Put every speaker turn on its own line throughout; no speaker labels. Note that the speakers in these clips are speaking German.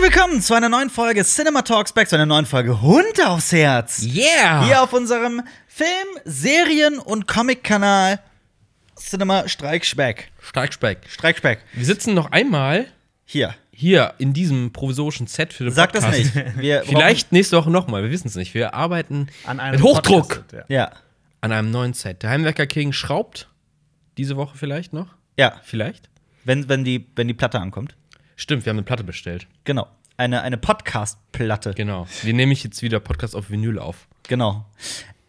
willkommen zu einer neuen Folge Cinema Talks Back, zu einer neuen Folge Hund aufs Herz.
Yeah!
Hier auf unserem Film-, Serien- und Comic-Kanal Cinema Streikspeck.
Steigspeck.
Streikspeck.
Wir sitzen noch einmal
Hier.
hier in diesem provisorischen Set für den
Sag das
Podcast.
nicht. Wir
Vielleicht nächste Woche nochmal, wir wissen es nicht. Wir arbeiten
An einem
mit Hochdruck
Podcast, ja.
Brauchen, ja.
an einem neuen Set. Der Heimwerker King schraubt diese Woche vielleicht noch.
Ja.
Vielleicht.
Wenn, wenn, die, wenn die Platte ankommt.
Stimmt, wir haben eine Platte bestellt.
Genau. Eine, eine Podcast-Platte.
Genau. Wir nehmen jetzt wieder Podcast auf Vinyl auf.
Genau.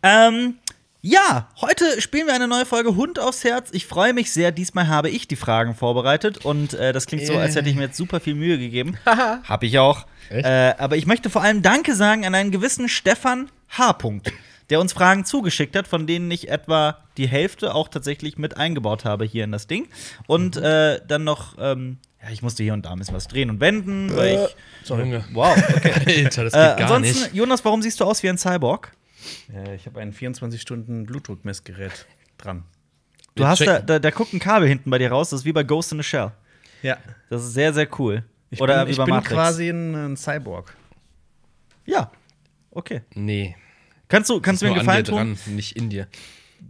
Ähm, ja, heute spielen wir eine neue Folge Hund aufs Herz. Ich freue mich sehr. Diesmal habe ich die Fragen vorbereitet und äh, das klingt so, als hätte ich mir jetzt super viel Mühe gegeben. Hab ich auch.
Echt?
Äh, aber ich möchte vor allem Danke sagen an einen gewissen Stefan H. Punkt, der uns Fragen zugeschickt hat, von denen ich etwa die Hälfte auch tatsächlich mit eingebaut habe hier in das Ding. Und
Mhm.
äh, dann noch, ähm, ja, ich musste hier und da ein bisschen was drehen und wenden, weil ich.
Sorry.
Wow. Okay.
Alter, das Äh, geht
Äh,
gar
ansonsten,
nicht.
Jonas, warum siehst du aus wie ein Cyborg?
Äh, Ich habe ein 24-Stunden-Blutdruckmessgerät dran.
Du hast da,
checken.
da, da guckt ein Kabel hinten bei dir raus, das ist wie bei Ghost in a Shell.
Ja.
Das ist sehr, sehr cool.
Ich
Oder
bin,
wie
ich
bei
bin
Matrix.
quasi ein, ein Cyborg.
ja. Okay.
Nee.
Kannst du, kannst du mir
Nur
einen
an dir
Gefallen tun?
dran, nicht in dir.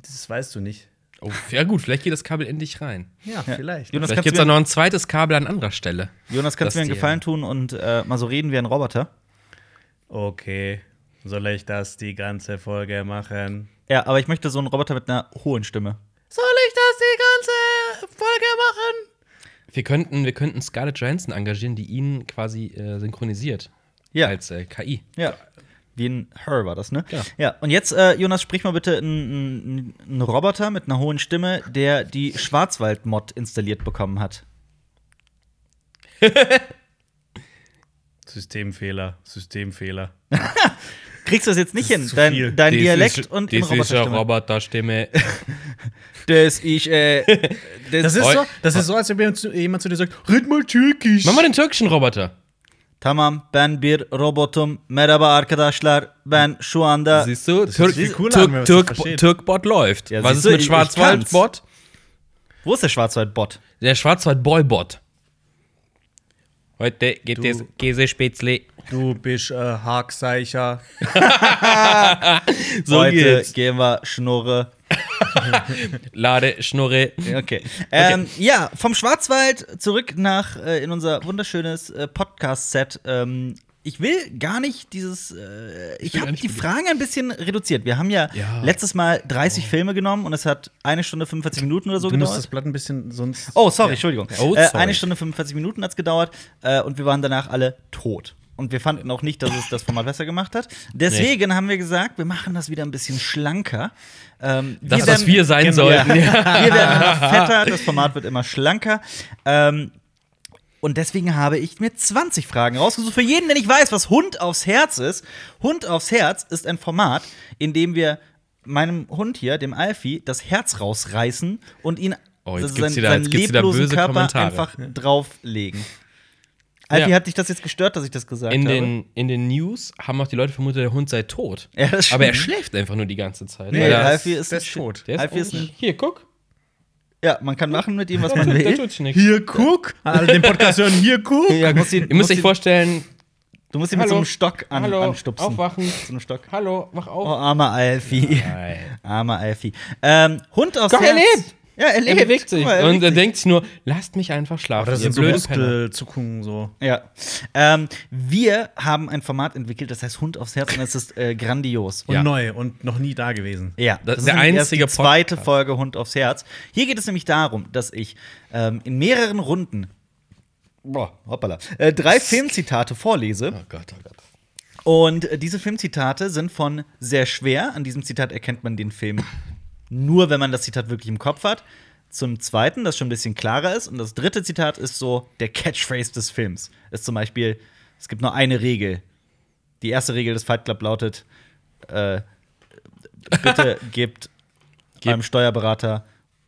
Das weißt du nicht.
Oh, ja gut, vielleicht geht das Kabel endlich rein.
Ja, vielleicht.
Jonas, kannst
vielleicht gibt es
du
da
mir,
noch ein zweites Kabel an anderer Stelle.
Jonas, kannst du
dass
mir einen
die-
Gefallen tun und äh, mal so reden wie ein Roboter?
Okay. Soll ich das die ganze Folge machen?
Ja, aber ich möchte so einen Roboter mit einer hohen Stimme.
Soll ich das die ganze Folge machen?
Wir könnten, wir könnten Scarlett Johansson engagieren, die ihn quasi äh, synchronisiert.
Ja.
Als äh, KI.
Ja. Wie ein Her war das, ne?
Ja.
Ja, und jetzt, äh, Jonas, sprich mal bitte einen, einen- einen Roboter mit einer hohen Stimme, der die Schwarzwald-Mod installiert bekommen hat.
Systemfehler, Systemfehler.
Kriegst du das jetzt nicht hin?
zu viel.
dein dein
Das
Dialekt
ist-
und in
das ist eine
Roboterstimme.
Roboterstimme.
Das ich, äh,
Das ist
Oi.
so, das ist so als wenn jemand zu- jemand zu dir sagt, red mal türkisch.
Mach mal den türkischen Roboter.
Tamam ben bir robotum. Merhaba arkadaşlar. Ben şu anda
Siehst du?
das hört sich viel cooler an, wenn
Türk,
man's
Türk,
versteht.
Türkbot läuft.
Ja,
Was
siehst
ist
du,
mit
ich- ich
Schwarzwald-Bot?
Wo ist der Schwarzwald-Bot?
Der Schwarzwald-Boy-Bot. Heute gibt es Käsespätzle.
Du bist äh, Hakseicher.
So
Heute
geht's.
gehen wir Schnurre.
Lade, Schnurre.
Okay. Ähm, Ja, vom Schwarzwald zurück nach äh, in unser wunderschönes äh, Podcast-Set. Ähm, ich will gar nicht dieses. Äh, ich
will
habe
gar nicht
die
mit-
Fragen ein bisschen reduziert. Wir haben ja,
Ja. Oh.
letztes Mal 30 Filme genommen und es hat eine Stunde 45 Minuten oder so
Du musst das
gedauert.
Blatt ein bisschen sonst.
Oh, sorry, Entschuldigung.
Oh,
Äh,
sorry.
eine Stunde 45 Minuten hat es gedauert äh, und wir waren danach alle tot. Und wir fanden auch nicht, dass es das Format besser gemacht hat. Deswegen haben wir gesagt, wir machen das wieder ein bisschen schlanker. Ähm,
Das,
werden-
was wir sein sollten.
Ja. wir werden immer fetter, das Format wird immer schlanker. Ähm, und deswegen habe ich mir 20 Fragen rausgesucht. Für jeden, der nicht weiß, was Hund aufs Herz ist. Hund aufs Herz ist ein Format, in dem wir meinem Hund hier, dem Alfie, das Herz rausreißen und ihn
Oh, jetzt
also
gibt's wieder- jetzt gibt's wieder
leblosen
böse
Körper
Kommentare.
einfach drauflegen. Alfie,
Ja.
hat dich das jetzt gestört, dass ich das gesagt
In
habe?
den, in den News haben auch die Leute vermutet, der Hund sei tot.
Ja, das
Aber er
stimmt.
schläft einfach nur die ganze Zeit.
Nee,
weil er-
der
Alfie
ist-
ist,
der
ein
ist
Sch-
tot.
der
Alfie ist
ist
ein,
Hier, guck.
ja, man kann machen mit ihm, was man
Da
will.
tut sich nichts.
Hier guck! Alle Also den Podcast hören, hier guck!
Ja, musst ihn,
Ihr müsst
musst
euch
ihn-
vorstellen,
Du musst ihn mit so
Hallo.
einem Stock an,
Hallo,
anstupsen.
aufwachen.
Mit So einem Stock.
hallo, wach
Oh,
auf.
armer Alfie. Armer Alfie. Ähm, Hund aus
Guck, er
Herz.
lebt.
Ja, er lebt.
Er bewegt sich.
Guck mal, er
und
bewegt
er denkt sich nur, lasst mich einfach schlafen.
Aber das
ihr
sind so
blöden Penner.
Muskelzuckungen so.
sich. Ja. Ähm, wir haben ein Format entwickelt, das heißt Hund aufs Herz und es ist äh, grandios.
Und
Ja.
neu und noch nie da gewesen.
Ja,
Das ist der
nämlich erst
einzige
die zweite
Podcast.
Folge Hund aufs Herz. Hier geht es nämlich darum, dass ich ähm, in mehreren Runden boah, hoppala, äh, drei Filmzitate vorlese.
Oh Gott, oh Gott.
Und äh, diese Filmzitate sind von sehr schwer. An diesem Zitat erkennt man den Film nur, wenn man das Zitat wirklich im Kopf hat. Zum zweiten, das schon ein bisschen klarer ist. Und das dritte Zitat ist so der Catchphrase des Films. Ist zum Beispiel, es gibt nur eine Regel. Die erste Regel des Fight Club lautet: äh, Bitte gebt beim Steuerberater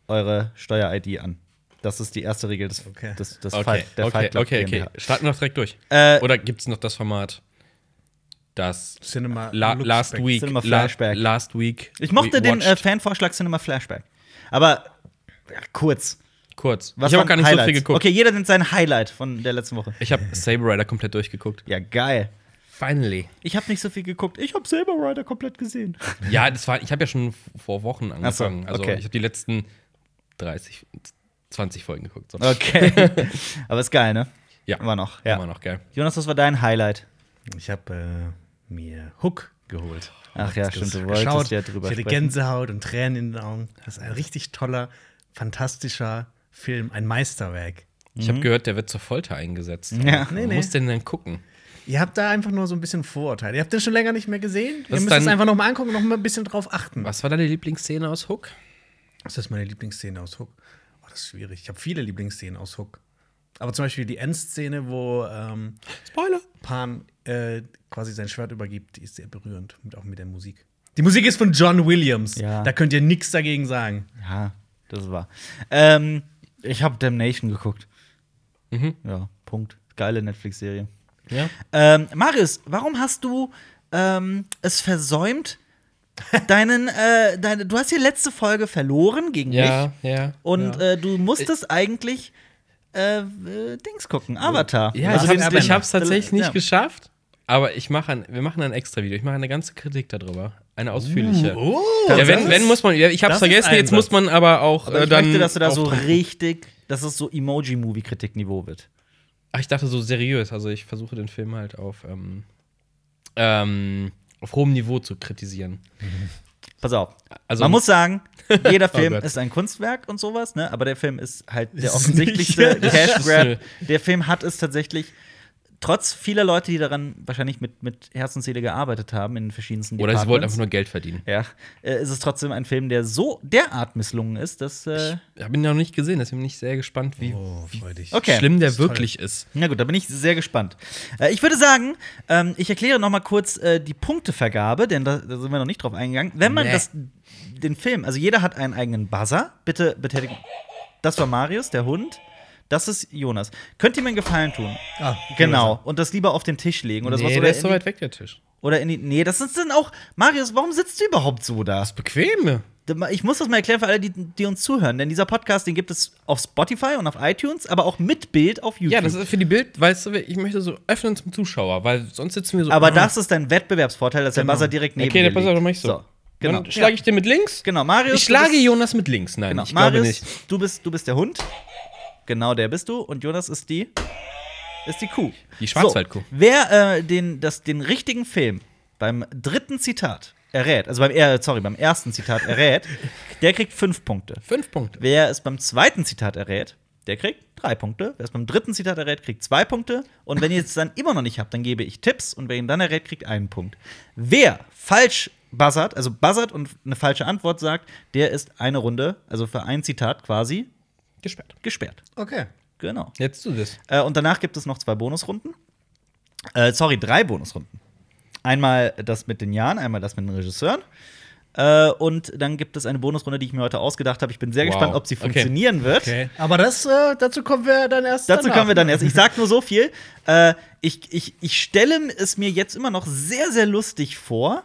eure Steuer-ID an. Das ist die erste Regel des,
Okay.
des, des
Okay,
Fight, der
okay,
Fight Club.
okay, okay.
GmbH.
Starten wir noch direkt durch.
Äh,
Oder gibt es noch das Format, das
Cinema.
la
Lux
Last
Back.
Week,
Cinema
la
Flashback.
Last Week.
Ich mochte
we
den äh,
watched-
Fanvorschlag Cinema Flashback. Aber ja, kurz.
Kurz.
äh, Was
ich habe
waren
auch gar nicht
Highlights?
so viel geguckt.
Okay, jeder nimmt sein Highlight von der letzten Woche.
Ich habe Saber Rider komplett durchgeguckt.
Ja, geil.
Finally.
Ich habe nicht so viel geguckt. Ich habe Saber Rider komplett gesehen.
Ja, das war, ich habe ja schon f- vor Wochen
Ach so,
angefangen. Also
okay.
ich habe die letzten 30, 20 Folgen geguckt. So.
Okay. Aber ist geil, ne?
Ja.
Immer noch. Ja.
Immer noch geil.
Jonas, was war dein Highlight?
Ich habe äh, mir Hook geholt.
Ach ja, stimmt, du wolltest
Geschaut.
ja drüber
Ich hatte
sprechen.
Gänsehaut und Tränen in den Augen. Das ist ein richtig toller, fantastischer Film, ein Meisterwerk.
Ich habe gehört, der wird zur Folter eingesetzt.
Mhm. Ja.
Nee,
Wo
nee.
muss denn denn gucken?
Ihr habt da einfach nur so ein bisschen Vorurteile. Ihr habt den schon länger nicht mehr gesehen. Ihr
ist
müsst es
dein-
einfach noch mal angucken und noch mal ein bisschen drauf achten.
Was war deine Lieblingsszene aus Hook?
Das ist meine Lieblingsszene aus Hook. Oh, das ist schwierig. Ich habe viele Lieblingsszenen aus Hook. Aber zum Beispiel die Endszene, wo ähm,
Spoiler.
Pan äh, quasi sein Schwert übergibt, die ist sehr berührend. Und auch mit der Musik. Die Musik ist von John Williams.
Ja.
Da könnt ihr nichts dagegen sagen.
Ja, das war. Ähm, ich habe Damnation geguckt.
Mhm.
Ja, Punkt. Geile Netflix-Serie.
Ja.
Ähm, Marius, warum hast du ähm, es versäumt, deinen, äh, deine, du hast die letzte Folge verloren gegen mich
Ja, ja.
und
ja.
äh, du musstest eigentlich äh, äh, Dings gucken, Avatar.
Ja,
Also
ich
den
hab's, ich
Airbender.
hab's tatsächlich nicht
Ja.
geschafft. Aber ich mache ein, wir machen ein extra Video. Ich mache eine ganze Kritik darüber. Eine ausführliche.
Oh,
ja, wenn, wenn muss man, ja, ich hab's
das ist
vergessen, jetzt
Einsatz.
muss man aber auch
Aber
äh,
ich
dann.
möchte, dass du da so
auf-
richtig, dass es so Emoji-Movie-Kritikniveau wird.
Ach, ich dachte so seriös. Also ich versuche den Film halt auf, ähm, ähm, auf hohem Niveau zu kritisieren.
Pass auf.
Also- Oh
Man muss sagen, jeder Film
Gott.
ist ein Kunstwerk und sowas, ne? aber der Film ist halt der
Ist
offensichtlichste
nicht.
Cash Grab.
Nö.
Der Film hat es tatsächlich, trotz vieler Leute, die daran wahrscheinlich mit, mit Herz und Seele gearbeitet haben, in den verschiedensten
Oder sie wollten
Departments,
einfach nur Geld verdienen.
Ja, äh, ist es trotzdem ein Film, der so derart misslungen ist, dass. Äh,
Ich habe ihn noch nicht gesehen, deswegen bin ich sehr gespannt, wie
Oh, freu dich.
Okay.
schlimm der
Ist toll.
wirklich ist.
na gut, da bin ich sehr gespannt. Äh, ich würde sagen, ähm, ich erkläre noch mal kurz äh, die Punktevergabe, denn da, da sind wir noch nicht drauf eingegangen. Wenn man
Nee.
das, den Film, also jeder hat einen eigenen Buzzer, bitte betätigen. Das war Marius, der Hund. Das ist Jonas. Könnt ihr mir einen Gefallen tun?
Ah,
Genau. Und das lieber auf den Tisch legen oder sowas.
Nee,
Oder,
der ist so
in
weit weg, der Tisch.
die, oder in die. Nee, das ist dann auch. Marius, warum sitzt du überhaupt so da?
Bequem.
Ich muss das mal erklären für alle, die, die uns zuhören, denn dieser Podcast, den gibt es auf Spotify und auf iTunes, aber auch mit Bild auf YouTube.
Ja, das ist für die Bild, weißt du, ich möchte so öffnen zum Zuschauer, weil sonst sitzen wir so.
aber
Ah.
das ist dein Wettbewerbsvorteil, dass der Buzzer direkt neben
Genau. Okay,
dir
dann pass auf,
liegt.
dann mach ich so.
genau.
Dann schlage ich dir mit links.
Genau, Marius.
Ich schlage
du bist,
Jonas mit links. Nein,
genau,
ich glaube
Marius,
nicht.
Du, bist, du bist der Hund. Genau, der bist du. Und Jonas ist die. Ist die Kuh.
Die Schwarzwaldkuh.
So, wer äh, den, das, den richtigen Film beim dritten Zitat errät, also beim, äh, sorry, beim ersten Zitat errät, der kriegt fünf Punkte.
Fünf Punkte.
Wer es beim zweiten Zitat errät, der kriegt drei Punkte. Wer es beim dritten Zitat errät, kriegt zwei Punkte. Und wenn ihr es dann immer noch nicht habt, dann gebe ich Tipps und wer ihn dann errät, kriegt einen Punkt. Wer falsch buzzert, also buzzert und eine falsche Antwort sagt, der ist eine Runde, also für ein Zitat quasi,
Gesperrt.
gesperrt.
Okay.
Genau.
Jetzt du das.
Äh, und danach gibt es noch zwei Bonusrunden. Äh, sorry, drei Bonusrunden. Einmal das mit den Jahren, einmal das mit den Regisseuren. Äh, und dann gibt es eine Bonusrunde, die ich mir heute ausgedacht habe. Ich bin sehr
Wow.
gespannt, ob sie
Okay.
funktionieren wird.
Okay.
Aber das, äh, dazu kommen wir dann erst.
Dazu
danach. ne?
kommen wir dann erst. Ich sag nur so viel. Äh, ich, ich, ich stelle es mir jetzt immer noch sehr, sehr lustig vor.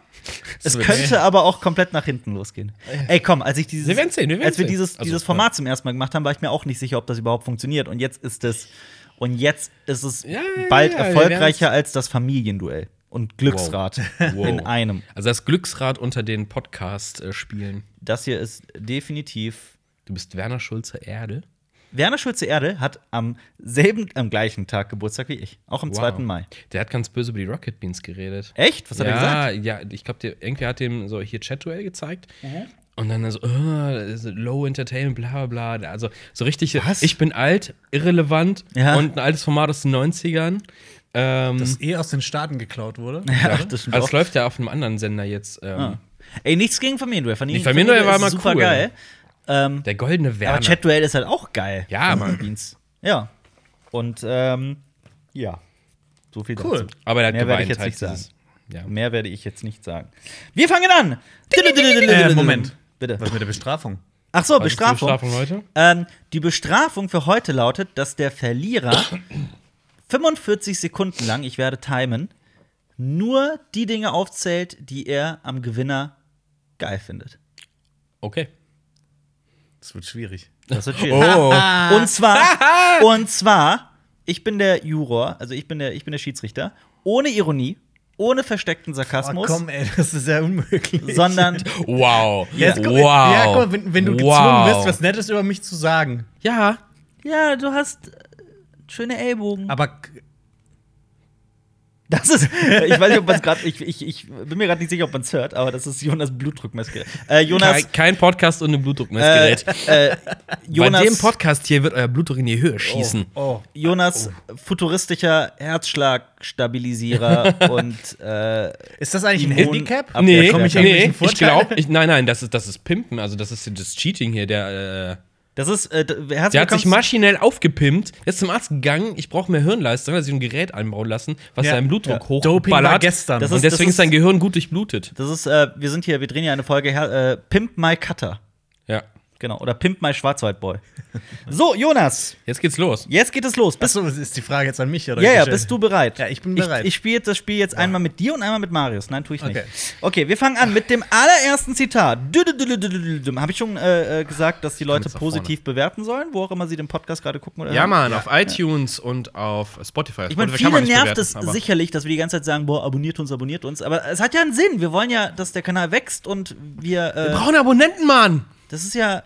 Es
wird-
könnte aber auch komplett nach hinten losgehen. Ey, komm, als ich dieses,
Wir werden's sehen, wir werden's
als wir
sehen.
dieses,
Also,
dieses
ja.
Format zum ersten Mal gemacht haben, war ich mir auch nicht sicher, ob das überhaupt funktioniert. Und jetzt ist es, und jetzt ist es
Ja, ja,
bald
ja, wir
erfolgreicher als das Familienduell und Glücksrad
Wow.
in einem.
Also das Glücksrad unter den Podcast-Spielen.
Das hier ist definitiv
Du bist Werner Schulze Erde.
Werner Schulze Erde hat am selben, am gleichen Tag Geburtstag wie ich, auch am 2. Mai.
Der hat ganz böse über die Rocket Beans geredet.
Echt? Was hat
ja,
er gesagt?
Ja, ich glaube, irgendwie hat dem so hier Chat-Duell gezeigt. Und dann so, äh, das ist Low Entertainment, bla bla bla. Also so richtig,
Was?
ich bin alt, irrelevant
Ja.
und ein altes Format aus den 90ern. Ähm,
Das eh aus den Staaten geklaut wurde.
Ja, das stimmt
also
auch.
es läuft ja auf einem anderen Sender jetzt. Ähm,
Ah. Ey, nichts gegen Familienduell. Familien-
Nee, Familienduell war
ist
immer
super
cool.
geil. Ähm,
Der goldene Werner.
aber Chatduell ist halt auch geil.
Ja,
Von
Mann.
den Beans. Ja. Und ähm, ja. So viel
Cool.
dazu.
aber der hat
Mehr werde ich
geweint.
jetzt
halt
nicht sagen.
dieses- Ja.
Mehr werde ich jetzt nicht sagen. Wir fangen an.
Äh, Moment.
Bitte.
Was mit der Bestrafung?
Ach so,
Was ist die Bestrafung
Bestrafung.
heute?
Ähm, die Bestrafung für heute lautet, dass der Verlierer 45 Sekunden lang, ich werde timen, nur die Dinge aufzählt, die er am Gewinner geil findet.
Okay.
Das wird schwierig.
Das wird schwierig.
Oh.
Und zwar, und zwar, ich bin der Juror, also ich bin der, ich bin der Schiedsrichter, ohne Ironie, ohne versteckten
Ah,
Oh,
Sarkasmus,
komm, ey, das ist ja unmöglich.
sondern
Wow.
Ja, jetzt komm,
wow.
ja, guck mal, wenn, wenn du gezwungen
Wow.
bist, was Nettes über mich zu sagen.
Ja.
ja, du hast äh, schöne Ellbogen.
Aber oh, k-
Das ist, äh, ich weiß nicht, ob man es gerade, ich, ich, ich bin mir gerade nicht sicher, ob man es hört, aber das ist Jonas Blutdruckmessgerät. Äh, Jonas,
Kein, kein Podcast ohne Blutdruckmessgerät.
äh, äh, Jonas,
Bei dem Podcast hier wird euer Blutdruck in die Höhe schießen.
oh,
Jonas futuristischer Herzschlagstabilisierer und äh,
ist das eigentlich ein
Immun-
Handicap?
Ab- Nee,
komm ich
nee,
irgendwelchen
ich
Vorteile?
glaube, ich, nein, nein, das ist, das ist Pimpen, also das ist das Cheating hier. Der, äh,
das ist äh, d- herzlich
der hat sich
willkommen-
maschinell aufgepimpt, ist zum Arzt gegangen, ich brauche mehr Hirnleistung, hat sich ein Gerät einbauen lassen, was
Ja.
seinen Blutdruck
Ja.
hochballert.
Doping war gestern.
Das
und
ist-
deswegen ist,
ist-
sein Gehirn gut durchblutet.
Das ist, äh, wir sind hier, wir drehen ja eine Folge, Herr, äh, Pimp My Cutter.
Ja.
Genau, oder Pimp My Schwarzwaldboy. So, Jonas,
Jetzt geht's los.
jetzt geht es los. Bist,
Achso, das ist die Frage jetzt an mich, oder?
ja, ja,
Michelle?
bist du bereit?
Ja, ich bin bereit.
Ich, ich spiele das Spiel jetzt einmal mit dir und einmal mit Marius. Nein, tue ich nicht. Okay,
Okay.
wir fangen an mit dem allerersten Zitat. Habe ich schon äh, äh, gesagt, dass die Leute
jetzt nach vorne.
positiv bewerten sollen, wo auch immer sie den Podcast gerade gucken oder
Ja,
hören?
Mann, auf iTunes und auf Spotify.
Ich meine,
Spotify kann man
viele
nicht
nervt
bewerten,
es
aber-
sicherlich, dass wir die ganze Zeit sagen, boah, abonniert uns, abonniert uns. Aber es hat ja einen Sinn. Wir wollen ja, dass der Kanal wächst und wir. Äh,
Wir brauchen Abonnenten, Mann!
Das ist ja.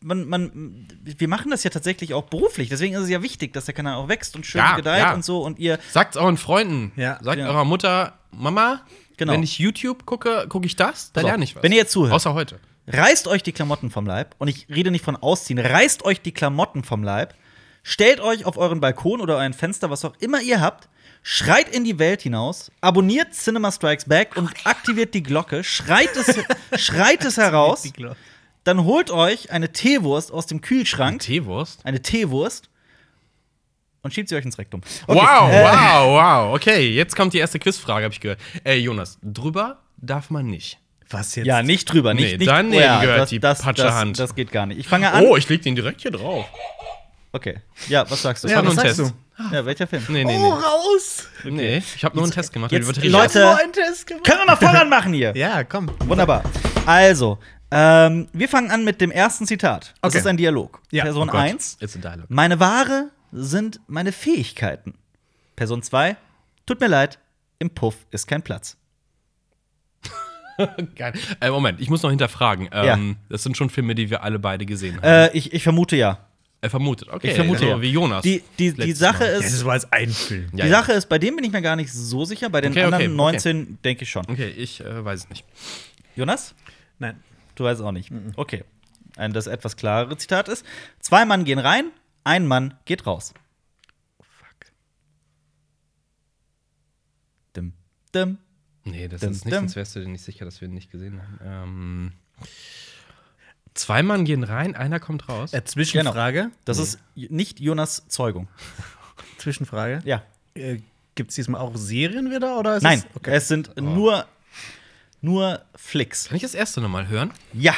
Man, man, wir machen das ja tatsächlich auch beruflich. Deswegen ist es ja wichtig, dass der Kanal auch wächst und schön
Ja,
gedeiht
ja.
und so. Und ihr.
Sagt's euren Freunden.
Ja.
Sagt
Ja.
eurer Mutter, Mama,
Genau.
wenn ich YouTube gucke, gucke ich das, da
So,
lerne ich was.
wenn ihr jetzt zuhört.
Außer heute.
Reißt euch die Klamotten vom Leib. Und ich rede nicht von ausziehen. Reißt euch die Klamotten vom Leib. Stellt euch auf euren Balkon oder euren Fenster, was auch immer ihr habt. Schreit in die Welt hinaus. Abonniert Cinema Strikes Back und aktiviert die Glocke. Schreit es, schreit es heraus. Dann holt euch eine Teewurst aus dem Kühlschrank.
Teewurst.
eine Teewurst und schiebt sie euch ins Rektum.
Wow,
äh,
wow, wow. Okay, jetzt kommt die erste Quizfrage, habe ich gehört. Ey, Jonas, drüber darf man nicht.
Was jetzt?
Ja, nicht drüber, nicht,
Nee,
nicht
daneben gehört die
das, das,
Patschehand.
das geht gar nicht. Ich fange an.
Oh, ich leg den direkt hier drauf.
Okay. Ja, was sagst du?
Ich hab
Ja,
nur einen
sagst
Test.
welcher Film?
Nee, nee,
Oh,
nee.
raus!
nee. Ich habe nur einen Test gemacht.
jetzt,
über Batterie-
Leute-
Nur ein Test gemacht.
Können wir mal voran machen hier?
Ja, komm.
Wunderbar. Also, ähm, wir fangen an mit dem ersten Zitat. Das
Okay.
ist ein Dialog.
Ja,
Person
oh Gott,
1.
It's a dialogue.
Meine Ware sind meine Fähigkeiten. Person 2. Tut mir leid, im Puff ist kein Platz.
Geil. Äh, Moment, ich muss noch hinterfragen.
Ja.
Ähm, Das sind schon Filme, die wir alle beide gesehen haben.
Äh, ich, ich vermute ja.
Er vermutet, okay.
Ich vermute
also
ja.
Wie Jonas.
Die, die, die
letztes
Sache
Mal.
ist.
Das war jetzt ein Film.
Ja,
die
ja.
Sache ist, bei dem bin ich mir gar nicht so sicher. Bei den
Okay, okay,
anderen
okay.
19 denke ich schon.
Okay, ich äh, weiß es nicht.
Jonas,
Nein.
du weißt auch nicht.
Mhm.
Okay. Ein, das etwas klarere Zitat ist: Zwei Mann gehen rein, ein Mann geht raus.
Oh,
Dim, dim.
Nee, das
Dum,
ist nicht, sonst
dum.
wärst du dir nicht sicher, dass wir ihn nicht gesehen haben. Ähm, zwei Mann gehen rein, einer kommt raus.
Äh, Zwischenfrage.
Das ist j- nicht Jonas Zeugung.
Zwischenfrage.
Ja.
Äh, Gibt es diesmal auch Serien wieder? Oder ist
Nein,
Es, okay. Oh.
es sind nur, nur Flicks.
Kann ich das erste nochmal hören?
Ja,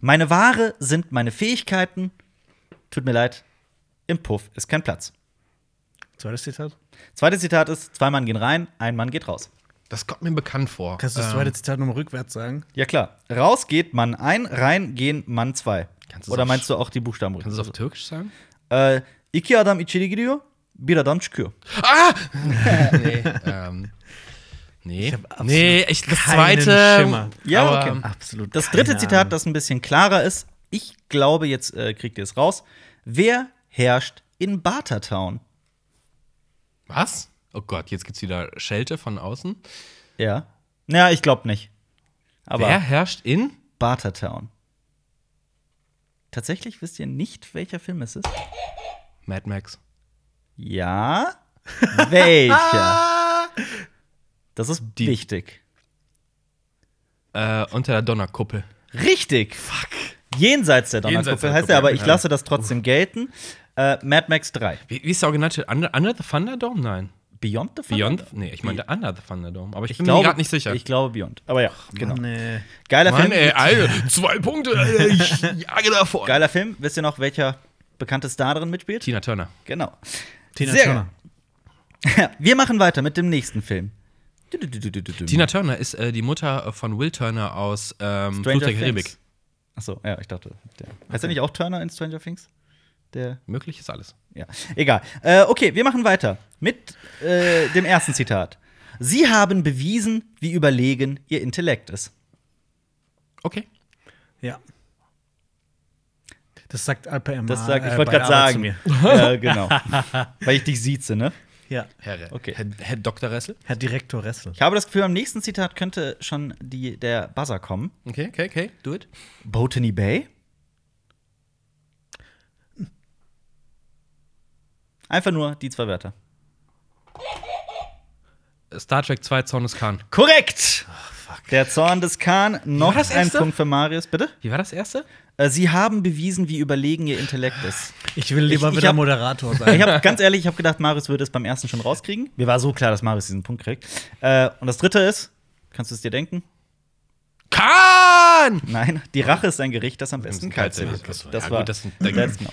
meine Ware sind meine Fähigkeiten. Tut mir leid, im Puff ist kein Platz. Äh.
Zweites Zitat?
Zweites Zitat ist: Zwei Mann gehen rein, ein Mann geht raus.
Das kommt mir bekannt vor. Ähm,
Kannst du
Ähm.
das zweite Zitat nochmal rückwärts sagen?
Ja, klar. Raus geht Mann ein, rein gehen Mann zwei.
Kannst du's
Oder
auf-
meinst du auch die Buchstaben?
Kannst du
Also-
es auf Türkisch sagen?
äh, Iki adam içeri giriyor, bir adam çıkıyor.
Ah!
nee. ähm, nee.
absolut
nee, ich, das
keinen
zweite.
Schimmer.
Ja,
aber,
okay.
Absolut.
Das dritte
keine
Zitat,
Ahnung.
das ein bisschen klarer ist, ich glaube, jetzt äh, kriegt ihr es raus. Wer herrscht in Bartertown?
Was? Oh Gott, jetzt gibt's wieder Schelte von außen.
Ja. Ja, ich glaube nicht. Aber
Wer herrscht in?
Bartertown. Tatsächlich wisst ihr nicht, welcher Film es ist?
Mad Max.
Ja. welcher? Das ist wichtig.
Äh, unter der Donnerkuppel.
Richtig. Fuck. Jenseits der
Jenseits
Donnerkuppel
der
heißt er, aber ich
Donnerkuppel, ja. Oh.
lasse das trotzdem gelten. Äh, Mad Max 3.
Wie, wie ist der Originaltitel? Under, Under the Thunderdome? Nein.
Beyond the Thunder?
Beyond? Nee, ich meinte Under the Thunderdome. Aber ich,
Ich
bin mir
glaube
gerade nicht sicher.
Ich glaube Beyond. Aber ja, genau.
Nee.
Geiler
Mann,
Film.
ey, Alter, zwei Punkte, Alter, ich jage davor.
Geiler Film. Wisst ihr noch, welcher bekannte Star darin mitspielt?
Tina Turner.
Genau.
Tina
Sehr-
Turner.
Wir machen weiter mit dem nächsten Film.
Tina Turner ist äh, die Mutter äh, von Will Turner aus ähm, Fluch der Karibik.
Achso, ja, ich dachte. Der. Heißt der nicht auch Turner in Stranger Things? Der.
Möglich ist alles.
Ja, egal. Äh, okay, wir machen weiter mit äh, dem ersten Zitat. Sie haben bewiesen, wie überlegen ihr Intellekt ist.
Okay.
Ja. Das sagt Alper immer.
Das sag ich,
äh,
wollte
bei
gerade
der Arbeit zu
sagen.
mir.
Ja, genau. Weil ich dich sieze, ne?
Ja.
Herr,
Okay.
Herr, Herr Dr. Ressel.
Herr Direktor Ressel.
Ich habe das Gefühl, beim nächsten Zitat könnte schon die, der Buzzer kommen.
Okay, okay, okay. Do it.
Botany Bay? Einfach nur die zwei Wörter.
Star Trek 2 Zorn des Khan.
Korrekt!
Ah,
Der Zorn des Khan, noch
Was,
ein
Esther?
Punkt für Marius, bitte.
Wie war das erste?
Äh, Sie haben bewiesen, wie überlegen ihr Intellekt ist.
Ich will lieber
ich
wieder
hab-
Moderator
Ich
sein.
habe ganz ehrlich, ich habe gedacht, Marius würde es beim ersten schon rauskriegen. Mir war so klar, dass Marius diesen Punkt kriegt. Äh, und das dritte ist, kannst du es dir denken?
Khan!
Nein, die Rache ist ein Gericht, das am besten kalt
Kaltzählig
serviert
ist.
wird.
Ja,
Das
gut,
war
das sind-
das genau.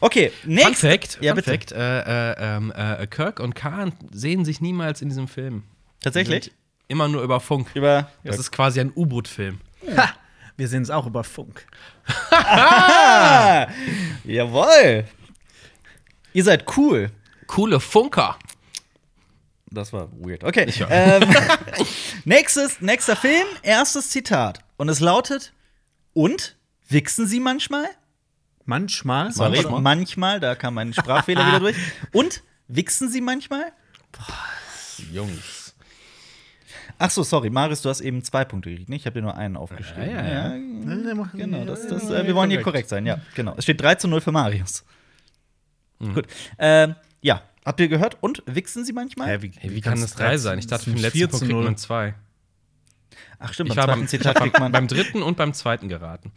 Okay,
Fun
next.
Fact,
Ja,
Fun
bitte.
Fact äh, äh, ähm, äh, Kirk und Khan sehen sich niemals in diesem Film.
Tatsächlich?
Sind Immer nur über Funk.
Über
Das ist quasi ein U-Boot-Film.
ha! Wir sehen es auch über Funk.
Jawohl. Ihr seid cool.
Coole Funker.
Das war weird. Okay. Ähm, nächstes, nächster Film, erstes Zitat. Und es lautet: Und wichsen Sie manchmal?
Manchmal.
Sorry, manchmal, da kam mein Sprachfehler wieder durch. Und wichsen Sie manchmal?
Jungs.
Ach so, sorry, Marius, du hast eben zwei Punkte gekriegt, ne? Ich habe dir nur einen aufgeschrieben.
Ja, ja, ja.
Hm,
Genau, das, das, äh, wir wollen hier korrekt sein, ja. Genau. Es steht 3 zu 0 für Marius.
Mhm.
Gut. Ähm, ja, habt ihr gehört? Und wichsen Sie manchmal?
Hä, wie,
Hey, wie kann das drei sein? Ich dachte, für den letzten
4
Punkt
zu
kriegt
0.
man zwei.
Ach stimmt,
Ich
beim
war
zweiten
beim,
Zitat kriegt man.
beim dritten und beim zweiten geraten.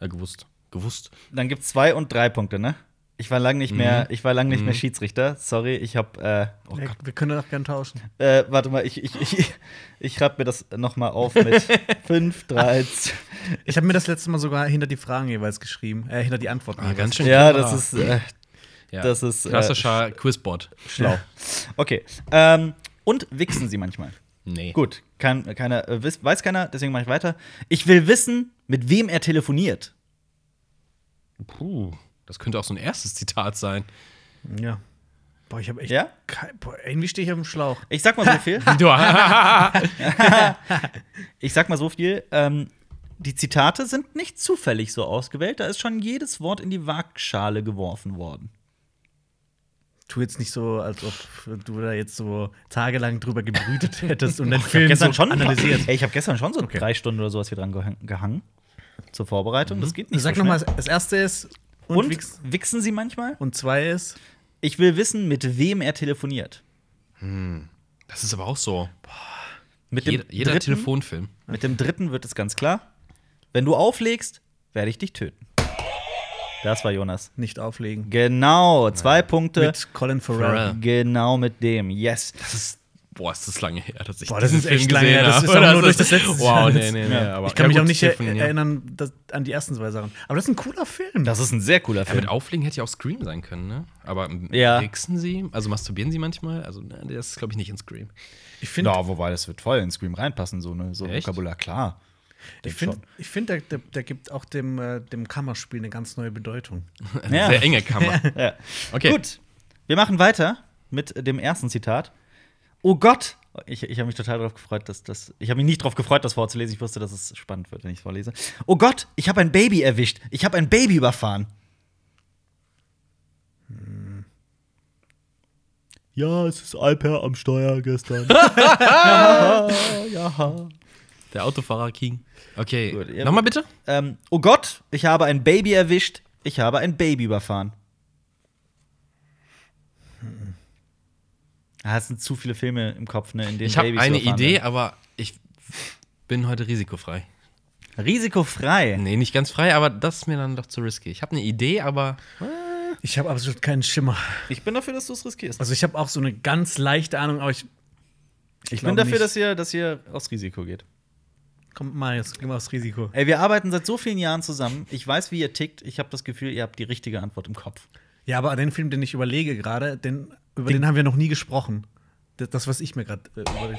Äh, gewusst. Gewusst.
Dann gibt's zwei und drei Punkte, ne? Ich war lang nicht mehr,
Mhm.
ich war lang nicht mehr Schiedsrichter. Sorry, ich hab, äh, oh
Wir, wir können doch gern tauschen.
Äh, warte mal, ich, ich, ich, ich schreib mir das nochmal auf mit 5, 3,
Ich habe mir das letzte Mal sogar hinter die Fragen jeweils geschrieben. Äh, hinter die Antworten. jeweils.
schön.
Ja,
clever.
das ist äh,
Ja.
das ist, äh,
Klassischer Quizbot.
schlau. Okay. Ähm, und wichsen sie manchmal.
Nee.
Gut, kann, keiner, äh, wiss- weiß keiner, deswegen mache ich weiter. Ich will wissen, mit wem er telefoniert.
Puh. Das könnte auch so ein erstes Zitat sein.
Ja. Boah, ich habe echt.
Ja?
kein- boah, irgendwie stehe ich auf dem Schlauch.
Ich sag mal so viel.
Du,
Ich sag mal so viel. Ähm, die Zitate sind nicht zufällig so ausgewählt. Da ist schon jedes Wort in die Waagschale geworfen worden.
Tu jetzt nicht so, als ob du da jetzt so tagelang drüber gebrütet hättest und den Film
gestern
so
schon
analysiert.
Ey, ich habe gestern schon so drei Stunden oder sowas hier dran gehang- gehangen zur Vorbereitung. Das geht nicht.
Mhm. Sag
so
nochmal,
schnell.
das erste ist und,
Und
wichs-
wichsen Sie manchmal?
und zwei ist.
Ich will wissen, mit wem er telefoniert.
das ist aber auch so.
Mit
Jeder, jeder
dritten,
Telefonfilm.
Mit dem dritten wird es ganz klar. Wenn du auflegst, werde ich dich töten. Das war Jonas.
Nicht auflegen.
Genau, zwei Punkte.
Mit Colin Farrell.
Farrell.
Genau mit dem. Yes.
Das ist, boah, ist das lange her, dass ich
Boah, das
diesen
ist
Film
echt lange
gesehen
her. Das
habe.
ist aber nur durch das letzte Jahr
Wow, nee,
jetzt.
nee, nee.
Ja.
Aber,
Ich kann mich
ja,
auch
gut,
nicht er
Stephen, ja.
erinnern dass, an die ersten zwei Sachen. Aber das ist ein cooler Film.
Das ist ein sehr cooler
Ja, mit
Film.
Auflegen hätte ja auch Scream sein können, ne? Aber
Ja.
wichsen sie? Also masturbieren sie manchmal? Also, ne, das ist, glaube ich, nicht in Scream.
ich finde,
wobei, das wird voll in Scream reinpassen, so ne, so ein
Echt?
Vokabular, klar.
ich find, ich find, der, der, der gibt auch dem, äh, dem Kammerspiel eine ganz neue Bedeutung.
Eine
Ja.
sehr enge Kammer.
Ja.
Okay.
Gut, wir machen weiter mit dem ersten Zitat. Oh Gott! Ich, ich habe mich total darauf gefreut, dass das. Ich habe mich nicht darauf gefreut, das vorzulesen. Ich wusste, dass es spannend wird, wenn ich es vorlese. Oh Gott, ich habe ein Baby erwischt. Ich habe ein Baby überfahren. Ja, es ist Alper am Steuer gestern.
Der Autofahrer King. Okay.
Gut, ja,
Nochmal bitte?
ähm, oh Gott, ich habe ein Baby erwischt. Ich habe ein Baby überfahren. Hm. Ah, es sind zu viele Filme im Kopf, ne, in denen
Ich habe
Babys
eine
überfahren
Idee,
werden.
aber ich bin heute risikofrei.
Risikofrei.
Nee, nicht ganz frei, aber das ist mir dann doch zu risky. Ich habe eine Idee, aber
Ich habe absolut keinen Schimmer.
Ich bin dafür, dass du es riskierst.
Also ich habe auch so eine ganz leichte Ahnung, aber ich.
ich
glaub
bin dafür,
nicht.
dass ihr, dass ihr aufs Risiko geht.
Komm mal, jetzt gehen wir aufs Risiko.
Ey, wir arbeiten seit so vielen Jahren zusammen. Ich weiß, wie ihr tickt. Ich habe das Gefühl, ihr habt die richtige Antwort im Kopf.
Ja, aber den Film, den ich überlege gerade, den, über den haben wir noch nie gesprochen. Das, das was ich mir gerade äh, überlege.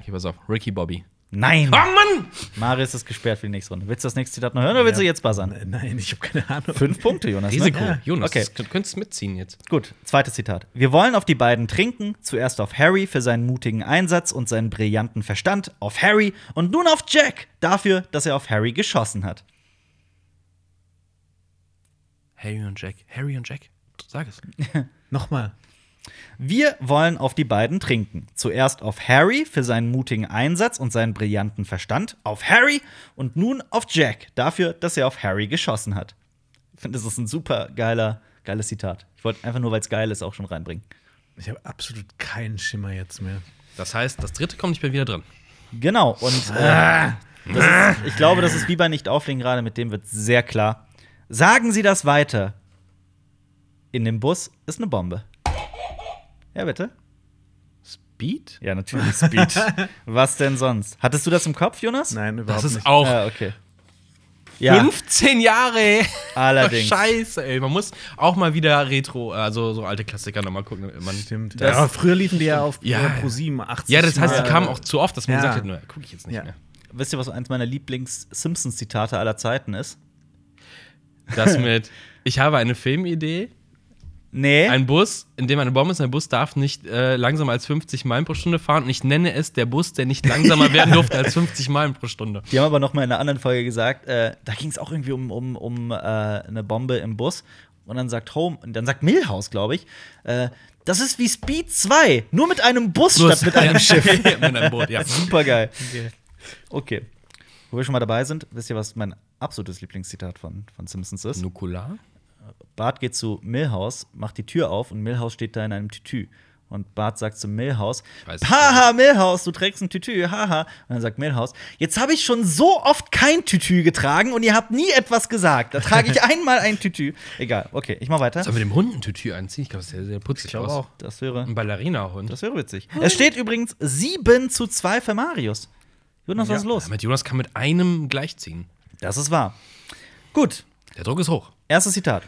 okay, pass auf. Ricky Bobby.
Nein!
Oh Mann!
Marius ist gesperrt für die nächste Runde. Willst du das nächste Zitat noch hören oder willst du jetzt buzzern?
Äh, Nein, ich habe keine Ahnung.
Fünf Punkte, Jonas. ne?
Risiko.
Ja.
Jonas,
Okay.
okay. könntest mitziehen jetzt.
Gut, zweites Zitat. Wir wollen auf die beiden trinken, zuerst auf Harry für seinen mutigen Einsatz und seinen brillanten Verstand, auf Harry und nun auf Jack dafür, dass er auf Harry geschossen hat.
Harry und Jack. Harry und Jack. Sag es.
Nochmal.
Wir wollen auf die beiden trinken, zuerst auf Harry für seinen mutigen Einsatz und seinen brillanten Verstand, auf Harry und nun auf Jack dafür, dass er auf Harry geschossen hat. Ich finde, das ist ein super geiler, geiles Zitat. Ich wollte einfach nur, weil es geil ist, auch schon reinbringen.
Ich habe absolut keinen Schimmer jetzt mehr.
Das heißt, das dritte kommt nicht mehr wieder dran.
Genau, und äh, das ist, ich glaube, das ist wie bei Nicht-Auflegen gerade, mit dem wird sehr klar. Sagen Sie das weiter. In dem Bus ist eine Bombe. Ja, bitte.
Speed?
Ja, natürlich Speed. Was denn sonst? Hattest du das im Kopf, Jonas?
Nein, überhaupt
Das ist
nicht.
auch
Ah, okay. Ja,
15 Jahre.
Allerdings.
Scheiße, ey. Man muss auch mal wieder Retro, also so alte Klassiker nochmal gucken. damit Man
Stimmt.
Das-
ja, aber früher liefen die ja auf
Ja.
Pro 7, 80.
ja, das heißt,
Mal.
die kamen auch zu oft, dass man
Ja.
gesagt hat, naja, gucke ich jetzt nicht
Ja.
mehr.
wisst ihr, was eins meiner Lieblings-Simpsons-Zitate aller Zeiten ist?
Das mit, ich habe eine Filmidee,
Nee.
ein Bus, in dem eine Bombe ist, ein Bus darf nicht äh, langsamer als 50 Meilen pro Stunde fahren und ich nenne es der Bus, der nicht langsamer werden durfte als 50 Meilen pro Stunde.
Die haben aber noch mal in einer anderen Folge gesagt, äh, da ging es auch irgendwie um, um, um äh, eine Bombe im Bus. Und dann sagt Home, und dann sagt Milhouse, glaube ich, äh, das ist wie Speed 2, nur mit einem Bus statt mit einem Schiff.
mit einem Boot, ja.
Supergeil. Okay. Wo wir schon mal dabei sind, wisst ihr, was mein absolutes Lieblingszitat von, von Simpsons ist?
Nukular?
Bart geht zu Milhouse, macht die Tür auf und Milhouse steht da in einem Tütü. Und Bart sagt zu Milhouse,
weiß es
haha, Milhouse, du trägst ein Tütü, haha. Und dann sagt Milhouse, jetzt habe ich schon so oft kein Tütü getragen und ihr habt nie etwas gesagt. Da trage ich einmal ein Tütü. Egal, okay, ich mach weiter.
Sollen wir dem Hund ein Tütü anziehen? Ich glaube, das sieht sehr, sehr putzig ich aus. Hm.
Das wäre,
Ein Ballerina-Hund.
das wäre witzig. Es steht übrigens 7 zu 2 für Marius. Jonas, was ist los?
Damit Jonas kann mit einem gleichziehen.
Das ist wahr. Gut,
Der Druck ist hoch.
erstes Zitat.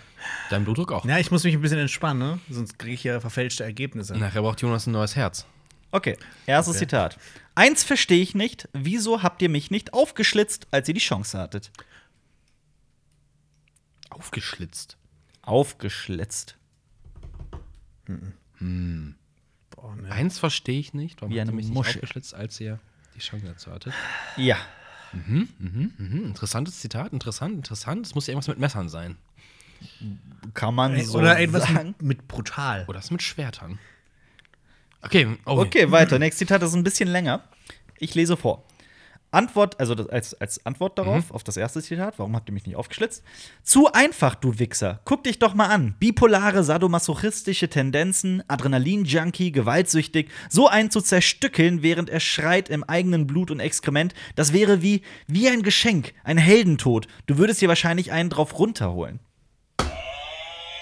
Dein Blutdruck auch.
Ja, ich muss mich ein bisschen entspannen, ne? sonst kriege ich ja verfälschte Ergebnisse.
Nachher braucht Jonas ein neues Herz.
Okay, erstes Zitat. Eins verstehe ich nicht, wieso habt ihr mich nicht aufgeschlitzt, als ihr die Chance hattet?
Aufgeschlitzt.
Aufgeschlitzt.
Boah, ne.
Eins verstehe ich nicht. Warum
Wie
habt
eine
ihr mich
Muschel.
nicht aufgeschlitzt, als ihr die Chance dazu hattet?
Ja.
Mhm, interessantes Zitat. Interessant, interessant. Es muss ja irgendwas mit Messern sein.
Kann man so
Oder etwas
sagen.
mit, mit brutal.
Oder es mit Schwertern. Okay, oh, nee.
Okay, weiter. Nächstes Zitat ist ein bisschen länger. Ich lese vor. Antwort, also das, als, als Antwort darauf, auf das erste Zitat, warum habt ihr mich nicht aufgeschlitzt? Zu einfach, du Wichser. Guck dich doch mal an. Bipolare, sadomasochistische Tendenzen, Adrenalin-Junkie, gewaltsüchtig, so einen zu zerstückeln, während er schreit im eigenen Blut und Exkrement, das wäre wie, wie ein Geschenk, ein Heldentod. Du würdest hier wahrscheinlich einen drauf runterholen.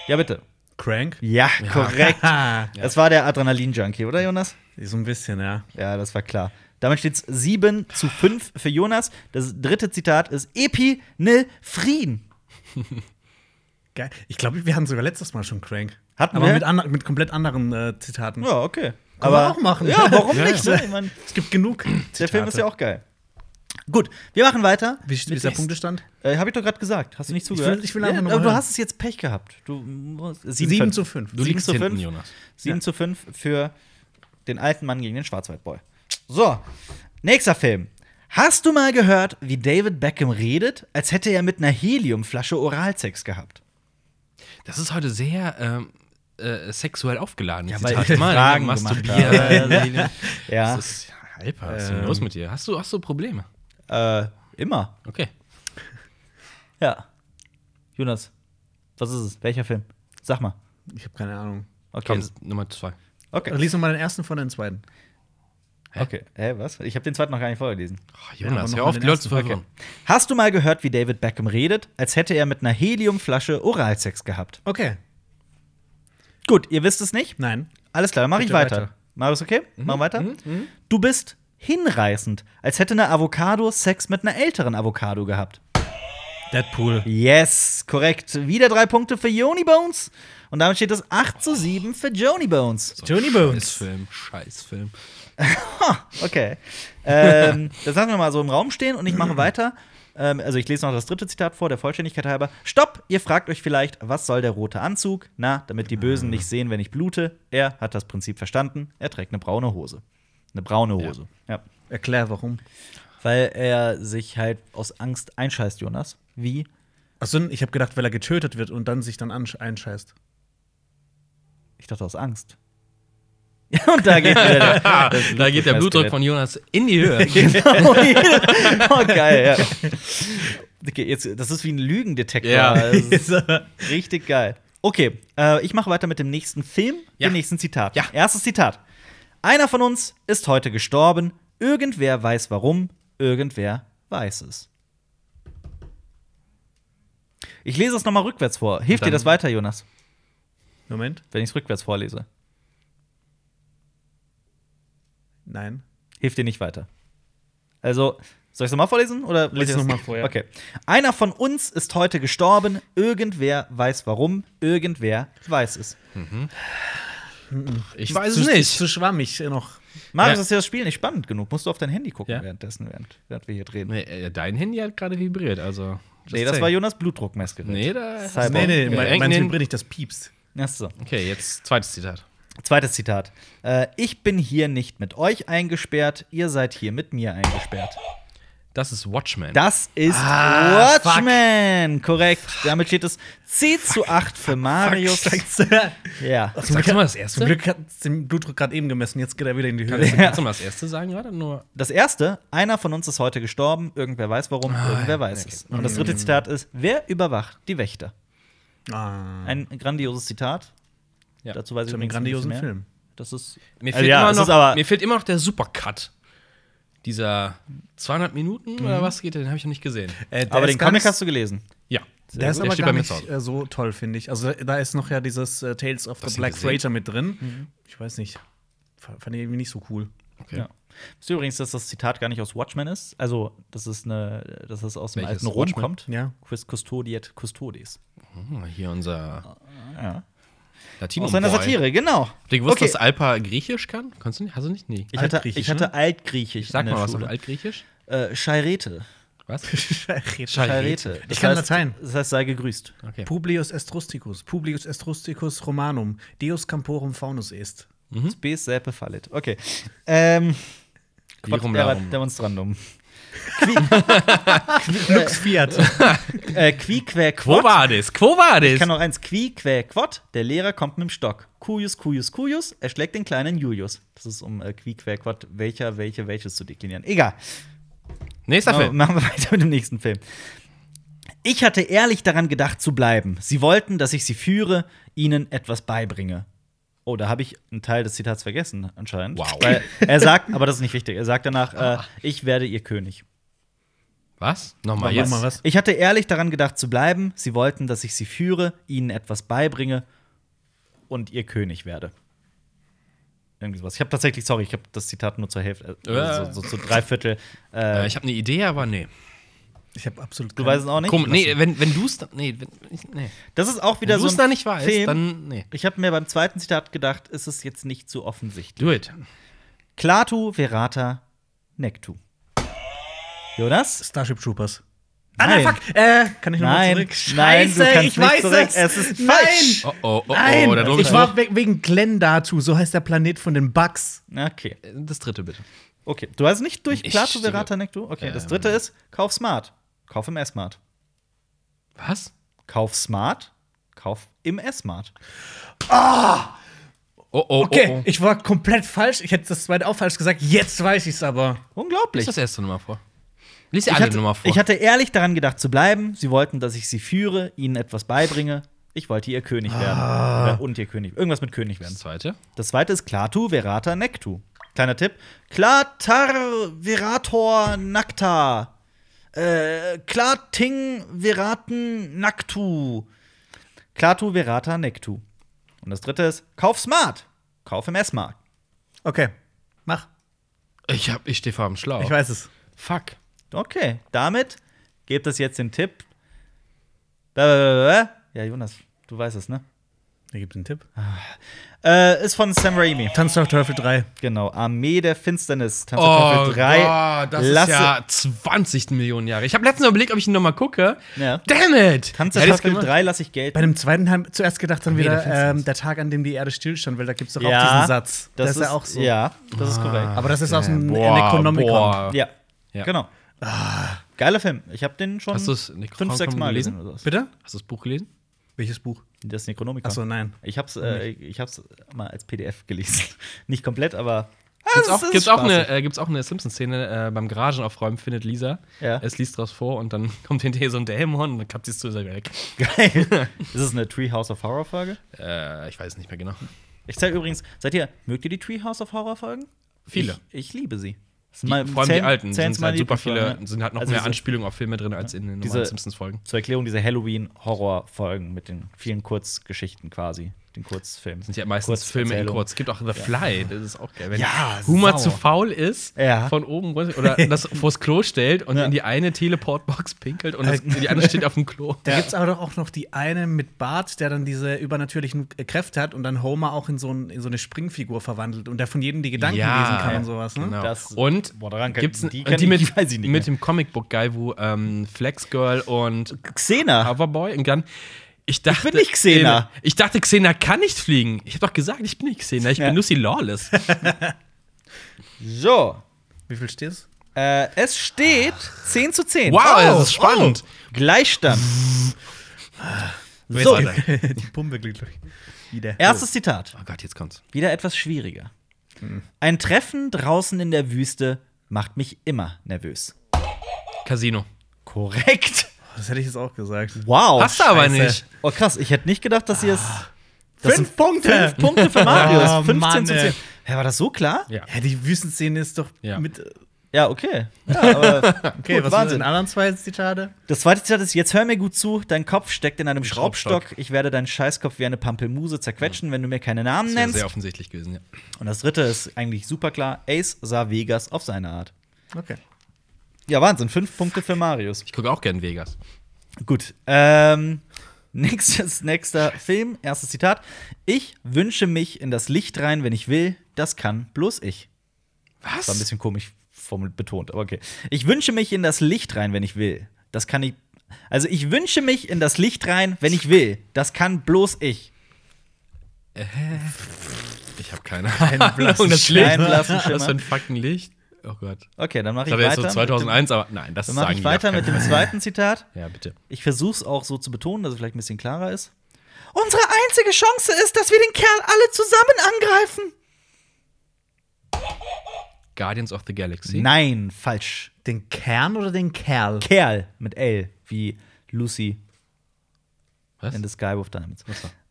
Ja, bitte.
Crank?
Ja, korrekt.
Ha,
Das war der Adrenalin-Junkie, oder, Jonas?
so ein bisschen, ja.
Ja, das war klar. Damit steht es 7 zu 5 für Jonas. Das dritte Zitat ist Epinephrin.
Geil. Ich glaube, wir hatten sogar letztes Mal schon Crank.
Hatten
Aber
wir?
mit, ander- mit komplett anderen äh, Zitaten.
Ja, okay.
Können wir auch machen.
Ja, warum
Ja,
nicht?
ja.
Ne? Ich mein,
Es gibt genug.
der Film ist ja auch geil. Gut, wir machen weiter.
Wie wie ist der Punktestand?
Äh, Hab ich doch gerade gesagt. Hast du nicht
will-
zugehört?
ich will einfach
ja,
noch mal
aber du
hören.
hast es jetzt Pech gehabt. Du musst,
7 zu 5.
Du liegst
zu
hinten,
fünf.
Jonas.
7 zu 5 für den alten Mann gegen den Schwarzwaldboy. So, nächster Film. Hast du mal gehört, wie David Beckham redet, als hätte er mit einer Heliumflasche Oralsex gehabt?
Das ist heute sehr ähm, äh, sexuell aufgeladen. Ja,
weil ich Fragen ne, gemacht Ähm.
Masturbieren.
Ja,
Das ist Alper, was ist denn los mit dir? Hast du, hast du Probleme?
äh, immer.
Okay.
Ja. Jonas, was ist es? Welcher Film? Sag mal.
Ich habe keine Ahnung.
Okay.
Komm, Nummer zwei.
Okay.
Lies noch mal den ersten vor, den zweiten.
Okay. Hä, was? Ich habe den zweiten noch gar nicht vorgelesen.
Oh,
aber
Jonas,
noch
hör
mal
auf,
den
die Leute zu
ersten.
verwirren.
Hast du mal gehört, wie David Beckham redet, als hätte er mit einer Heliumflasche Oralsex gehabt?
Okay.
Gut, ihr wisst es nicht.
Nein.
Alles klar, dann mach ich
Bitte
weiter.
weiter. Mhm,
Marius, okay? Mach weiter. Du bist hinreißend, als hätte eine Avocado Sex mit einer älteren Avocado gehabt.
Deadpool.
Yes, korrekt. Wieder drei Punkte für Joni Bones. Und damit steht es 8 zu 7 für Joni Bones.
Johnny
Scheißfilm, Scheißfilm.
Okay. Ähm, das lassen wir mal so im Raum stehen und ich mache weiter. Ähm, also ich lese noch das dritte Zitat vor, der Vollständigkeit halber. Stopp! Ihr fragt euch vielleicht, was soll der rote Anzug? Na, damit die
Ah.
Bösen nicht sehen, wenn ich blute. Er hat das Prinzip verstanden. Er trägt eine braune Hose. Eine braune Hose. ja.
Erklär warum.
Weil er sich halt aus Angst einscheißt, Jonas. Wie?
Achso, ich habe gedacht, weil er getötet wird und dann sich dann ansch- einscheißt.
Ich dachte aus Angst. Und da geht wieder der,
Da geht der Blutdruck von Jonas in die Höhe.
genau. oh, geil, ja. Okay, jetzt, das ist wie ein Lügendetektor.
Ja.
Das ist richtig geil. Okay, äh, ich mache weiter mit dem nächsten Film,
Ja.
dem nächsten Zitat.
Ja.
Erstes Zitat. Einer von uns ist heute gestorben. Irgendwer weiß warum. Irgendwer weiß es. Ich lese es nochmal rückwärts vor. Hilft dir
Dann-
das weiter, Jonas,
Moment?
wenn ich es rückwärts vorlese?
Nein.
hilft dir nicht weiter. Also, soll ich es nochmal vorlesen? Oder lese
es
ich das-
noch mal vor, ja.
Okay. Einer von uns ist heute gestorben. Irgendwer weiß warum. Irgendwer weiß es.
Ich
zu, Zu schwammig noch.
Marius,
Ja.
ist ja das Spiel nicht spannend genug. Musst du auf dein Handy gucken
Ja.
währenddessen, während, während wir hier drehen. Nee,
Nee, äh, dein Handy hat gerade vibriert, also. just
das
saying.
war Jonas Blutdruckmessgerät.
Nee, da.
Cyborg.
Nee, nee,
Ja,
mein,
irgendein-
mein Vibrier nicht, das piepst.
Ach so.
Okay, jetzt zweites Zitat.
Zweites Zitat. Äh, ich bin hier nicht mit euch eingesperrt. Ihr seid hier mit mir eingesperrt.
Das ist Watchmen.
Das ist Watchmen. Korrekt. Damit steht es 10 zu 8 für Marius. Ja.
Zum Glück haben wir das erste.
Zum Glück hat den Blutdruck gerade eben gemessen, jetzt geht er wieder in die Höhe.
Kannst, du- kannst du mal das erste sagen gerade? Nur
Das erste, einer von uns ist heute gestorben, irgendwer weiß warum, irgendwer weiß es. Und das dritte Zitat ist, wer überwacht die Wächter?
Ah,
Ein grandioses Zitat.
Ja,
Dazu weiß ich
zu einem
übrigens ein
grandiosen
bisschen mehr.
Film.
Das ist
Mir
Also
fehlt,
ja,
immer,
es
noch,
ist aber-
mir fehlt immer noch der Supercut. Dieser 200 Minuten
Mhm.
oder was geht der? Den habe ich noch nicht gesehen.
Äh, der
Aber
ist
den Comic
ganz-
hast du gelesen.
Ja.
Der ist aber
steht
gar
bei mir
nicht
zu Hause.
äh, so toll, finde ich. Also da ist noch ja dieses äh, Tales of
Hast
the
du
Black
gesehen?
Freighter mit drin.
Mhm.
Ich weiß nicht. F- Fand ich irgendwie nicht so cool.
Okay.
Ja. Wisst ihr übrigens, dass das Zitat gar nicht aus Watchmen ist? Also, das ist eine, dass es aus dem
Welches?
alten Rom
Watchmen?
kommt.
Ja.
Quis custodiet custodes.
Hm, Hier unser
Ja.
Latino.
Aus einer
Oh, Boy.
Satire, genau.
Habt ihr gewusst,
Okay.
dass Alpa Griechisch kann? Kannst du nicht? Hast du nicht? Nie.
ich hatte,
Altgriechisch,
ich hatte Altgriechisch.
Sag
in der
mal was auf
Schule.
Altgriechisch.
Äh, Scheirete.
Was?
Scheiße.
Charete.
Das
kann
heißt-
Latein.
Das heißt, sei gegrüßt.
Okay.
Publius Estrusticus, Publius Estrusticus Romanum, Deus Camporum Faunus est.
Mhm.
Spes serpe fallit. Okay. Ähm. Quod
Virum
erat
larum.
demonstrandum.
Lux Fiat.
Äh, qui quae
Quo
quod.
vadis? Quo vadis?
Ich kann noch eins. Qui quae quod. Der Lehrer kommt mit dem Stock. Cuius, cuius, cuius. Er schlägt den kleinen Julius. Das ist um äh, qui quae quod, welcher, welche, welches zu deklinieren. Egal.
Nächster
Ma-
Film.
Machen wir weiter mit dem nächsten Film. Ich hatte ehrlich daran gedacht zu bleiben. Sie wollten, dass ich sie führe, ihnen etwas beibringe. Oh, da habe ich einen Teil des Zitats vergessen, anscheinend.
Wow.
Weil er sagt, aber das ist nicht wichtig, er sagt danach, äh, ich werde ihr König.
Was? Nochmal
Mach
jetzt.
mal was.
Ich hatte ehrlich daran gedacht zu bleiben. Sie wollten, dass ich sie führe, ihnen etwas beibringe und ihr König werde. Irgendwie sowas. Ich habe tatsächlich, sorry, ich habe das Zitat nur zur Hälfte, äh,
Äh.
so, so zu drei Viertel. Äh,
Äh, ich habe eine Idee, aber nee.
Ich habe absolut
du
keine-
weißt es auch nicht?
Komm, nee, wenn, wenn du es. Nee, wenn, ich- nee.
Das ist auch wieder
Wenn
so
du es
ein
da nicht weißt,
Film.
dann. Nee.
Ich habe mir beim zweiten Zitat gedacht, ist es jetzt nicht so offensichtlich.
Do it.
Clatu verata nectu. Jonas?
Starship Troopers.
Nein.
Ah, fuck. Äh, kann ich nochmal
Nein.
zurück?
Nein, du kannst nicht zurück.
es.
Es ist
Nein.
falsch.
Oh, oh, oh,
Nein.
oh, da drüben
ich
ist
war we wegen Glenn dazu. So heißt der Planet von den Bugs.
Okay.
Das dritte bitte.
Okay. Du hast nicht durch
Ich
Clatu
stimme-
verata nectu? Okay. das
Ähm.
dritte ist, kauf smart. Kauf im S-Mart.
Was?
Kauf smart. Kauf im S-Mart.
Oh, oh,
Okay,
oh, oh.
ich war komplett falsch. Ich hätte das zweite auch falsch gesagt. Jetzt weiß ich es aber.
Unglaublich.
Lies das erste nochmal vor. Lies die
Ich
andere
hatte,
Nummer vor.
ich hatte ehrlich daran gedacht zu bleiben. Sie wollten, dass ich sie führe, ihnen etwas beibringe. Ich wollte ihr König werden. Oder, und ihr König. Irgendwas mit König werden.
das zweite.
Das zweite ist Klatu verata nectu. Kleiner Tipp. Klatar verator nacta. Äh, Klating veraten nactu. Klatu verata nectu. Und das dritte ist Kauf smart. Kauf im S-Markt.
Okay, mach.
Ich, hab- ich stehe vor dem Schlauch.
Ich weiß es.
Fuck.
Okay, damit gibt es jetzt den Tipp. Bäh, bäh, bäh, bäh. Ja, Jonas, du weißt es, ne?
Da gibt einen Tipp.
Äh, ist von Sam Raimi.
Tanz nach Teufel 3.
Genau, Armee der Finsternis. Tanz der
Oh,
Teufel 3.
Gott, das
Lasse-
ist ja 20 Millionen Jahre. Ich habe letztens überlegt, ob ich ihn nochmal gucke.
Ja.
Damn it!
Tanz der
Hätte ich's
Teufel
gemacht.
3 lasse ich gelten.
Bei dem zweiten haben zuerst gedacht dann wieder
der
der,
Finsternis.
ähm, der Tag, an dem die Erde stillstand, weil da gibt es doch
Ja,
auch diesen Satz.
Das
Der ist ja auch so.
Ja, das
Ah.
ist korrekt.
Aber das ist aus dem
Boah,
Necronomicon.
boah.
ja.
Ja. Ah.
genau. Geiler Film. Ich habe den schon
Hast du's
fünf,
Necronomicon
sechs Mal
gelesen?
gelesen. oder sowas.
Bitte?
Hast du das Buch gelesen?
Welches Buch?
Das Necronomicon.
Achso, nein.
Ich hab's, äh, ich hab's mal als PDF gelesen. Nicht komplett, aber.
Gibt's
Ah, es
auch,
ist
gibt's auch
spaßig.
eine, äh, gibt's auch eine Simpsons-Szene äh, beim Garagenaufräumen, findet Lisa.
Ja.
Es liest draus vor und dann kommt hinterher so ein Dämon und dann kappt sie es zu sehr weg.
Geil. ist es eine Treehouse of Horror Folge?
Äh, ich weiß nicht mehr genau.
Ich zeige übrigens, seid ihr, mögt ihr die Treehouse of Horror Folgen?
Viele.
Ich, ich liebe sie. Das sind
Die,
meine-
vor allem die
zehn-
alten.
zehn
Sind halt
meiner
super
Lieblingsfolgen,
viele,
ne?
sind halt noch
Also
mehr
diese-
Anspielungen auf Filme drin als in den
Diese-
normalen Simpsons-Folgen.
Zur Erklärung diese Halloween-Horror-Folgen mit den vielen Kurzgeschichten quasi, den Kurzfilmen.
Sind ja meistens Filme in
Kurzerzählungen.
kurz. Es gibt auch The Fly, das ist auch geil. Wenn
Ja,
Humor
sau.
zu faul ist,
Ja.
von oben runter oder das vors Klo stellt und
Ja. Äh,
in die eine Teleportbox pinkelt und das, die andere steht auf dem Klo.
Da gibt es aber doch auch noch die eine mit Bart, der dann diese übernatürlichen äh, Kräfte hat und dann Homer auch in so, ein, in so eine Springfigur verwandelt und der von jedem die Gedanken lesen kann und sowas. Ne?
Genau.
Das-
und
Boah, daran kann-
gibt's
die
die,
kann
die
ich-
mit,
die weiß ich nicht
mit dem Comicbook-Guy, wo ähm, Flex Girl und
Xena.
Coverboy und dann. Ich, dachte,
Ah. bin nicht Xena.
Ich dachte, Xena kann nicht fliegen. Ich habe doch gesagt, ich bin nicht Xena, ich
Ja.
bin Lucy Lawless.
So.
Wie viel steht's?
Äh, es steht 10 zu 10.
Wow, das
Oh.
ist spannend.
Gleichstand.
So.
so,
die Pumpe glücklich. Wieder.
erstes Zitat.
Oh Gott, jetzt kommt's.
Wieder etwas schwieriger. Ein Treffen draußen in der Wüste macht mich immer nervös.
Casino.
Korrekt.
Oh, Das hätte ich jetzt auch gesagt.
Wow.
Passt aber
Scheiße.
nicht.
Oh, krass. Ich hätte nicht gedacht, dass ihr es. Das sind
Punkte!
Ah. fünf Punkte für Marius.
Oh,
15
Mann,
zu
ey.
10. Hä, war das so klar?
Ja.
Ja, die Wüstenszene ist doch
Ja.
mit. äh,
Ja, okay. Ja, aber
Okay,
gut,
was sind
Wahnsinn.
die anderen zwei Zitate?
Das zweite Zitat ist: Jetzt hör mir gut zu, dein Kopf steckt in einem Schraubstock. Ich werde deinen Scheißkopf wie eine Pampelmuse zerquetschen, wenn du mir keine Namen
Das wäre
nennst.
sehr offensichtlich gewesen, ja.
Und das dritte ist eigentlich super klar: Ace sah Vegas auf seine Art.
Okay.
Ja, Wahnsinn. Fünf Punkte für Marius.
Ich gucke auch gern Vegas.
Gut. Ähm, nächstes, nächster Film, erstes Zitat. Ich wünsche mich in das Licht rein, wenn ich will. Das kann bloß ich.
Was?
Das war ein bisschen komisch formul- betont, aber okay. Ich wünsche mich in das Licht rein, wenn ich will. Das kann ich. Also ich wünsche mich in das Licht rein, wenn ich will. Das kann bloß ich.
Ich habe keine Ahnung.
blassen
das
Schimmer.
Licht.
Keinen blassen
Was für
Schimmer.
ein fucking Licht? Oh Gott.
Okay, dann mache
Ich
ich
glaube, jetzt so
weiter.
2001, aber nein, das
Dann
ist
mache ich weiter mit dem zweiten Zitat.
Ja, bitte.
Ich versuche es auch so zu betonen, dass es vielleicht ein bisschen klarer ist. Unsere einzige Chance ist, dass wir den Kerl alle zusammen angreifen.
Guardians of the Galaxy.
Nein, falsch.
Den Kern oder den Kerl?
Kerl mit L, wie Lucy
Was?
in the Sky with Diamonds.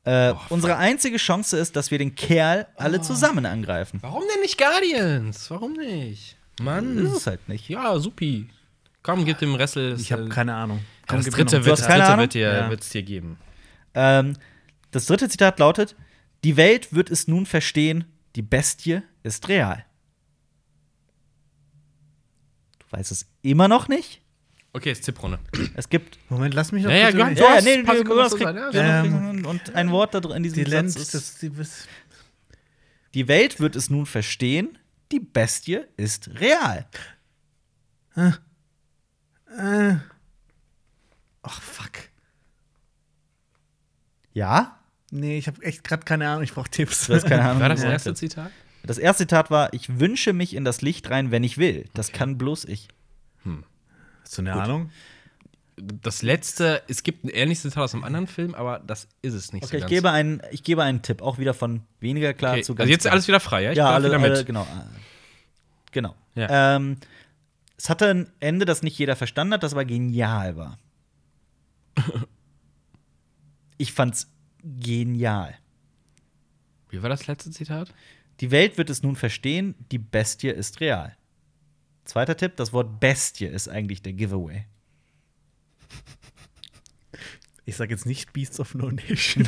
Äh, unsere einzige Chance ist, dass wir den Kerl alle zusammen angreifen.
Warum denn nicht Guardians? Warum nicht?
Das
Mann.
ist es halt nicht.
Ja, supi. Komm, gib dem äh, Wrestle.
Ich habe keine Ahnung.
ja, das
gib mir
dritte
noch-
Du
wird
hast
das
keine
dritte
Ahnung?
wird dir,
Ja.
wird's dir geben.
Ähm, das dritte Zitat lautet: Die Welt wird es nun verstehen, die Bestie ist real. Du weißt es immer noch nicht?
Okay, ist Zipprunde.
Es gibt
Moment, lass mich doch
Ja, ja,
bitte-
gern.
Ja,
Ja,
Ja,
es
nee, nee,
passt,
nee,
kann
Jonas
das so
kriegt,
sein, ja.
Jonas
Ähm,
kriegt- und ein Wort da drin in
die
diesem
Lenz,
Satz ist,
das, die, das,
Die Welt wird es nun verstehen, die Bestie ist real.
äh. Ach, fuck.
Ja?
Nee, ich habe echt gerade keine Ahnung, ich brauche Tipps.
Du hast keine Ahnung.
War das
wie
das
du
erste
sagst.
Zitat?
Das erste Zitat war, ich wünsche mich in das Licht rein, wenn ich will. Das kann bloß ich.
Hast du eine Ahnung?
Das letzte, es gibt ein ähnliches Zitat aus einem anderen Film, aber das ist es nicht
Okay,
so
ich
ganz.
gebe, einen, ich gebe einen Tipp, auch wieder von weniger klar
okay.
zu ganz
Also jetzt
klar.
alles wieder frei, ja? Ich
ja,
darf
alle,
wieder mit.
alle, genau. äh, Genau.
Ja.
Ähm, es hatte ein Ende, das nicht jeder verstanden hat, das aber genial war. ich fand's genial.
Wie war das letzte Zitat?
Die Welt wird es nun verstehen, die Bestie ist real. Zweiter Tipp, das Wort Bestie ist eigentlich der Giveaway.
Ich sag jetzt nicht Beasts of No Nation.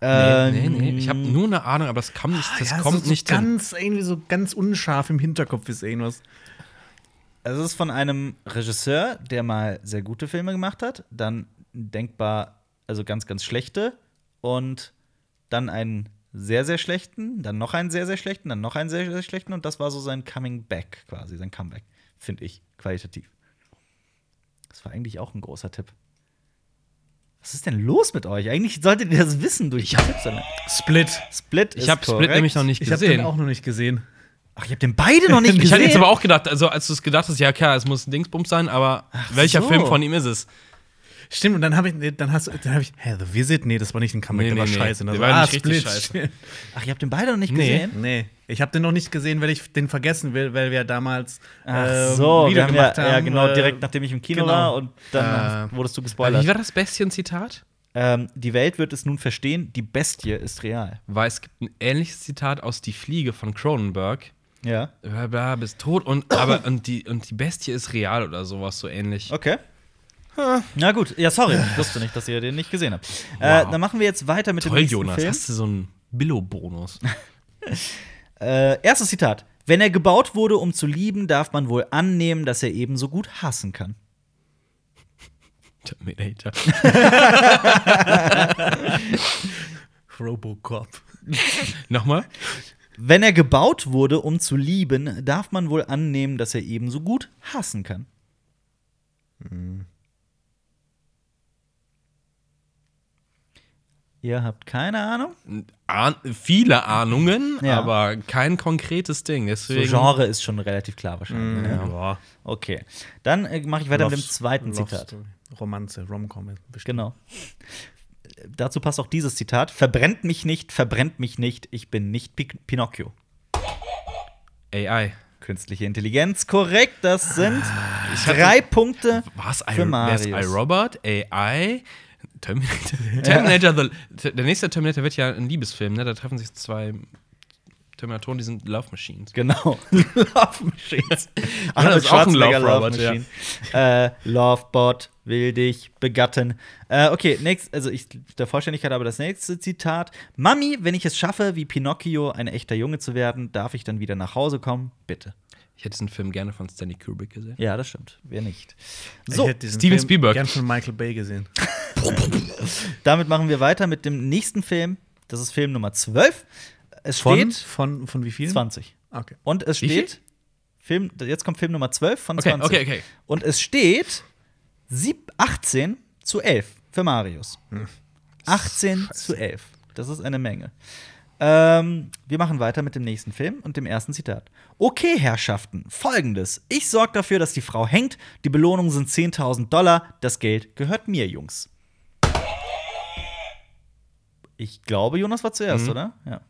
Äh,
nee, nee, nee. Ich habe nur eine Ahnung, aber das, kann nicht,
Ah,
das
Ja, so-
kommt
so
nicht hin.
ganz irgendwie so ganz unscharf im Hinterkopf ist irgendwas.
Es ist von einem Regisseur, der mal sehr gute Filme gemacht hat, dann denkbar, also ganz, ganz schlechte und dann einen sehr, sehr schlechten, dann noch einen sehr, sehr schlechten, dann noch einen sehr, sehr schlechten und das war so sein Coming Back quasi, sein Comeback, finde ich, qualitativ. Das war eigentlich auch ein großer Tipp. Was ist denn los mit euch? Eigentlich solltet ihr das wissen durch die Tipps. allein.
Split.
Split ist
Ich habe Split
korrekt.
nämlich noch nicht
Ich habe den
gesehen.
auch noch nicht gesehen.
Ach, ihr habt den beide noch nicht gesehen.
Ich hatte jetzt aber auch gedacht, also als du es gedacht hast, ja klar, es muss ein Dingsbums sein, aber welcher
so.
Film von ihm ist es?
Stimmt, und dann habe ich, nee, dann hast, dann hab ich, hä, The Visit? Nee, das war nicht ein Comeback,
Nee,
der war
nee, nee.
scheiße.
Der
Das
war nicht richtig scheiße.
Ach, ihr habt den beide noch nicht
Nee.
gesehen?
Nee, ich habe den noch nicht gesehen, weil ich den vergessen will, weil wir damals
Ach
ähm,
so,
Video
wir haben ja,
gemacht haben.
ja genau,
äh,
direkt nachdem ich im Kino
genau.
war und dann wurdest du
Wie
gespoilert.
war das Bestien-Zitat?
Ähm, die Welt wird es nun verstehen, die Bestie ist real.
Weil es gibt ein ähnliches Zitat aus Die Fliege von Cronenberg.
Ja.
Bla bla, bist tot und, aber, und, die, und die Bestie ist real oder sowas so ähnlich.
Okay. Na gut, ja, sorry, ich wusste nicht, dass ihr den nicht gesehen habt. Äh,
Wow.
dann machen wir jetzt weiter mit dem
Toll,
nächsten
Jonas,
Film.
hast du so einen Billo-Bonus.
Äh, erstes Zitat. Wenn er gebaut wurde, um zu lieben, darf man wohl annehmen, dass er ebenso gut hassen kann.
Terminator.
Robocop.
Nochmal?
Wenn er gebaut wurde, um zu lieben, darf man wohl annehmen, dass er ebenso gut hassen kann. Ihr habt keine Ahnung.
Ahn- viele Ahnungen,
Ja.
aber kein konkretes Ding. Deswegen.
So Genre ist schon relativ klar wahrscheinlich. ne?
Ja. Boah.
Okay. Dann äh, mache ich weiter mit dem zweiten
Love
Zitat.
Story. Romanze, Romcom. bestimmt.
Genau. Äh, Dazu passt auch dieses Zitat. Verbrennt mich nicht, verbrennt mich nicht, ich bin nicht Pi Pinocchio.
AI.
Künstliche Intelligenz, korrekt, das sind drei Punkte
Was?
für Marius.
Wär's iRobot? AI? Terminator. Terminator the, der nächste Terminator wird ja ein Liebesfilm, ne? Da treffen sich zwei Terminatoren, die sind Love Machines.
Genau. Love Machines.
das ist auch ein
Schwarzenegger
Love-Robot, ja.
Machine. Äh, Lovebot will dich begatten. Äh, okay, nächst, also ich der Vollständigkeit aber das nächste Zitat. Mami, wenn ich es schaffe, wie Pinocchio ein echter Junge zu werden, darf ich dann wieder nach Hause kommen? Bitte.
Ich hätte diesen Film gerne von Stanley Kubrick gesehen.
Ja, das stimmt. Wer nicht?
Ich
So,
hätte diesen
Steven
Film
Spielberg.
Gern von Michael Bay gesehen.
damit machen wir weiter mit dem nächsten Film. Das ist Film Nummer 12. Es
Von,
steht
von, von wie vielen?
20.
Okay.
Und es
Wie viel?
steht Film, jetzt kommt Film Nummer 12 von
Okay,
20.
okay, okay.
Und es steht sieb- 18 zu 11 für Marius.
Hm.
18 zu 11. Das ist eine Menge. Ähm, wir machen weiter mit dem nächsten Film und dem ersten Zitat. Okay, Herrschaften, folgendes. Ich sorge dafür, dass die Frau hängt. Die Belohnung sind 10.000 Dollar. Das Geld gehört mir, Jungs. Ich glaube, Jonas war zuerst,
Mhm.
oder? Ja.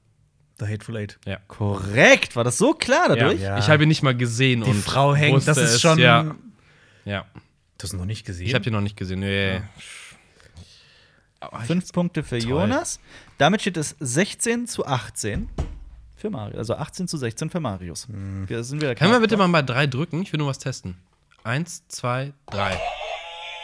The Hateful Eight.
Ja.
Korrekt. War das so klar
Ja.
dadurch?
Ich habe ihn nicht mal gesehen.
Die
und
Frau hängt,
wusste
das ist
es.
schon.
Ja. ja.
Das noch nicht gesehen.
Ich habe den noch nicht gesehen. Nee. Aber ich-
Fünf Punkte für Jonas. Damit steht es 16 zu 18 für Marius. Also 18 zu 16 für Marius. Wir sind wieder
Können wir bitte mal bei drei drücken? Ich will nur was testen. Eins, zwei, drei.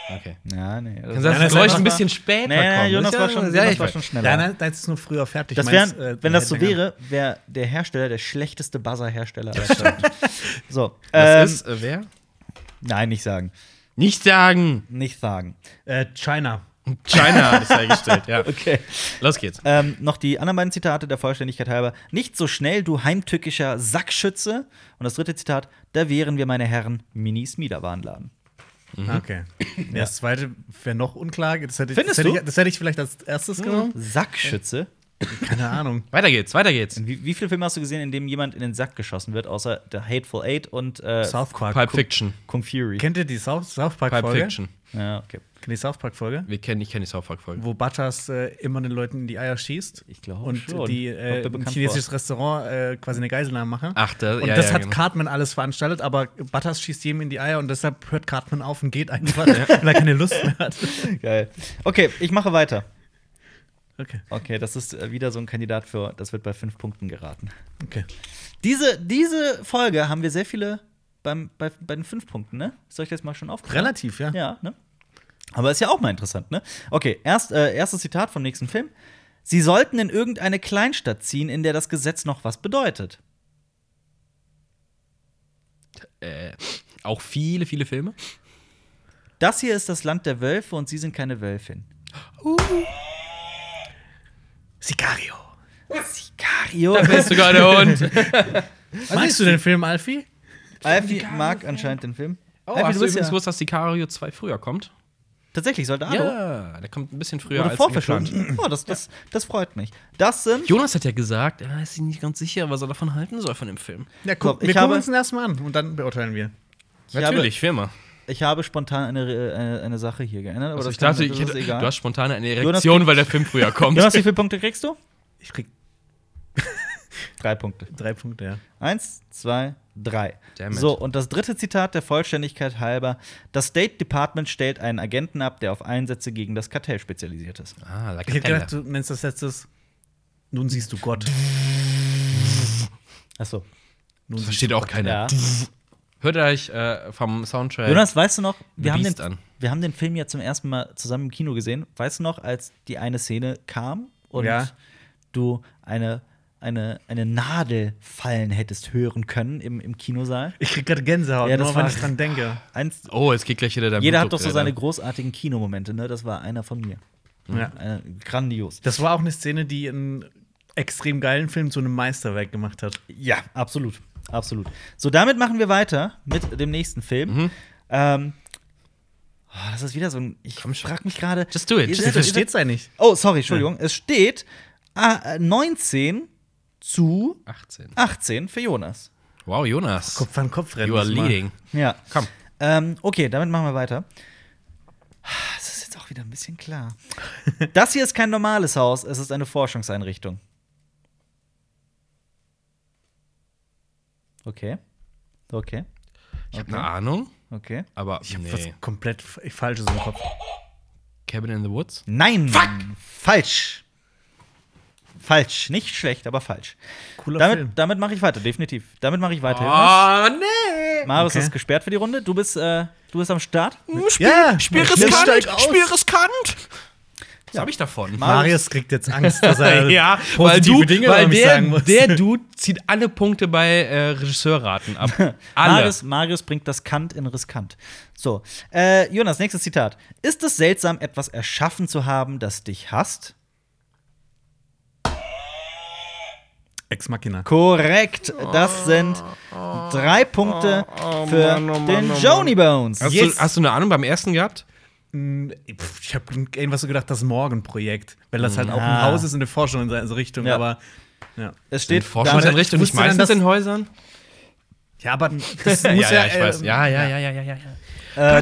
Okay.
Ja, nee. Das
Kann sein,
Nein,
dass
das
das Geräusch
war-
ein bisschen später
nee, nee,
kommt.
Jonas war schon,
ja,
Jonas
ich
war
weiß.
schon schneller.
Ja, nein, das ist nur früher fertig.
das
Meins,
wären,
äh,
wenn das so
hätte länger-
wäre, wäre der Hersteller der schlechteste Buzzer-Hersteller. aller Zeiten. so, ähm,
Das ist äh, wer?
nein, nicht sagen,
Nicht sagen!
nicht sagen.
Äh, China.
China hat es hergestellt, ja.
Okay.
Los geht's.
Ähm, noch die anderen beiden Zitate der Vollständigkeit halber. Nicht so schnell, du heimtückischer Sackschütze. Und das dritte Zitat: Da wären wir, meine Herren, Minis Miederwarenladen.
Ah, Okay. Ja, das zweite wäre noch unklar. Das hätte,
Findest
das hätte
du?
Ich, das hätte ich vielleicht als erstes
Hm.
genommen.
Sackschütze?
Keine Ahnung.
Weiter geht's, weiter geht's.
Wie, wie viele Filme hast du gesehen, in dem jemand in den Sack geschossen wird, außer The Hateful Eight und äh,
South Park.
Pipe Fiction.
Kung Fury?
Kennt ihr die South, South
Pipe
Park-Folge? Kennt
Fiction.
ja, okay.
ihr die South Park-Folge?
Wir kennen, ich kenne die South Park-Folge.
Wo Butters äh, immer den Leuten in die Eier schießt.
Ich glaube
Und
schon.
die
Kommt mir
äh, ein
bekannt
chinesisches Restaurant äh, quasi eine Geiselnahme machen.
Ach, da-
Und
ja,
das
ja,
hat
genau.
Cartman alles veranstaltet, aber Butters schießt jedem in die Eier und deshalb hört Cartman auf und geht einfach, weil er keine Lust mehr hat.
Geil. Okay, ich mache weiter.
Okay.
Okay, das ist äh, wieder so ein Kandidat für, das wird bei fünf Punkten geraten.
okay.
Diese, diese Folge haben wir sehr viele beim, bei, bei den fünf Punkten, ne? Ist euch das mal schon aufgefallen?
Relativ, ja.
Ja, ne? Aber ist ja auch mal interessant, ne? Okay, erst, äh, erstes Zitat vom nächsten Film. Sie sollten in irgendeine Kleinstadt ziehen, in der das Gesetz noch was bedeutet.
Äh, auch viele, viele Filme.
Das hier ist das Land der Wölfe und Sie sind keine Wölfin.
Sicario.
Sicario.
Bist sogar der Hund.
Also
Magst du den Film, Alfie?
Alfie mag anscheinend den Film.
Oh,
Alfie,
hast du
bist
übrigens
ja- Ah,
gewusst, dass Sicario 2 früher kommt?
Tatsächlich, Soldado.
Ja, der kommt ein bisschen früher
Oder
als geplant.
vorverschlagen. Oh, das, das, das freut mich. Das sind.
Jonas hat ja gesagt, er ist sich nicht ganz sicher, was er davon halten soll von dem Film.
Ja,
guck,
wir
ich
gucken
habe-
uns den erstmal an und dann beurteilen wir.
Ich habe,
Firma.
ich habe spontan eine, eine, eine Sache hier geändert, aber
Also
das
ich dachte,
kann,
ich
das ist
hätte,
egal.
du hast spontan eine
Jonas
Erektion, weil der Film früher kommt.
Jonas, wie viele Punkte kriegst du?
Ich krieg
Drei Punkte.
drei Punkte, ja.
Eins, zwei, drei.
Damn it.
So, und das dritte Zitat der Vollständigkeit halber: Das State Department stellt einen Agenten ab, der auf Einsätze gegen das Kartell spezialisiert ist.
ah, La
Ich hätte
Capella.
gedacht, du nennst das letztes. Nun siehst du Gott.
Achso.
Nun
Das
siehst
versteht auch keiner.
Ja.
Hört euch äh, vom Soundtrack.
Jonas, weißt du noch, wir
The
haben, den,
Beast an.
wir haben den Film ja zum ersten Mal zusammen im Kino gesehen. Weißt du noch, als die eine Szene kam und
Ja.
du eine, eine, eine Nadel fallen hättest hören können im, im Kinosaal?
Ich krieg gerade Gänsehaut,
Ja, das
nur wenn
war-
ich dran denke.
Eins,
Oh, jetzt geht gleich jeder der
jeder
Blutdruck
hat doch so
wieder
seine
da.
großartigen Kinomomente, ne? Das war einer von mir.
Ja.
Einer, grandios.
Das war auch eine Szene, die einen extrem geilen Film zu einem Meisterwerk gemacht hat.
Ja, absolut. Absolut. So, damit machen wir weiter mit dem nächsten Film.
Mhm.
Ähm, oh, das ist wieder so ein. Ich frag mich gerade.
Just do it.
ihr
Just
seid-
Ihr
Ja, do it.
ihr seid-
versteht's eigentlich.
Oh, sorry, Entschuldigung. Es steht ah, äh, 19 zu
18.
18 für Jonas.
Wow, Jonas.
Kopf an Kopf rennen.
you are
muss man.
leading.
Ja.
Komm.
Ähm, okay, damit machen wir weiter. Das ist jetzt auch wieder ein bisschen klar. Das hier ist kein normales Haus, es ist eine Forschungseinrichtung. Okay. Okay.
Ich habe eine Ahnung,
Okay.
aber
Ich hab
nee. Oh,
was komplett f- Falsches im Kopf.
Cabin in the Woods?
Nein! Falsch! Falsch. Nicht schlecht, aber falsch.
Cooler Film.
Damit, damit mache ich weiter, definitiv. Damit mache ich weiter. Jonas.
Ah, nee.
Marius
Okay.
ist gesperrt für die Runde. Du bist, äh, du bist am Start.
Ja,
Spiel
Jetzt steig
riskant,
aus.
spiel riskant. Was hab ich davon?
Marius kriegt jetzt Angst, dass er
ja,
positive
weil du,
Dinge
weil
über mich
der,
sagen muss.
der Dude zieht alle Punkte bei äh, Regisseurraten ab. Alle.
Marius, Marius bringt das Kant in riskant. So, äh, Jonas, nächstes Zitat. Ist es seltsam, etwas erschaffen zu haben, das dich hasst?
Ex Machina.
Korrekt. Das sind drei Punkte für den Joni Bones.
hast,
Yes.
du, hast du eine Ahnung beim ersten gehabt?
Pff, Ich habe irgendwas so gedacht, das Morgenprojekt, weil das halt auch
Ah.
ein Haus ist und eine Forschung in seine Richtung,
Ja.
aber ja.
es steht
damit-
Forschungseinrichtung nicht
wusste dann,
meistens
dass-
in Häusern?
Ja, aber das muss ja, äh,
Ja, ja, ja, ja, ja, ja.
äh,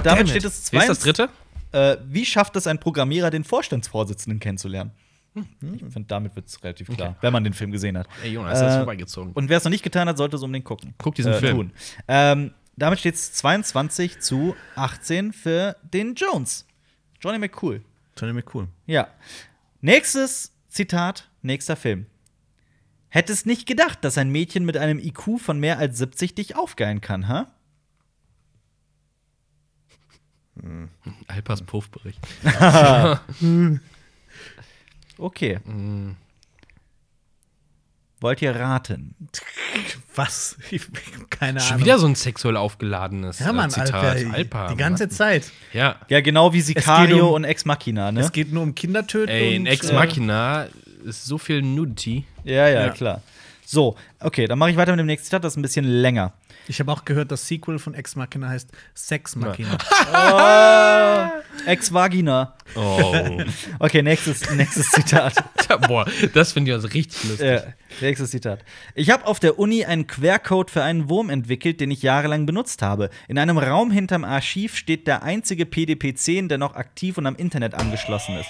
damit
Damit
steht es
Wer
zwei.
ist das dritte?
Äh, wie schafft es ein Programmierer, den Vorstandsvorsitzenden kennenzulernen? Hm, Ich finde, damit wird es relativ klar, wenn man den Film gesehen hat.
Ey, Jonas, das ist
Äh,
vorbeigezogen.
Und wer es noch nicht getan hat, sollte es um den gucken.
Guck diesen Film.
Ähm, damit steht es 22 zu 18 für den Jones. Johnny McCool.
Johnny McCool.
Ja. Nächstes Zitat, nächster Film. Hättest nicht gedacht, dass ein Mädchen mit einem IQ von mehr als 70 dich aufgeilen kann, ha?
Alpers Puffbericht.
Okay. Wollt ihr raten?
Was? Ich, keine
Schon
Ahnung.
wieder so ein sexuell aufgeladenes
ja,
äh,
Mann,
Zitat.
Alper,
Alper,
Die ganze
Mann.
Zeit.
Ja.
Ja, genau wie
geht
Sicario
um-
und Ex Machina, ne?
Es geht nur um Kindertöten.
Ey, in
und,
Ex
äh,
Machina ist so viel Nudity.
Ja, ja,
Ja.
klar. So, okay, dann mache ich weiter mit dem nächsten Zitat, das ist ein bisschen länger.
Ich habe auch gehört, das Sequel von Ex Machina heißt Sex Machina.
Ex Vagina.
Oh.
Okay, nächstes, nächstes Zitat.
Ja, boah, das finde ich also richtig lustig.
Ja, nächstes Zitat. Ich habe auf der Uni einen Quercode für einen Wurm entwickelt, den ich jahrelang benutzt habe. In einem Raum hinterm Archiv steht der einzige PDP-10, der noch aktiv und am Internet angeschlossen ist.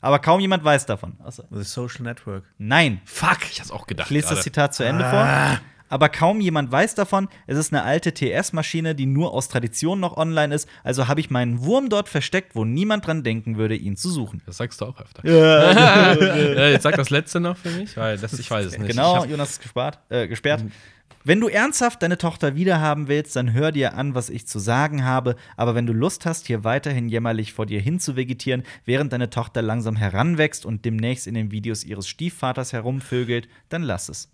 Aber kaum jemand weiß davon. Außer,
The Social Network.
nein.
Fuck, ich hab's auch gedacht.
Ich lese das
gerade.
Zitat zu Ende vor. Aber kaum jemand weiß davon. Es ist eine alte TS-Maschine, die nur aus Tradition noch online ist. Also habe ich meinen Wurm dort versteckt, wo niemand dran denken würde, ihn zu suchen.
Das sagst du auch öfter. Äh, Jetzt sag das letzte noch für mich, weil das, ich weiß es nicht.
Genau,
Ich Mhm.
Jonas ist gespart, äh, gesperrt. Wenn du ernsthaft deine Tochter wiederhaben willst, dann hör dir an, was ich zu sagen habe. Aber wenn du Lust hast, hier weiterhin jämmerlich vor dir hin zu vegetieren, während deine Tochter langsam heranwächst und demnächst in den Videos ihres Stiefvaters herumvögelt, dann lass es.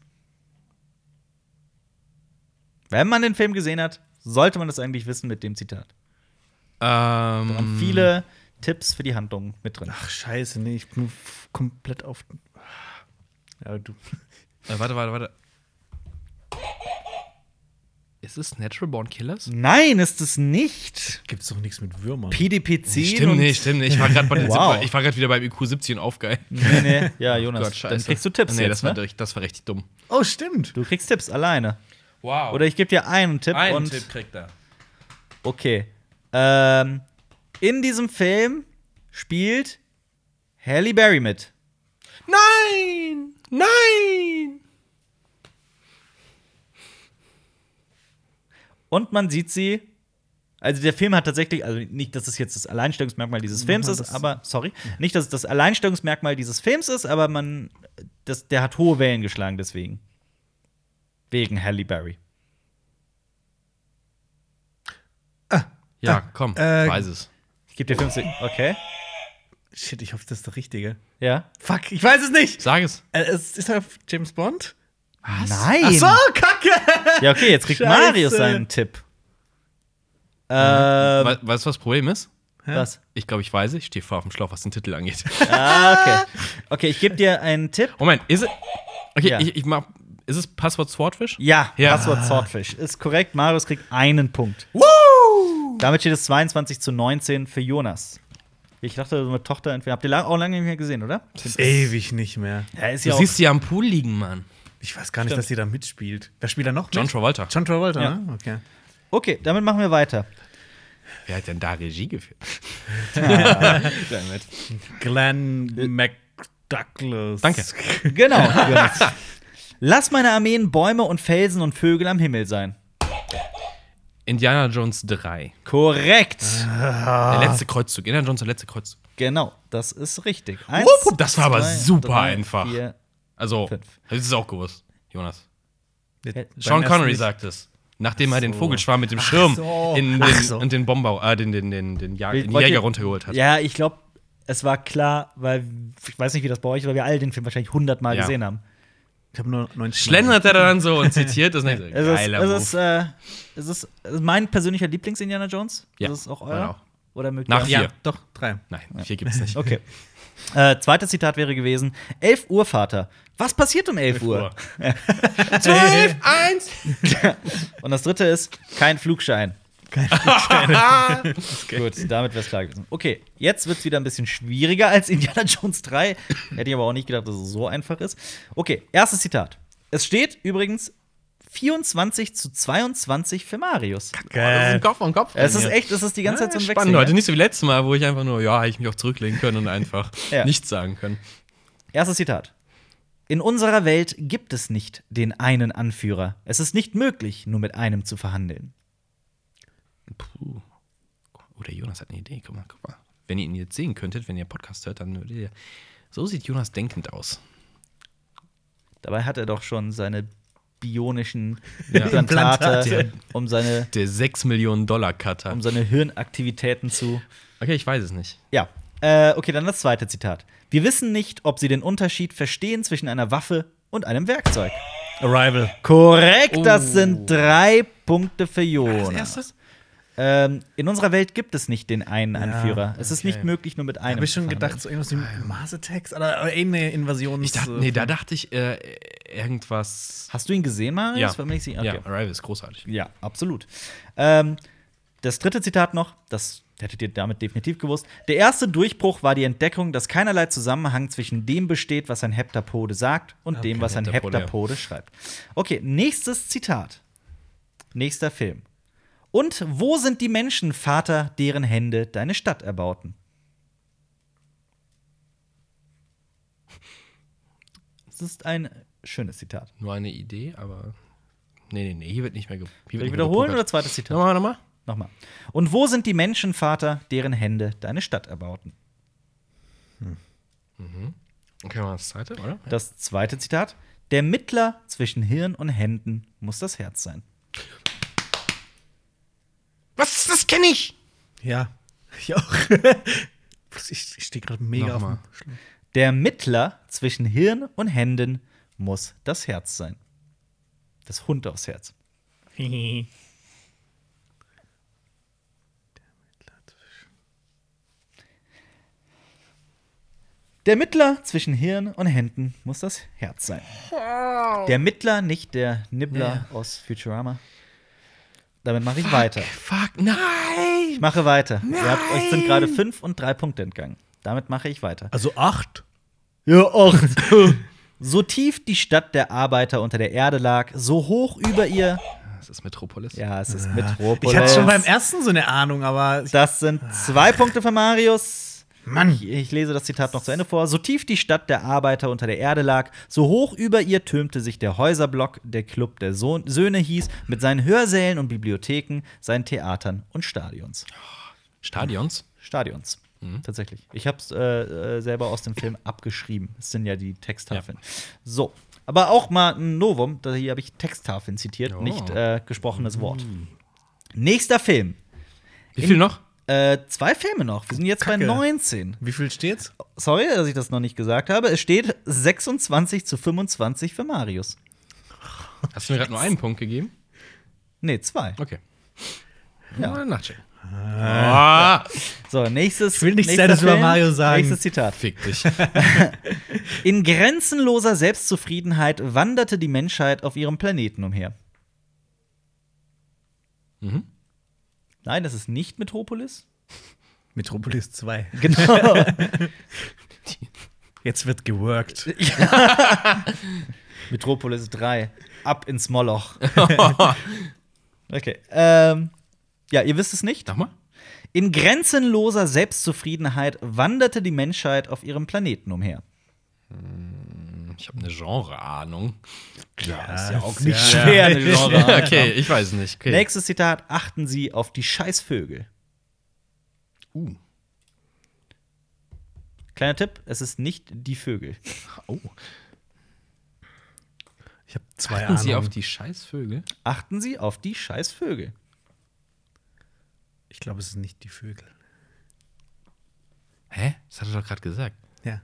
Wenn man den Film gesehen hat, sollte man das eigentlich wissen mit dem Zitat.
hab,
Und
ähm,
viele, Tipps für die Handlung mit drin.
Ach, scheiße, nee, ich bin f- komplett auf. Ja, du.
Äh, warte, warte, warte. Ist es Natural Born Killers?
Nein, ist es nicht.
Gibt's doch nichts mit Würmern.
PDPC.
Stimmt nicht, stimmt nicht. Ich war gerade
Wow.
wow. wieder beim IQ 70 und aufgeil.
Nee, nee. Ja, Jonas,
Gott,
dann
scheiße.
kriegst du Tipps.
Nee,
jetzt,
das, war,
ne?
durch- das war richtig dumm.
Oh, stimmt.
Du kriegst Tipps alleine.
Wow.
Oder ich gebe dir einen Tipp
einen
und.
Tipp kriegt er.
Okay. Ähm, in diesem Film spielt Halle Berry mit.
Nein! Nein!
Und man sieht sie. Also der Film hat tatsächlich, also nicht, dass es jetzt das Alleinstellungsmerkmal dieses Films
Nochmal
ist,
das-
aber sorry, nicht, dass es das Alleinstellungsmerkmal dieses Films ist, aber man, das, der hat hohe Wellen geschlagen deswegen, wegen Halle Berry.
Ja, komm,
äh,
ich weiß es.
Ich gebe dir fünf Sekunden. Okay,
Shit, ich hoffe, das ist der richtige.
ja.
Fuck, ich weiß es nicht.
Sag es.
Äh, es ist er James Bond?
Nein.
Ach so, Kacke!
Ja, okay, jetzt kriegt
Scheiße.
Marius seinen Tipp. Äh,
We weißt du, was das Problem ist?
was?
Ich glaube, ich weiß es. Ich stehe voll auf dem Schlauch, was den Titel angeht.
Ah, okay. Okay, ich gebe dir einen Tipp.
Moment, ist es. Okay,
Ja.
ich, ich mach. Ist es Passwort Swordfish?
Ja,
Ja.
Passwort Swordfish. Ist korrekt. Marius kriegt einen Punkt.
Woo!
Damit steht es 22 zu 19 für Jonas. Ich dachte, so eine Tochter entweder. Habt ihr lang, auch lange nicht mehr gesehen, oder?
Ewig nicht mehr.
Ja, ist
Du siehst sie am Pool liegen, Mann.
Ich weiß gar nicht, dass sie da mitspielt. Wer spielt da noch?
John
mit?
Travolta.
John Travolta,
Ja.
ne? Okay.
okay, damit machen wir weiter.
Wer hat denn da Regie geführt?
Glenn McDouglas.
Danke.
Genau. Jonas. Lass meine Armeen Bäume und Felsen und Vögel am Himmel sein.
Indiana Jones 3.
Korrekt.
Der letzte Kreuzzug. Indiana Jones, der letzte Kreuzzug.
Genau, das ist richtig. Eins,
Wupp, wupp, das war aber
zwei,
super
drei,
einfach.
Vier.
Also,
Fünf.
das ist auch gewusst, Jonas.
Beim
Sean
ersten
Connery
nicht.
sagt es. Nachdem er den Vogelschwarm mit dem Schirm
so.
in
Ach
den,
so.
und den Bomber, äh, den, den, den, den, Jag den
Wollt
Jäger
ihr-
runtergeholt hat.
Ja, ich glaube, es war klar, weil ich weiß nicht, wie das bei euch ist, weil wir alle den Film wahrscheinlich hundertmal
Ja.
gesehen haben.
Ich habe nur 19.
Schlendert er dann so und zitiert das nächste.
Es ist,
Geiler
es, ist,
Move.
äh, es ist äh, mein persönlicher Lieblings-Indiana Jones.
Ja,
Ist es auch
meiner
euer?
auch.
Oder mögt
Nach
ihr-
vier. Oh,
Ja, doch, drei.
Nein, hier gibt's nicht.
Okay. äh, zweites Zitat wäre gewesen: 11 Uhr, Vater. Was passiert um 11 Uhr?
12, 1.
Und das dritte ist: kein Flugschein. Kein Flugschein. Gut, damit wäre es klar gewesen. Okay, jetzt wird es wieder ein bisschen schwieriger als Indiana Jones 3. Hätte ich aber auch nicht gedacht, dass es so einfach ist. Okay, erstes Zitat. Es steht übrigens 24 zu 22 für Marius.
Äh,
Das ist
Geil.
Kopf an Kopf.
Es ist
Ja.
echt, es ist die ganze Zeit so ein
Spannend,
Wechsel.
Leute. Nicht so wie letztes Mal, wo ich einfach nur, ja, hätte ich mich auch zurücklegen können und einfach
Ja.
nichts sagen können.
Erstes Zitat. In unserer Welt gibt es nicht den einen Anführer. Es ist nicht möglich, nur mit einem zu verhandeln.
Puh. Oh, der Jonas hat eine Idee. Guck mal, guck mal. Wenn ihr ihn jetzt sehen könntet, wenn ihr Podcast hört, dann würdet ihr. So sieht Jonas denkend aus.
Dabei hat er doch schon seine bionischen
Ja.
Implantate,
Implantate.
um seine,
Der 6 Millionen Dollar Cutter.
um seine Hirnaktivitäten zu.
Okay, ich weiß es nicht.
Ja. Äh, okay, dann das zweite Zitat. Wir wissen nicht, ob Sie den Unterschied verstehen zwischen einer Waffe und einem Werkzeug.
Arrival.
Korrekt,
Oh.
das sind drei Punkte für
Als
Jonas.
erstes?
Ähm, in unserer Welt gibt es nicht den einen Anführer. Es ist
okay.
nicht möglich, nur mit einem.
Habe ich schon
zu verhandeln.
gedacht, so irgendwas wie Mars Attacks oder oder irgendeine Invasion.
Ich dachte, nee, da dachte ich äh, irgendwas.
Hast du ihn gesehen, Marius? War mir nicht sicher.
ja,
Okay.
Arrival ist großartig.
ja, absolut. Ähm, das dritte Zitat noch, das hättet ihr damit definitiv gewusst. Der erste Durchbruch war die Entdeckung, dass keinerlei Zusammenhang zwischen dem besteht, was ein Heptapode sagt und dem, was ein
Ah, Heptapode,
Heptapode,
ja.
schreibt. Okay, nächstes Zitat. Nächster Film. Und wo sind die Menschen, Vater, deren Hände deine Stadt erbauten? Das ist ein schönes Zitat.
Nur eine Idee, aber. Nee, nee, nee, hier wird nicht mehr. ge- Hier
Soll
wird
ich
nicht mehr
wiederholen oder
gepokert.
zweites Zitat?
Nochmal, nochmal.
Nochmal. Und wo sind die Menschen, Vater, deren Hände deine Stadt erbauten?
Okay, mal das zweite, oder?
Das zweite Zitat. Der Mittler zwischen Hirn und Händen muss das Herz sein.
Was? Das kenne ich!
Ja, ich auch. Plus, ich ich stehe gerade mega
Nochmal.
auf dem Schlauch.
Der Mittler zwischen Hirn und Händen muss das Herz sein. Das Hund aufs Herz. Der Mittler zwischen Hirn und Händen muss das Herz sein. Der Mittler, nicht der Nibbler aus Futurama. Damit mache ich weiter.
Fuck, nein!
Ich mache weiter. Ihr habt, euch sind gerade fünf und drei Punkte entgangen. Damit mache ich weiter.
Also acht?
Ja, acht. so tief die Stadt der Arbeiter unter der Erde lag, so hoch über ihr.
Das ist Metropolis.
Ja, es ist
Ah, Ich
Metropolis.
hatte schon beim ersten so eine Ahnung, aber ich,
Das sind zwei Punkte für Marius.
Mann,
Ich, ich lese das Zitat noch zu Ende vor. So tief die Stadt der Arbeiter unter der Erde lag, so hoch über ihr türmte sich der Häuserblock, der Club der Sohn Söhne hieß, mit seinen Hörsälen und Bibliotheken, seinen Theatern und Stadions.
Stadions?
Stadions.
Mhm.
Tatsächlich. Ich habe es äh, äh, selber aus dem Film abgeschrieben. Es sind ja die Texttafeln. So. Aber auch mal ein Novum, da hier habe ich Texttafeln zitiert,
Oh.
nicht äh,
Mhm.
gesprochenes Wort. Nächster Film.
Wie viel noch?
Äh, zwei Filme noch. Wir sind jetzt bei
Kacke.
19.
wie viel steht's?
Sorry, dass ich das noch nicht gesagt habe. Es steht 26 zu 25 für Marius.
Hast du mir gerade nur einen Punkt gegeben?
Nee, zwei.
Okay.
Ja.
Mal nachchecken. Ah,
So, nächstes. Ich
will nichts Seltenes über Mario sagen.
Nächstes Zitat.
fick dich.
In grenzenloser Selbstzufriedenheit wanderte die Menschheit auf ihrem Planeten umher.
Mhm.
Nein, das ist nicht Metropolis.
Metropolis 2.
Genau.
Jetzt wird geworkt.
Metropolis 3. Ab ins Moloch. okay. Ähm, ja, ihr wisst es nicht.
Nochmal?
In grenzenloser Selbstzufriedenheit wanderte die Menschheit auf ihrem Planeten umher.
Ich habe eine Genre-Ahnung. Ja, ist
ja
auch
nicht
schwer, eine Genre.
okay, ich weiß nicht. Okay.
Nächstes Zitat: Achten Sie auf die Scheißvögel.
Uh.
Kleiner Tipp: Es ist nicht die Vögel.
Oh.
Ich habe zwei
Achten Sie
Ahnungen.
auf die Scheißvögel?
Achten Sie auf die Scheißvögel.
ich glaube, es sind nicht die Vögel.
Hä? Das hat er doch gerade gesagt.
Ja.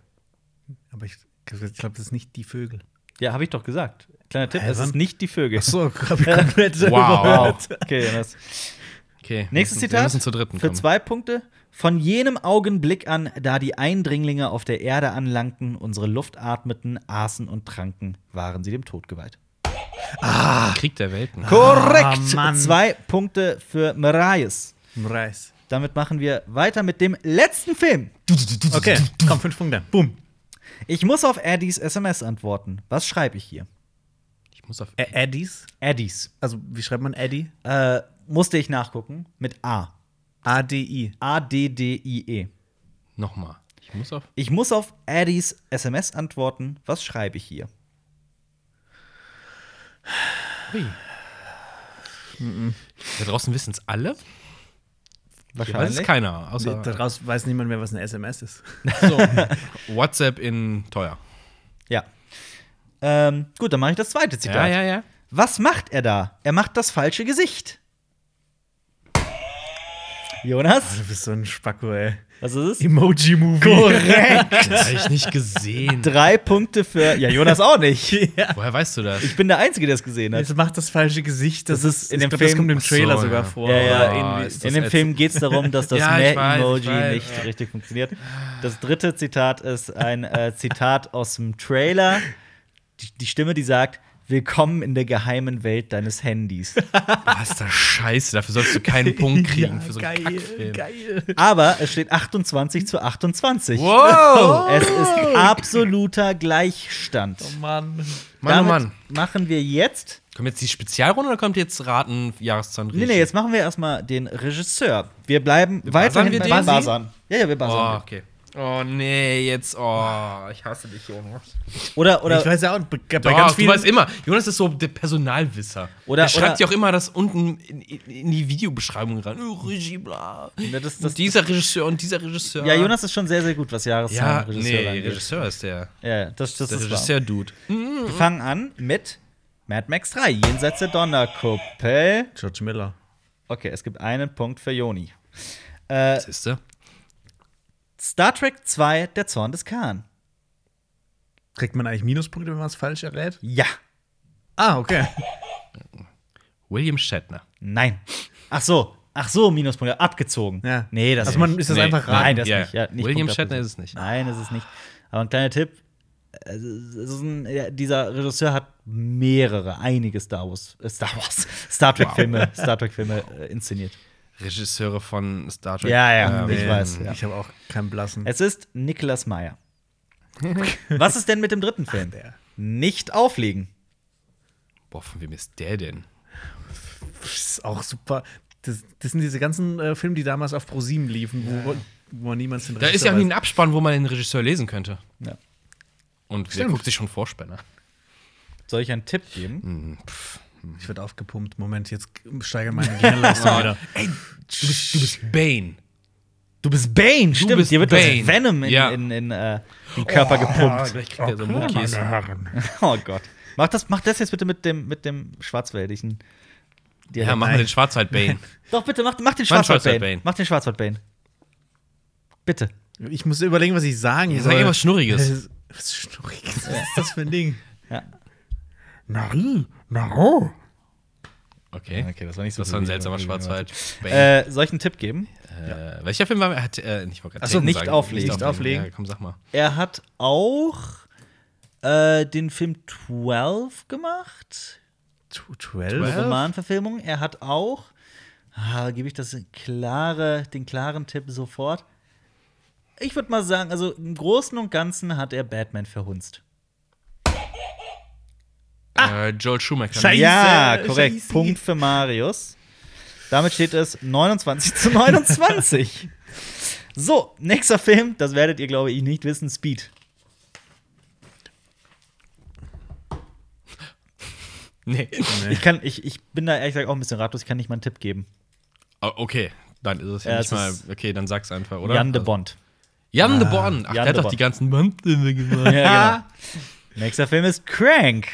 Aber ich, ich glaube, das ist nicht die Vögel.
Ja, habe ich doch gesagt. Kleiner Tipp: Es
Albern.
ist nicht die Vögel.
So, hab ich komplett
Wow.
Wow. Okay, das.
Okay. wir
Nächstes
müssen,
Zitat.
Wir müssen zur dritten
Für
kommen.
zwei Punkte. Von jenem Augenblick an, da die Eindringlinge auf der Erde anlangten, unsere Luft atmeten, aßen und tranken, waren sie dem Tod geweiht.
Krieg der Welten.
Korrekt!
Mann.
zwei Punkte für Marius.
Im Reis.
Damit machen wir weiter mit dem letzten Film.
Okay, komm, fünf Punkte. Boom.
Ich muss auf Eddies SMS antworten. Was schreibe ich hier?
Ich muss auf.
Ä Eddies?
Eddies.
Also, wie schreibt man Eddie?
Äh, musste ich nachgucken. Mit A.
A-D-I.
A-D-D-I-E.
Nochmal. Ich muss auf.
E. Ich muss auf Eddies SMS antworten. Was schreibe ich hier?
Ui. Da draußen wissen es alle. Hier weiß es keiner. Außer
Daraus weiß niemand mehr, was eine SMS ist.
so. WhatsApp in teuer.
Ja. Ähm, gut, dann mache ich das zweite Zitat.
ja.
Was macht er da? Er macht das falsche Gesicht. Jonas,
Du bist so ein Spacko, ey.
was ist es?
Emoji-Movie.
Das habe ich nicht gesehen.
Drei Punkte für. Ja, Jonas auch nicht.
Woher weißt du das?
Ich bin der Einzige, der es gesehen hat.
Jetzt macht das falsche Gesicht. Das, ist
in dem
ich glaub,
Film-
Das kommt im
Ach so,
Trailer sogar
ja.
vor.
Ja, ja,
Oder
Ah,
irgendwie-
ist das
In dem
ätzend.
Film geht es darum, dass das
Ja, ich weiß, ich
Mäh-Emoji
weiß.
nicht richtig funktioniert. Das dritte Zitat ist ein äh, Zitat aus dem Trailer. Die, die Stimme, die sagt: Willkommen in der geheimen Welt deines Handys.
Was da Scheiße. Dafür sollst du keinen Punkt kriegen
Ja,
für so einen
geil,
Kackfilm.
geil.
Aber es steht 28 zu 28.
Wow!
Es ist absoluter Gleichstand.
Mann.
Mann, oh Mann.
machen wir jetzt.
Kommt jetzt die Spezialrunde oder kommt jetzt Raten, Jahreszahl
Nee, nee, jetzt machen wir erstmal den Regisseur. Wir bleiben
basern
weiterhin
wir
bei
den?
Basan. Ja, ja, wir
Oh,
basern.
okay. Oh, nee, jetzt. Oh, ich hasse dich, Jonas.
Oder, oder
Ich weiß ja auch, bei
Doch,
ganz
du
vielen.
weißt immer, Jonas ist so der Personalwisser.
Oder-
der schreibt
oder-
ja auch immer das unten in, in, in die Videobeschreibung rein. Oh, Regie, bla.
Ja, das- das-
und dieser Regisseur und dieser Regisseur.
ja, Jonas ist schon sehr, sehr gut, was
Ja,
Jahreszahlen Regisseur
nee,
angeht.
Regisseur ist der.
Ja, ja, das, das
Der
ist wahr.
Regisseur-Dude.
Wir fangen an mit Mad Max 3, jenseits der Donnerkuppel.
George Miller.
Okay, es gibt einen Punkt für Joni. Äh,
Das ist der.
Star Trek 2, der Zorn des Khan.
Kriegt man eigentlich Minuspunkte, wenn man es falsch errät?
Ja,
Ah, okay.
William Shatner.
nein. Ach so, Ach so, Minuspunkte, abgezogen.
Ja.
Nee, das
Also man ist das
Nee.
einfach
Nein,
rein.
das
Ja,
nicht.
ja.
Ja, nicht
William
Punkt
Shatner
abgezogen.
ist es nicht.
Nein, ist es nicht. Aber ein kleiner Tipp. Also, es ist ein, ja, dieser Regisseur hat mehrere, einige Star Wars, äh, Star Wars, Star Trek Filme, Star Trek Filme äh, inszeniert.
Regisseure von Star Trek.
Ja, ja,
Ähm,
ich weiß. Ja.
Ich habe auch keinen blassen.
Es ist Nicolas Meyer. Was ist denn mit dem dritten Film?
der.
Nicht auflegen.
Boah, von wem ist der denn?
Das ist auch super. Das, das sind diese ganzen äh, Filme, die damals auf ProSieben liefen, wo, wo man niemals den
Da ist ja irgendwie ein Abspann, wo man den Regisseur lesen könnte.
Ja.
Und der guckt sich schon Vorspänner.
Soll ich einen Tipp
Hm.
geben?
weiß. Ich werde aufgepumpt. Moment, jetzt steigere meine
Ah,
Gehirnleistung wieder.
Du bist, du bist Bane.
Du bist Bane, stimmt.
bist
Dir wird
Bane.
das Venom in,
Ja. Oh,
in, in äh, den Körper gepumpt.
Vielleicht kriegt er so Muckis.
Oh Gott. Mach das, mach das jetzt bitte mit dem, mit dem schwarzwäldigen.
Ja,
Dialekt.
machen wir den Schwarzwald-Bane.
Doch, bitte, mach, mach den
Mach einen
Schwarzwald-Bane.
Schwarzwald-Bane.
Mach den Schwarzwald-Bane. Bitte.
Ich muss überlegen, was ich sagen
Ja, sag
soll.
irgendwas Schnurriges.
Äh, Was Schnurriges? Was ist das für ein Ding? hm,
Ja.
Nari, Naro.
Okay.
Okay, das war nicht so
Das war ein
gut.
seltsamer Schwarzwald. Bane.
Äh, soll ich einen Tipp geben?
Äh, welcher Film war er? Hat, äh, nicht, ich wollte gerade
Ach so,
Taken
nicht
sagen.
auflegen.
Nicht auflegen.
Ja, komm, sag mal.
Er hat auch äh, den Film 12 gemacht.
12?
Eine Romanverfilmung. Er hat auch, ah, gebe ich das klare, den klaren Tipp sofort. Ich würde mal sagen, also im Großen und Ganzen hat er Batman verhunzt. Ah!
Äh, Joel Schumacher.
Scheiße.
ja, korrekt.
Scheiße.
Punkt für Marius. Damit steht es 29 zu 29. so, nächster Film, das werdet ihr, glaube ich, nicht wissen, Speed.
Nee.
Ich, kann, ich, ich bin da ehrlich gesagt auch ein bisschen ratlos, ich kann nicht mal einen Tipp geben.
Oh, okay, dann ist es ja,
Ja,
nicht
es
mal.
ist
Okay, dann sag's einfach, oder?
Jan de
Also-
Bond.
Jan de Bonn.
Jan
Ach, der
de
hat doch
Bonn.
die ganzen Bandfilme gemacht.
Ja, genau. Nächster Film ist Crank.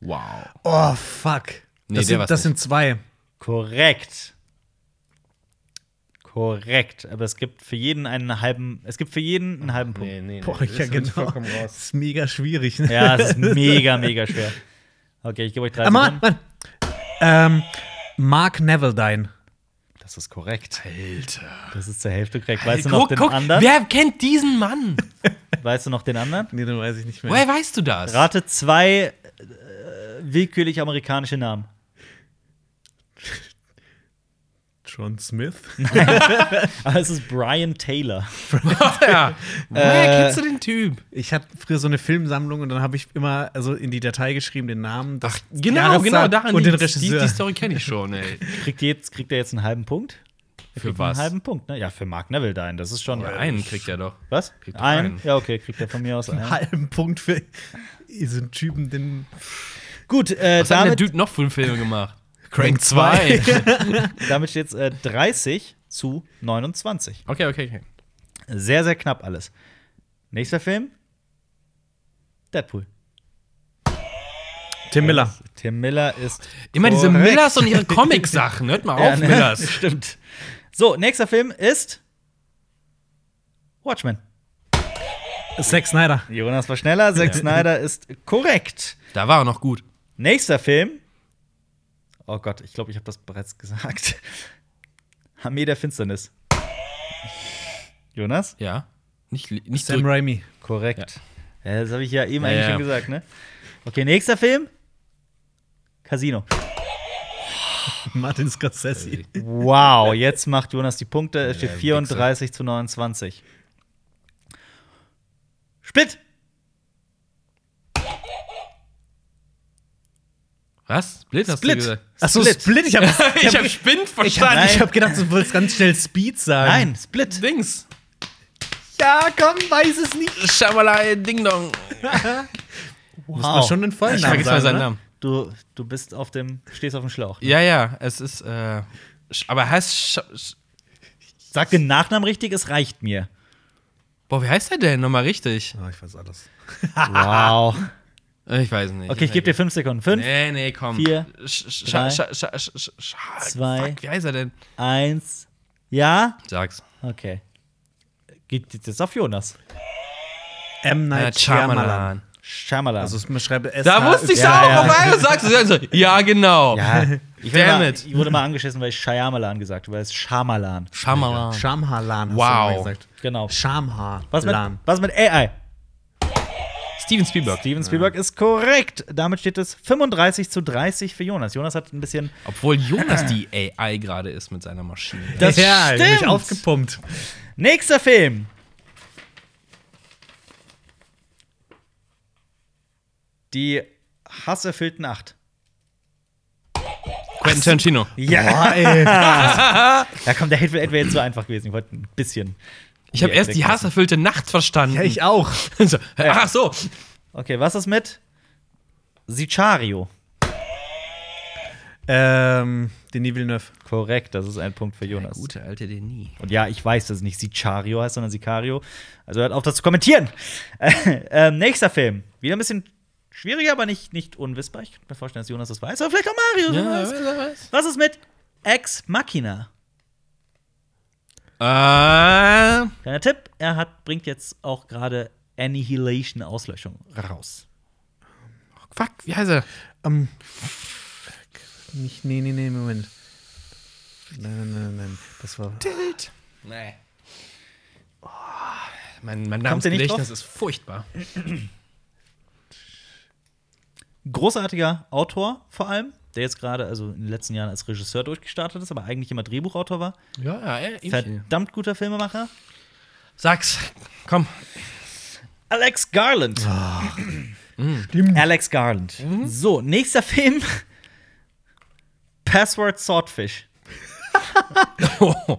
Wow.
Oh, fuck.
Nee, der
das sind,
war's
das
nicht.
sind zwei.
Korrekt. Korrekt. Aber es gibt für jeden einen halben, es gibt für jeden einen halben Punkt.
nee.
Boah, ja, genau. Das ist mega schwierig. Ne?
Ja, es ist mega, mega schwer. Okay, ich gebe euch drei
Ah, Mann,
Sekunden.
Mann. Ähm, Mark Neville
Das ist korrekt.
Alter.
Das ist zur Hälfte korrekt. Weißt du noch
guck,
den
guck,
anderen?
wer kennt diesen Mann?
Weißt du noch den anderen?
Nee, den weiß ich nicht mehr.
Woher weißt du das?
Rate zwei äh, willkürlich amerikanische Namen.
John Smith?
Aber Ah, es ist Brian Taylor.
ja. Woher kennst du den Typ?
Ich hatte früher so eine Filmsammlung und dann habe ich immer also in die Datei geschrieben den Namen. das
Genau,
Jahrestag
genau, daran
Und den
liegt's.
Regisseur.
Die, die Story kenne ich schon, ey.
Kriegt, jetzt, kriegt er jetzt einen halben Punkt? Er
Für
kriegt
was?
Einen halben Punkt, ne? Ja, für Mark Neville deinen. Das ist schon.
Ja, einen kriegt er doch.
Was?
Kriegt er
einen?
einen.
Ja, okay, kriegt er von mir aus einen.
halben Punkt für diesen Typen, den
Gut, äh,
Was hat denn der
damit,
Dude noch für Filme gemacht?
Crank
zwei.
damit steht es äh, 30 zu 29.
okay, okay, okay.
Sehr, sehr knapp alles. Nächster Film: Deadpool.
Tim Miller.
Tim Miller ist.
Immer diese
korrekt.
Millers und ihre Comic-Sachen. Hört mal
Ja,
auf,
ne?
Millers.
Stimmt. So, nächster Film ist. Watchmen.
Zack Snyder.
Jonas war schneller, Zack Snyder ist korrekt.
Da war er noch gut.
Nächster Film. Oh Gott, ich glaube, ich habe das bereits gesagt. Armee der Finsternis. Jonas?
Ja. Nicht, nicht
Sam
zurück-
Raimi.
Korrekt. Ja. das habe ich ja eben
Ja,
eigentlich
ja.
schon gesagt, ne? Okay, nächster Film. Casino.
Martin Scorsese.
Wow, jetzt macht Jonas die Punkte. Es steht
Ja,
34 zu 29. Split!
Was? Split hast
Split.
du gesagt?
Achso,
Split.
Split. Ich habe
Ich hab Spind
ich hab,
verstanden.
Nein.
ich hab gedacht, du wolltest ganz schnell Speed sagen.
Nein, Split.
Dings.
Ja, komm, weiß es nicht.
Schamalai Ding Dong.
Muss man schon den vollen ne?
Ich vergesse mal
ne?
seinen
oder?
Namen.
Du, du bist auf dem, stehst auf dem Schlauch.
Ja, ja, es ist. Äh, Sch- aber heißt. Sch- Sch-
Sag den Nachnamen richtig, es reicht mir.
Boah, wie heißt er denn nochmal richtig?
Ah, ich weiß alles.
Wow.
Äh, Ich weiß nicht.
Okay, ich gebe dir fünf Sekunden. Fünf,
Nee, nee, komm.
Vier,
Sch- Sch-
drei,
Sch- Sch- Sch- Sch- Sch-
zwei,
Fuck, Wie heißt er denn?
eins. Ja?
Sag's.
Okay. Geht jetzt auf Jonas.
M.
Äh,
Night Shyamalan.
Chamalan.
Shyamalan.
Also, man schreibt S.
Da wusste ich es
Ja,
auch.
ja.
Auf einmal sagst du es. so, Ja, genau.
ja, ich, wurde
Damn
mal,
it.
ich wurde mal angeschissen, weil ich Shyamalan gesagt habe, weil es Shyamalan.
Shyamalan.
Schamhalan.
Wow.
Genau.
Schamhalan.
Was mit, was mit AI?
Steven Spielberg.
Steven Spielberg ist korrekt. Damit steht es 35 zu 30 für Jonas. Jonas hat ein bisschen.
Obwohl Jonas die AI gerade ist mit seiner Maschine.
Das
ja, ich hab mich
stimmt.
aufgepumpt.
Nächster Film. Die hasserfüllten Acht.
Quentin Tarantino.
Ja,
Boah, Ah, ey.
ja komm, der Hateful Eight wäre jetzt so einfach gewesen. Ich wollte ein bisschen.
Ich habe
Ja,
erst die
weglassen.
hasserfüllte Nacht verstanden.
ja, ich auch.
So, Ach so.
Okay, was ist mit Sicario?
ähm, Denis Villeneuve.
Korrekt, das ist ein Punkt für Jonas.
Gute alte Denis.
Und ja, ich weiß, dass es nicht Sicario heißt, sondern Sicario. Also hört auf, das zu kommentieren. ähm, nächster Film. Wieder ein bisschen schwieriger, aber nicht, nicht unwissbar. Ich könnte mir vorstellen, dass Jonas das weiß. Aber vielleicht auch Mario. das weiß. Was ist mit Ex Machina?
Äh,
Kleiner Tipp, er hat, bringt jetzt auch gerade Annihilation Auslöschung raus.
fuck, wie heißt er?
Ähm. Nicht, nee, nee, nee, Moment. Nein, nein, nein, nein. Das war.
Nee. Oh, mein mein
Kommt ihr nicht
Namensgedächtnis ist furchtbar.
Großartiger Autor vor allem, der jetzt gerade, also in den letzten Jahren als Regisseur durchgestartet ist, aber eigentlich immer Drehbuchautor war.
Ja, ja, ähnlich.
Verdammt guter Filmemacher.
Sag's. Komm.
Alex Garland. Alex Garland. So, nächster Film. Password Swordfish.
Oh.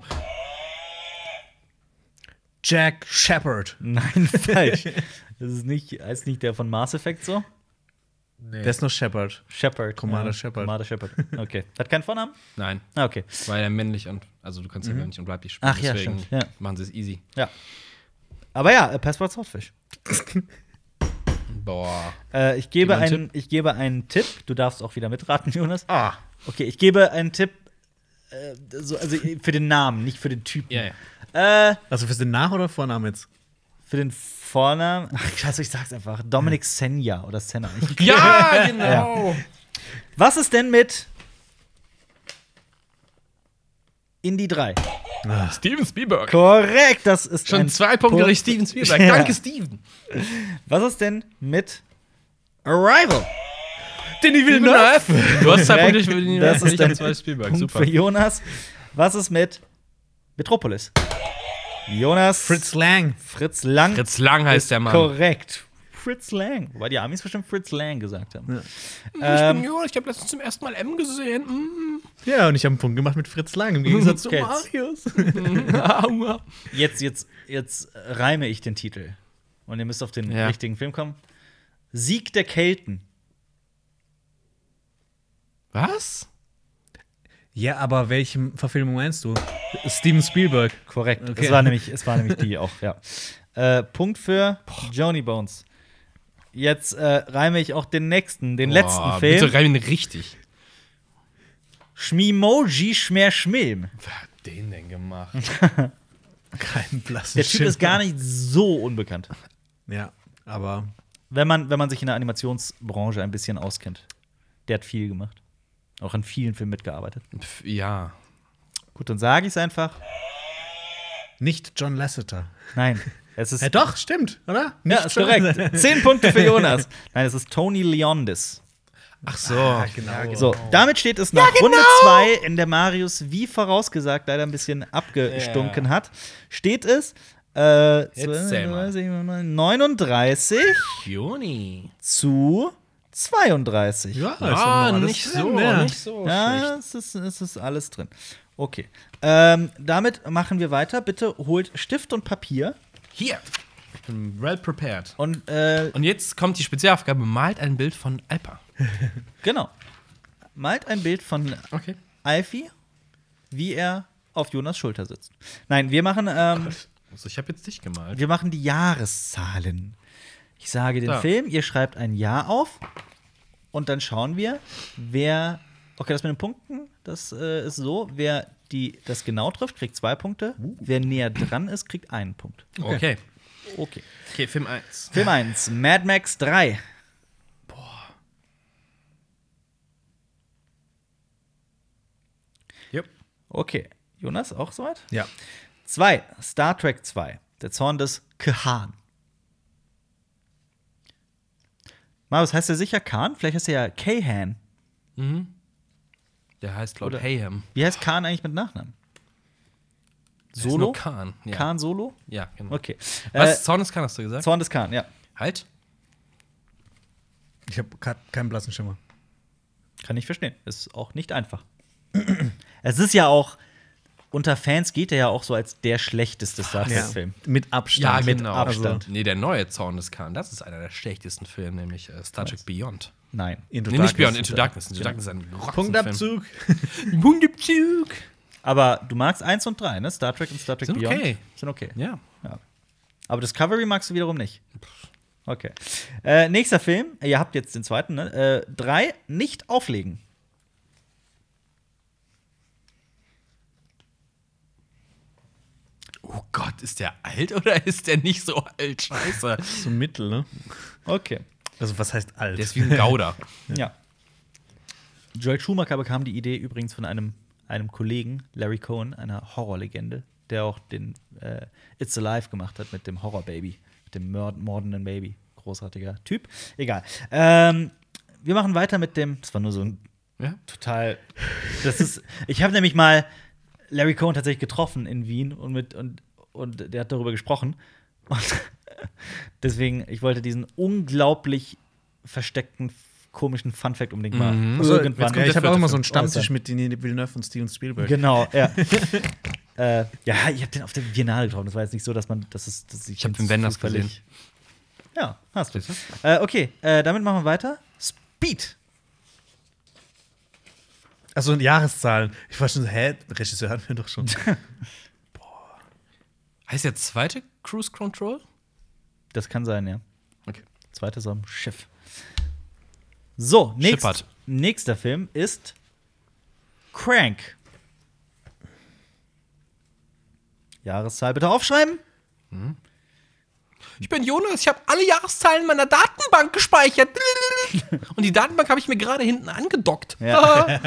Jack Shepard.
Nein, falsch. Das ist nicht, heißt nicht der von Mass Effect so?
Der ist noch Shepard.
Shepard.
Commander Shepard.
Commander Shepard. Okay. Hat keinen Vornamen?
Nein,
Ah, okay.
weil er männlich und. Also, du kannst ja männlich und weiblich spielen.
Mhm. Ach ja,
deswegen
stimmt, ja.
machen sie es easy.
Ja. Aber ja, äh, Password Swordfish.
Boah.
Äh, ich, gebe
Gib mal einen
einen, ich gebe einen Tipp. Du darfst auch wieder mitraten, Jonas.
Ah.
Okay, ich gebe einen Tipp. Äh, so, also für den Namen, nicht für den Typen.
Ja, ja.
Äh,
Also für den Nach- oder Vornamen jetzt?
für den Vornamen. Ach, scheiße, ich sag's einfach. Dominic Senja oder Senna. Ich,
Ja, genau.
was ist denn mit Indie 3?
Steven Spielberg.
Korrekt, das ist
Schon
ein
zwei Punkte durch Steven Spielberg.
Ja.
Danke, Steven.
Was ist denn mit Arrival?
Denis Villeneuve. Du hast zwei Punkte durch Denis
Das ist
Ich hab
der
zwei Spielberg.
Punkt
Super.
für Jonas. Was ist mit Metropolis? Jonas
Fritz Lang.
Fritz Lang.
Fritz Lang heißt der Mann.
Korrekt. Fritz Lang. Wobei die Amis bestimmt Fritz Lang gesagt haben. Ähm,
Ja, ich habe letztens zum ersten Mal M gesehen. Mm.
Ja, und ich habe einen Punkt gemacht mit Fritz Lang im Gegensatz
Okay.
zu Marius.
Aua.
jetzt, jetzt, jetzt reime ich den Titel. Und ihr müsst auf den
Ja.
richtigen Film kommen. Sieg der Kelten.
Was?
Ja, aber welche Verfilmung meinst du? Steven Spielberg.
Korrekt.
Okay.
Es, war nämlich, es war nämlich die auch, ja. Äh, Punkt für Johnny Bones. Jetzt äh, reime ich auch den nächsten, den letzten
Boah,
Film.
Bitte rein richtig.
Schmimoji Schmer Schmilm.
Wer hat den denn gemacht?
Kein blassen
Der Typ ist gar nicht so unbekannt,
Ja, aber
wenn man, wenn man sich in der Animationsbranche ein bisschen auskennt. Der hat viel gemacht. Auch an vielen Filmen mitgearbeitet.
Pf, ja.
Gut, dann sage ich es einfach.
nicht John Lasseter.
Nein, es ist.
Ja, doch, stimmt, oder? Nicht
ja, ist
John
korrekt.
Lasseter.
Zehn Punkte für Jonas. Nein, es ist Tony Leondis.
Ach so.
genau.
So, damit steht es nach Runde 2, in der Marius, wie vorausgesagt, leider ein bisschen abgestunken hat, steht es äh,
Jetzt zähl mal.
39
Juni.
zu 32.
Ja, ist
Ah,
doch noch
nicht
alles drin,
so,
ja.
nicht so.
Ja, es ist, es ist alles drin. Okay. Ähm, damit machen wir weiter. Bitte holt Stift und Papier
Hier. Ich bin well prepared.
und äh,
Und jetzt kommt die Spezialaufgabe: malt ein Bild von Alpa.
genau. Malt ein Bild von
Okay.
Alfie, wie er auf Jonas Schulter sitzt. Nein, wir machen ähm,
Also, ich habe jetzt dich gemalt.
Wir machen die Jahreszahlen. Ich sage den
Da.
Film, ihr schreibt ein Jahr auf und dann schauen wir, wer. Okay, das mit den Punkten, das äh, ist so. Wer die, das genau trifft, kriegt zwei Punkte. Wer näher dran ist, kriegt einen Punkt.
Okay.
Okay.
Okay, Film 1.
Film 1, Mad Max 3.
Yep.
Okay. Jonas, auch soweit?
Ja.
2. Star Trek 2. Der Zorn des Kahan. Marius, heißt er sicher Khan? Vielleicht heißt er ja Kahan.
Der heißt laut
Oder-
Hayham.
Wie heißt Khan eigentlich mit Nachnamen?
Der heißt
Solo?
nur Khan. Ja.
Khan Solo?
Ja, genau.
Okay.
Was? Zorn des Khan hast du
Äh,
gesagt?
Zorn des Khan, ja.
Halt.
Ich habe keinen blassen Schimmer.
Kann ich verstehen. Ist auch nicht einfach. es ist ja auch, unter Fans geht er ja auch so als der schlechteste Star Trek-Film.
Mit Abstand.
mit
genau.
Abstand.
Also,
Nee, der neue Zorn des Khan, das ist einer der schlechtesten Filme, nämlich äh, Star Trek Beyond.
Nein.
Into
Nee, nicht Beyond,
Darkness.
Into Darkness. Into Darkness ist ein Rotzenfilm.
Punktabzug.
Punktabzug.
Aber du magst 1 und 3, ne? Star Trek und Star Trek
Sind
Beyond.
okay.
Sind okay.
Ja.
Ja. Aber Discovery magst du wiederum nicht. Okay. Äh, nächster Film. Ihr habt jetzt den zweiten, ne? Äh, drei, nicht auflegen.
Oh Gott, ist der alt oder ist der nicht so alt? Scheiße.
So Mittel, ne?
Okay.
Also, was heißt alt?
der ist wie ein Gauder.
Ja. Joel Schumacher bekam die Idee übrigens von einem, einem Kollegen, Larry Cohen, einer Horrorlegende, der auch den äh, It's Alive gemacht hat mit dem Horrorbaby, mit dem mord mordenden Baby. Großartiger Typ. Egal. Ähm, wir machen weiter mit dem. Das war nur so ein
ja?
total. Das ist. Ich habe nämlich mal Larry Cohen tatsächlich getroffen in Wien und mit und und der hat darüber gesprochen. Und deswegen, ich wollte diesen unglaublich versteckten komischen Funfact unbedingt mal
Mhm.
Also, jetzt
irgendwann.
kommt ja, ich habe auch immer so einen
äußern.
Stammtisch mit Denis Villeneuve und Steven Spielberg.
Genau, ja. äh, ja, ich habe den auf der Biennale getroffen. Das war jetzt nicht so, dass man, das ist, dass
Ich hab den Wenders gesehen.
Ja, hast du.
Siehst
Äh, okay, äh, damit machen wir weiter. Speed.
Also Jahreszahlen. Ich war schon so, hä, Regisseur hatten wir doch schon.
Heißt der zweite Cruise Control?
Das kann sein, ja.
Okay.
Zweites am Schiff. So, nächst,
Schippert.
nächster Film ist Crank. Jahreszahl bitte aufschreiben.
Ich bin Jonas, ich habe alle Jahreszahlen meiner Datenbank gespeichert. Und die Datenbank habe ich mir gerade hinten angedockt.
Ja.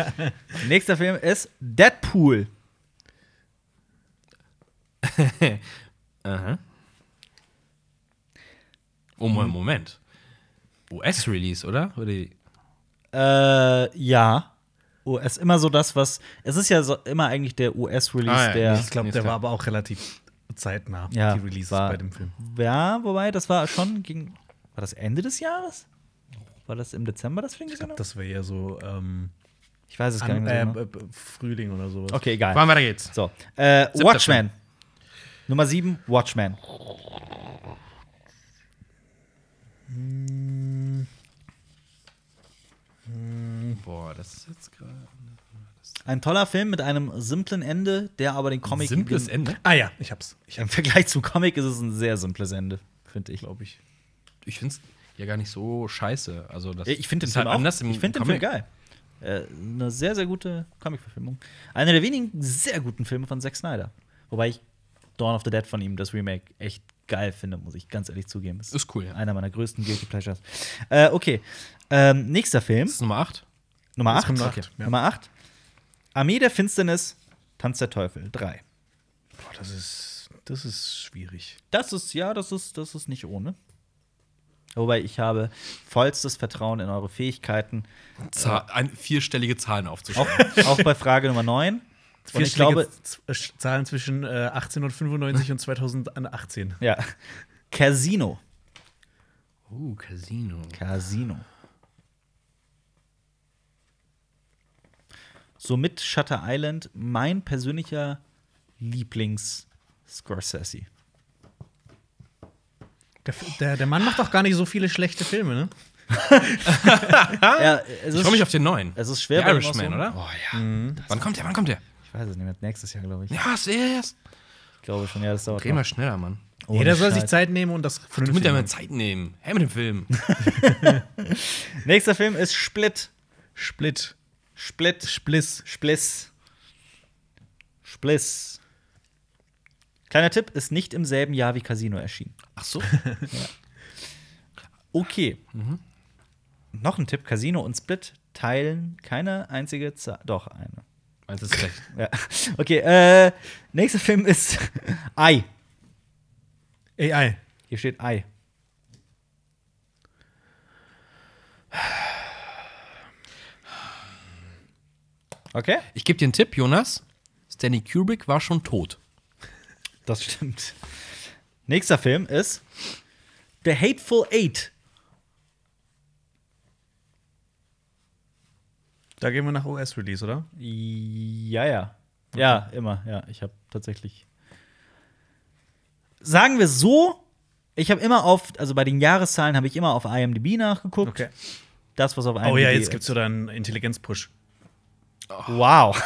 Nächster Film ist Deadpool.
Aha. Oh, Mo- Moment. US-Release, oder? Oder die-
Äh, ja. US, immer so das, was. Es ist ja so, immer eigentlich der US-Release,
Ah, ja,
der.
Ich glaube,
Nee, ist
der
klar.
war aber auch relativ zeitnah,
Ja,
die Releases
war-
bei dem Film.
Ja, wobei, das war schon gegen. War das Ende des Jahres? War das im Dezember, das Film
Ich glaube,
gesehen?
das wäre eher so
genau.
ähm,
Ich weiß es gar nicht
an,
mehr. so
äh,
genau.
äh, Frühling oder sowas.
Okay, egal.
Wann weiter geht's?
So. Äh,
Siebter
Watchmen. Nummer 7, Watchmen.
Boah, das ist jetzt gerade.
Ein toller Film mit einem simplen Ende, der aber den Comic.
Simples
im,
Ende.
Ah ja, ich hab's. Ich
Im Vergleich zum Comic ist es ein sehr simples Ende, finde ich.
glaube ich.
Ich finde es ja gar nicht so scheiße. Also, das
Ich finde den
ist
Film
halt anders
auch.
im
Ich finde den Film
Comic.
geil. Äh, eine sehr, sehr gute Comic-Verfilmung. Einer der wenigen sehr guten Filme von Zack Snyder. Wobei ich Dawn of the Dead von ihm, das Remake, echt geil finde, muss ich ganz ehrlich zugeben. Das
Ist cool, ja.
Einer meiner größten Guilty Pleasures. Äh, okay. Ähm, nächster Film.
Das ist Nummer 8.
Nummer
Jetzt
8.
kommt noch acht, ja.
Nummer 8. Armee der Finsternis, Tanz der Teufel 3.
Boah, das ist, das ist schwierig.
Das ist, ja, das ist, das ist nicht ohne. Wobei ich habe vollstes Vertrauen in eure Fähigkeiten.
Zahl, ein, vierstellige Zahlen
Auch,
aufzuschreiben.
auch bei Frage Nummer 9. Und ich glaube,
Zahlen zwischen äh, 1895 und 2018.
ja. Casino.
Oh, Casino.
Casino. Somit Shutter Island mein persönlicher Lieblings-Scorsese.
Der, der, der Mann macht doch gar nicht so viele schlechte Filme, ne?
Ja, es
Ich
ist-
freue mich auf den neuen.
Es ist schwer
Der
bei dem
Irishman,
aussuchen.
oder? Also, Oh ja. Wann kommt der? Wann kommt der?
Ich weiß es nicht mehr. Nächstes Jahr, glaube ich.
Ja, ist erst.
Ich glaube schon, ja, das dauert.
Dreh mal schneller, Mann.
noch. Ohne
Jeder soll sich
Scheiß.
Zeit nehmen und das
Du musst
vernünftig
ja mal
machen.
Zeit nehmen. Hey mit dem Film.
Nächster Film ist Split.
Split.
Split. Spliss. Spliss. Spliss. Kleiner Tipp, ist nicht im selben Jahr wie Casino erschienen.
Ach so. Mhm.
Okay. Noch ein Tipp: Casino und Split teilen keine einzige Zahl. Doch, eine.
Meins ist recht.
Ja. Okay, äh, nächster Film ist Ei.
AI.
Hier steht Ei. Okay,
Ich gebe dir einen Tipp, Jonas. Stanley Kubrick war schon tot.
das stimmt. Nächster Film ist The Hateful Eight.
Da gehen wir nach US-Release, oder?
Ja, ja. Ja, immer. Ja, ich habe tatsächlich. Sagen wir so, ich habe immer auf, also bei den Jahreszahlen habe ich immer auf IMDb nachgeguckt.
Okay.
Das, was auf IMDb
Oh ja, jetzt gibt's sogar einen Intelligenz-Push.
Wow.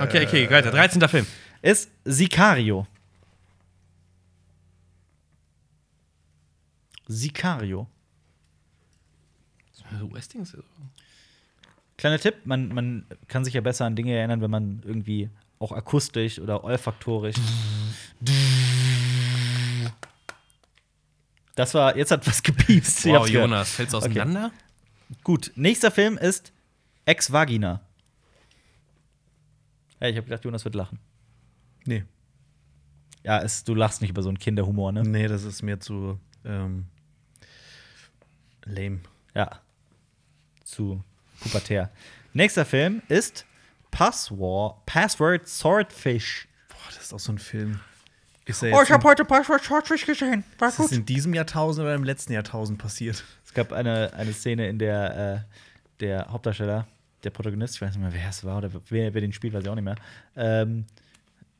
Okay, okay, weiter. 13. Film.
Ist Sicario. Sicario.
Westings.
Kleiner Tipp, man, man kann sich ja besser an Dinge erinnern, wenn man irgendwie auch akustisch oder olfaktorisch. Das war, jetzt hat was gepiepst. Ich
Wow,
hab's gehört.
Jonas, fällt's auseinander?
Gut, nächster Film ist Ex Vagina. Hey, ich habe gedacht, Jonas wird lachen.
Nee.
Ja, es, du lachst nicht über so einen Kinderhumor, ne?
Nee, das ist mir zu ähm, lame.
Ja. Zu pubertär. Nächster Film ist Password, Password Swordfish.
Boah, das ist auch so ein Film. Ist er
Oh,
jetzt
ich habe heute Passwort Swordfish gesehen. War
ist das
gut.
in diesem Jahrtausend oder im letzten Jahrtausend passiert?
Es gab eine, eine Szene, in der äh, der Hauptdarsteller, der Protagonist, ich weiß nicht mehr, wer es war oder wer, wer den spielt, weiß ich auch nicht mehr, ähm,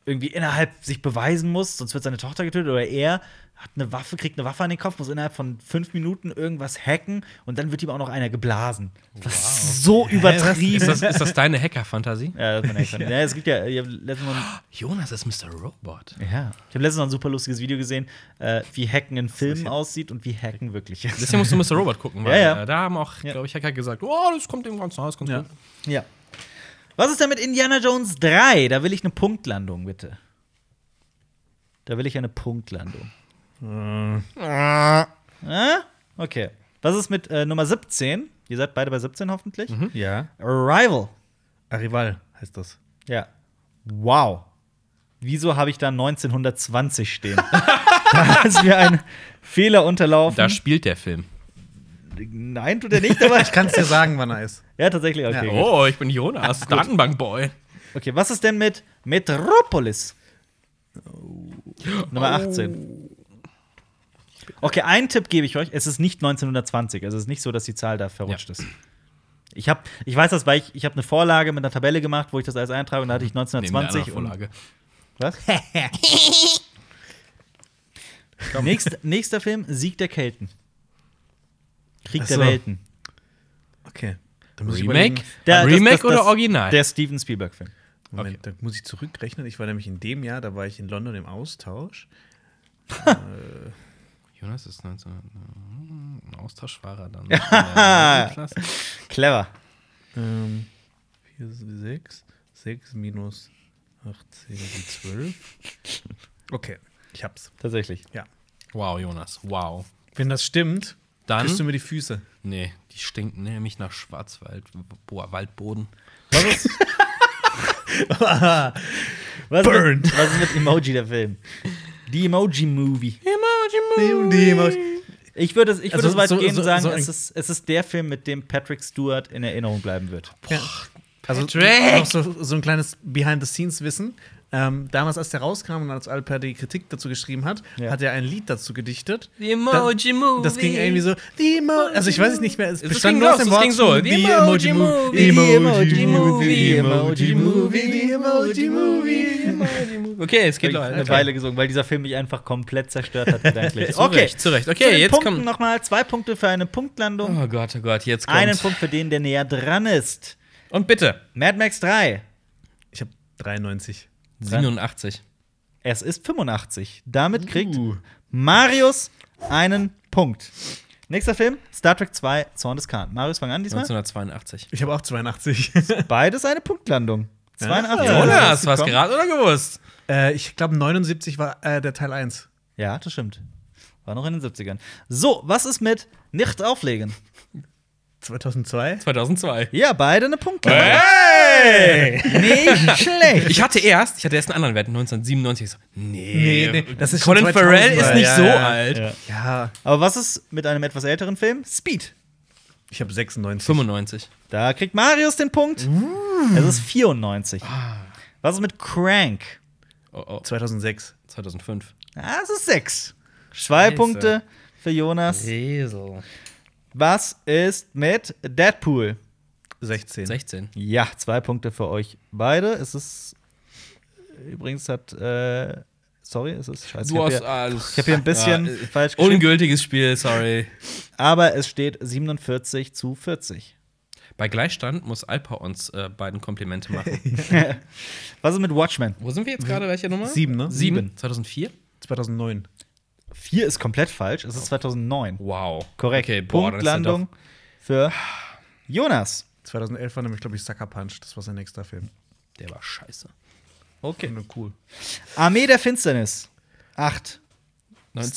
irgendwie innerhalb sich beweisen muss, sonst wird seine Tochter getötet oder er hat eine Waffe, kriegt eine Waffe an den Kopf, muss innerhalb von fünf Minuten irgendwas hacken und dann wird ihm auch noch einer geblasen. Das ist so übertrieben.
Ist das, ist das deine Hacker-Fantasie?
ja, das ist mein Ex-Freund. ja, es gibt ja, ich habe letztens mal ein,
Jonas ist Mr. Robot.
ja. ich hab letztens noch ein super lustiges Video gesehen, äh, wie Hacken in Filmen aussieht und wie Hacken wirklich ist.
Deswegen musst du Mr. Robot gucken, weil
Ja, ja.
äh, da haben auch,
Ja.
glaube ich, Hacker gesagt, oh, das kommt irgendwann zu Hause, kommt
Ja.
gut.
Ja. Mhm. Was ist denn mit Indiana Jones 3? Da will ich eine Punktlandung, bitte. Da will ich eine Punktlandung. Äh? Okay. Was ist mit äh, Nummer 17? Ihr seid beide bei 17 hoffentlich.
Ja.
Arrival.
Arrival heißt das.
Ja. Wow. Wieso habe ich da 1920 stehen? da ist mir ein Fehler unterlaufen.
Da spielt der Film.
Nein, tut er nicht, aber ich
Ich kann es dir sagen, wann er ist.
Ja, tatsächlich. Okay,
Ja.
gut.
Oh, ich bin Jonas, Datenbankboy.
okay, was ist denn mit Metropolis?
Oh.
Nummer 18. Okay, einen Tipp gebe ich euch. Es ist nicht 1920. Also es ist nicht so, dass die Zahl da verrutscht ist. Ich, hab, ich weiß das, weil ich, ich habe eine Vorlage mit einer Tabelle gemacht, wo ich das alles eintrage und da hatte ich
Neben der
1920. und-
anderen Vorlage.
was? Nächster, nächster Film: Sieg der Kelten. Krieg
Ach
der
so.
Welten.
Okay. Da muss ich
Remake?
überlegen.
Der- das-
Remake
das- das-
oder Original?
Der Steven Spielberg-Film.
Moment, da muss ich zurückrechnen. Ich war nämlich in dem Jahr, da war ich in London im Austausch.
Jonas ist 19. Ein Austauschfahrer dann. in der Klasse.
Clever.
Ähm, 4, 6, 6 minus 18, sind 12. Okay, ich hab's.
Tatsächlich.
Ja.
wow, Jonas, wow.
Wenn das stimmt,
Dann-
küsst du mir die Füße.
Nee, die stinken nämlich nach Schwarzwald, Boah, Waldboden.
Was ist? was, Burn. Mit, was ist mit Emoji der Film? Die Emoji Movie. Ich würde es ich würde
Also,
es weitgehend
so- so-
sagen,
so ein-
es, ist, es ist der Film, mit dem Patrick Stewart in Erinnerung bleiben wird.
Also
Patrick!
noch so, so ein kleines Behind-the-Scenes-Wissen. Ähm, damals, als der rauskam und als Alper die Kritik dazu geschrieben hat,
Ja.
hat er ein Lied dazu gedichtet.
The Emoji Movie.
Das ging irgendwie so, die Emo also ich weiß es nicht mehr, es
Das ging
bestand nur
los,
aus dem
das
Wort
ging so,
die
die
Emoji
Emoji
Movie,
Movie,
die Emoji
die
Oh, Movie,
Emoji Movie, die Emoji Movie.
Genau, Okay, es geht
Ich habe
los.
eine Weile gesungen, weil dieser Film mich einfach komplett zerstört hat gedanklich.
Zu Recht, zu Recht. Okay,
zu den
jetzt
Punkten
kommt-
nochmal zwei Punkte für eine Punktlandung,
Oh Gott, oh Gott, jetzt
einen
kommt's.
Punkt für den, der näher dran ist.
Und bitte.
Mad Max 3.
Ich habe 93.
87.
Es ist 85. Damit kriegt
Uh.
Marius einen Punkt. Nächster Film, Star Trek 2, Zorn des Khan. Marius, fang an diesmal.
1982.
Ich habe auch 82.
Beides eine Punktlandung. 82.
Jonas, was gerade oder gewusst?
Äh, ich glaube, 79 war äh, der Teil 1.
Ja, das stimmt. War noch in den 70ern. So, was ist mit nicht auflegen?
2002?
2002.
Ja, beide eine Punktlandung.
Hey!
Nicht schlecht.
Ich hatte erst, ich hatte erst einen anderen Wert, 1997. Ich so, nee,
Nee, nee, das ist schon
Colin Farrell
2000er,
ist nicht
ja,
so
ja.
alt.
Ja.
Ja,
Aber was ist mit einem etwas älteren Film? Speed.
ich habe 96.
95.
Da kriegt Marius den Punkt. Es ist 94. Was ist mit Crank?
Oh, oh,
2006.
2005.
Ah, es ist 6. Zwei
Scheiße.
Punkte für Jonas.
Esel.
Was ist mit Deadpool?
16.
16.
Ja, zwei Punkte für euch beide. Es ist. Übrigens hat. Äh, sorry, es ist scheiße. ich hab hier,
alles.
ich hab hier ein bisschen
Ja, äh,
falsch geschrieben.
Ungültiges Spiel, sorry.
Aber es steht 47 zu 40.
Bei Gleichstand muss Alpa uns äh, beiden Komplimente machen.
Was ist mit Watchmen?
Wo sind wir jetzt gerade? Welche Nummer?
7, ne?
Sie- Sieben.
2004?
2009.
Vier ist komplett falsch. Es ist 2009.
Wow.
Korrekt.
Okay, boah, dann ist er
Punktlandung für Jonas.
2011 war nämlich, glaube ich, Sucker Punch. Das war sein nächster Film.
doch- Der war scheiße.
Okay.
Und cool.
Armee der Finsternis. Acht.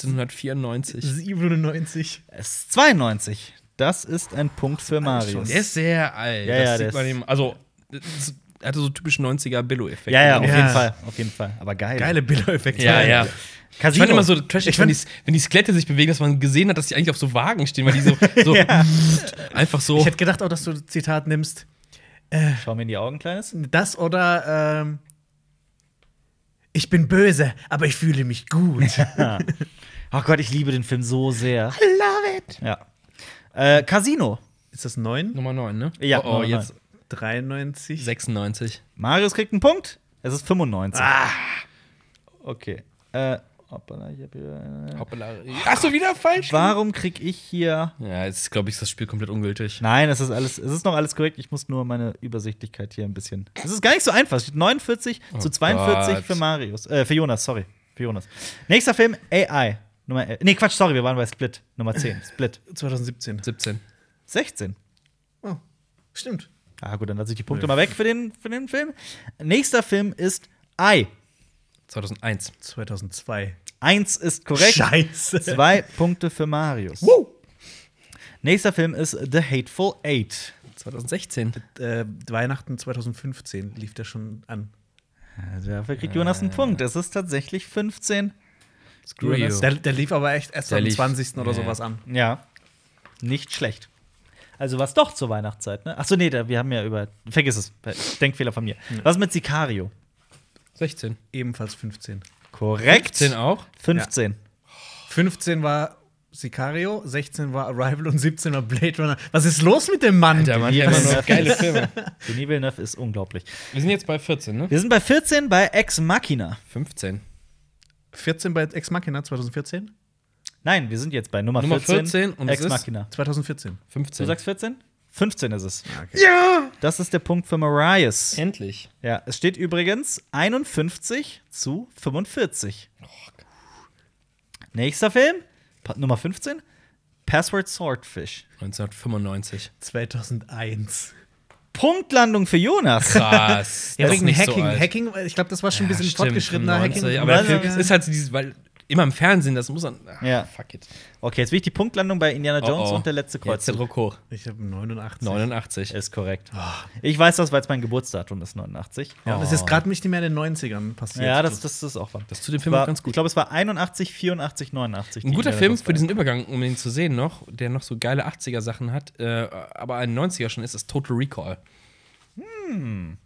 1994.
97.
Es ist 92. Das ist ein Punkt für Marius.
Der ist sehr alt.
Ja,
das
ja, der
sieht man
ist-
ihm. Also, das hatte so typisch 90er Billo-Effekt.
Ja, ja, auf
Ja.
jeden Fall. Auf jeden Fall. Aber geil.
Geile Bilder-Effekte.
Ja, ja. Ich
Casino.
fand immer so trashig,
Ich
wenn,
fand-
die, wenn die Skelette sich bewegen, dass man gesehen hat, dass die eigentlich auf so Wagen stehen, weil die so, so einfach so.
Ich hätte gedacht auch, dass du Zitat nimmst.
Schau mir in die Augen, Kleines.
Das oder ähm, ich bin böse, aber ich fühle mich gut.
Ach Oh Gott, ich liebe den Film so sehr. I love it. Ja. Äh, Casino.
Ist das 9?
Nummer 9, ne?
Ja,
oh, oh
Nummer
jetzt
93?
96.
Marius kriegt einen Punkt. Es ist 95. Okay. Äh, hoppala, ich hab hier, äh,
Hoppala. Hast du wieder falsch?
warum krieg ich hier.
Ja, jetzt glaube ich, ist das Spiel komplett ungültig.
Nein, es ist alles, es ist noch alles korrekt. Ich muss nur meine Übersichtlichkeit hier ein bisschen. Es ist gar nicht so einfach. Es steht 49 zu 42
Gott.
für Marius. Äh, für Jonas, sorry. Für Jonas. Nächster Film, AI. Nummer, el- nee, Quatsch, sorry, wir waren bei Split. Nummer 10. Split.
2017.
17.
16.
Oh, stimmt.
Ah, gut, dann lasse ich die Punkte mal weg für den, für den Film. Nächster Film ist I.
2001.
2002.
Eins ist korrekt.
Scheiße.
Zwei Punkte für Marius. Nächster Film ist The Hateful Eight.
2016.
Äh, Weihnachten 2015 lief der schon an.
Also Dafür kriegt Jonas
Äh.
einen Punkt. Es ist tatsächlich 15.
Screw you.
Der, der lief aber echt erst
oh. Der
am
lief-
20. oder
ja.
sowas an.
Ja. Nicht schlecht. Also was doch zur Weihnachtszeit, ne? Achso, nee, da, wir haben ja über. Vergiss es. Denkfehler von mir.
Hm.
Was mit Sicario?
16.
Ebenfalls 15.
Korrekt.
10 auch?
15.
15 war Sicario, 16 war Arrival und 17 war Blade Runner. Was ist los mit dem Mann?
Der macht
ja
ja
immer
immer
nur
noch geile Filme.
Denis Villeneuve ist unglaublich.
Wir sind jetzt bei 14, ne?
Wir sind bei 14 bei Ex Machina.
15.
14 bei Ex Machina 2014?
Nein, wir sind jetzt bei Nummer 14.
Nummer 14 und es
Ex
ist-
Machina.
2014.
15.
Du sagst 14? 15 ist es.
ja!
Das ist der Punkt für Marias.
Endlich.
Ja, es steht übrigens 51 zu 45. Nächster Film, Pa- Nummer 15, Password Swordfish.
1995.
2001.
Punktlandung für Jonas.
Krass.
Ja,
das
wegen
ist nicht
Hacking.
So alt.
Hacking, ich glaube, das war schon ein bisschen
Stimmt,
fortgeschrittener
95,
Hacking.
Aber
Ja,
der
ja,
Film
ja.
ist halt so dieses, weil immer im Fernsehen, das muss man. ah,
Ja.
Fuck it.
Okay, jetzt will ich die Punktlandung bei Indiana
Oh,
Jones
oh.
und der letzte
Jetzt der
Kreuzzug.
Druck hoch.
ich habe 89.
89.
Ist korrekt.
Ah.
Ich weiß das, weil es mein Geburtsdatum ist, 89.
Oh,
Ja, und es ist gerade nicht mehr in den 90ern passiert.
Ja, das, das ist auch wahr.
Das tut dem Film
war,
auch ganz gut.
Ich glaube, es war 81, 84, 89.
Ein
die
guter
Indiana
Film
Jones
für diesen Übergang, um ihn zu sehen noch, der noch so geile 80er-Sachen hat, äh, aber ein 90er schon ist, ist Total Recall.
Film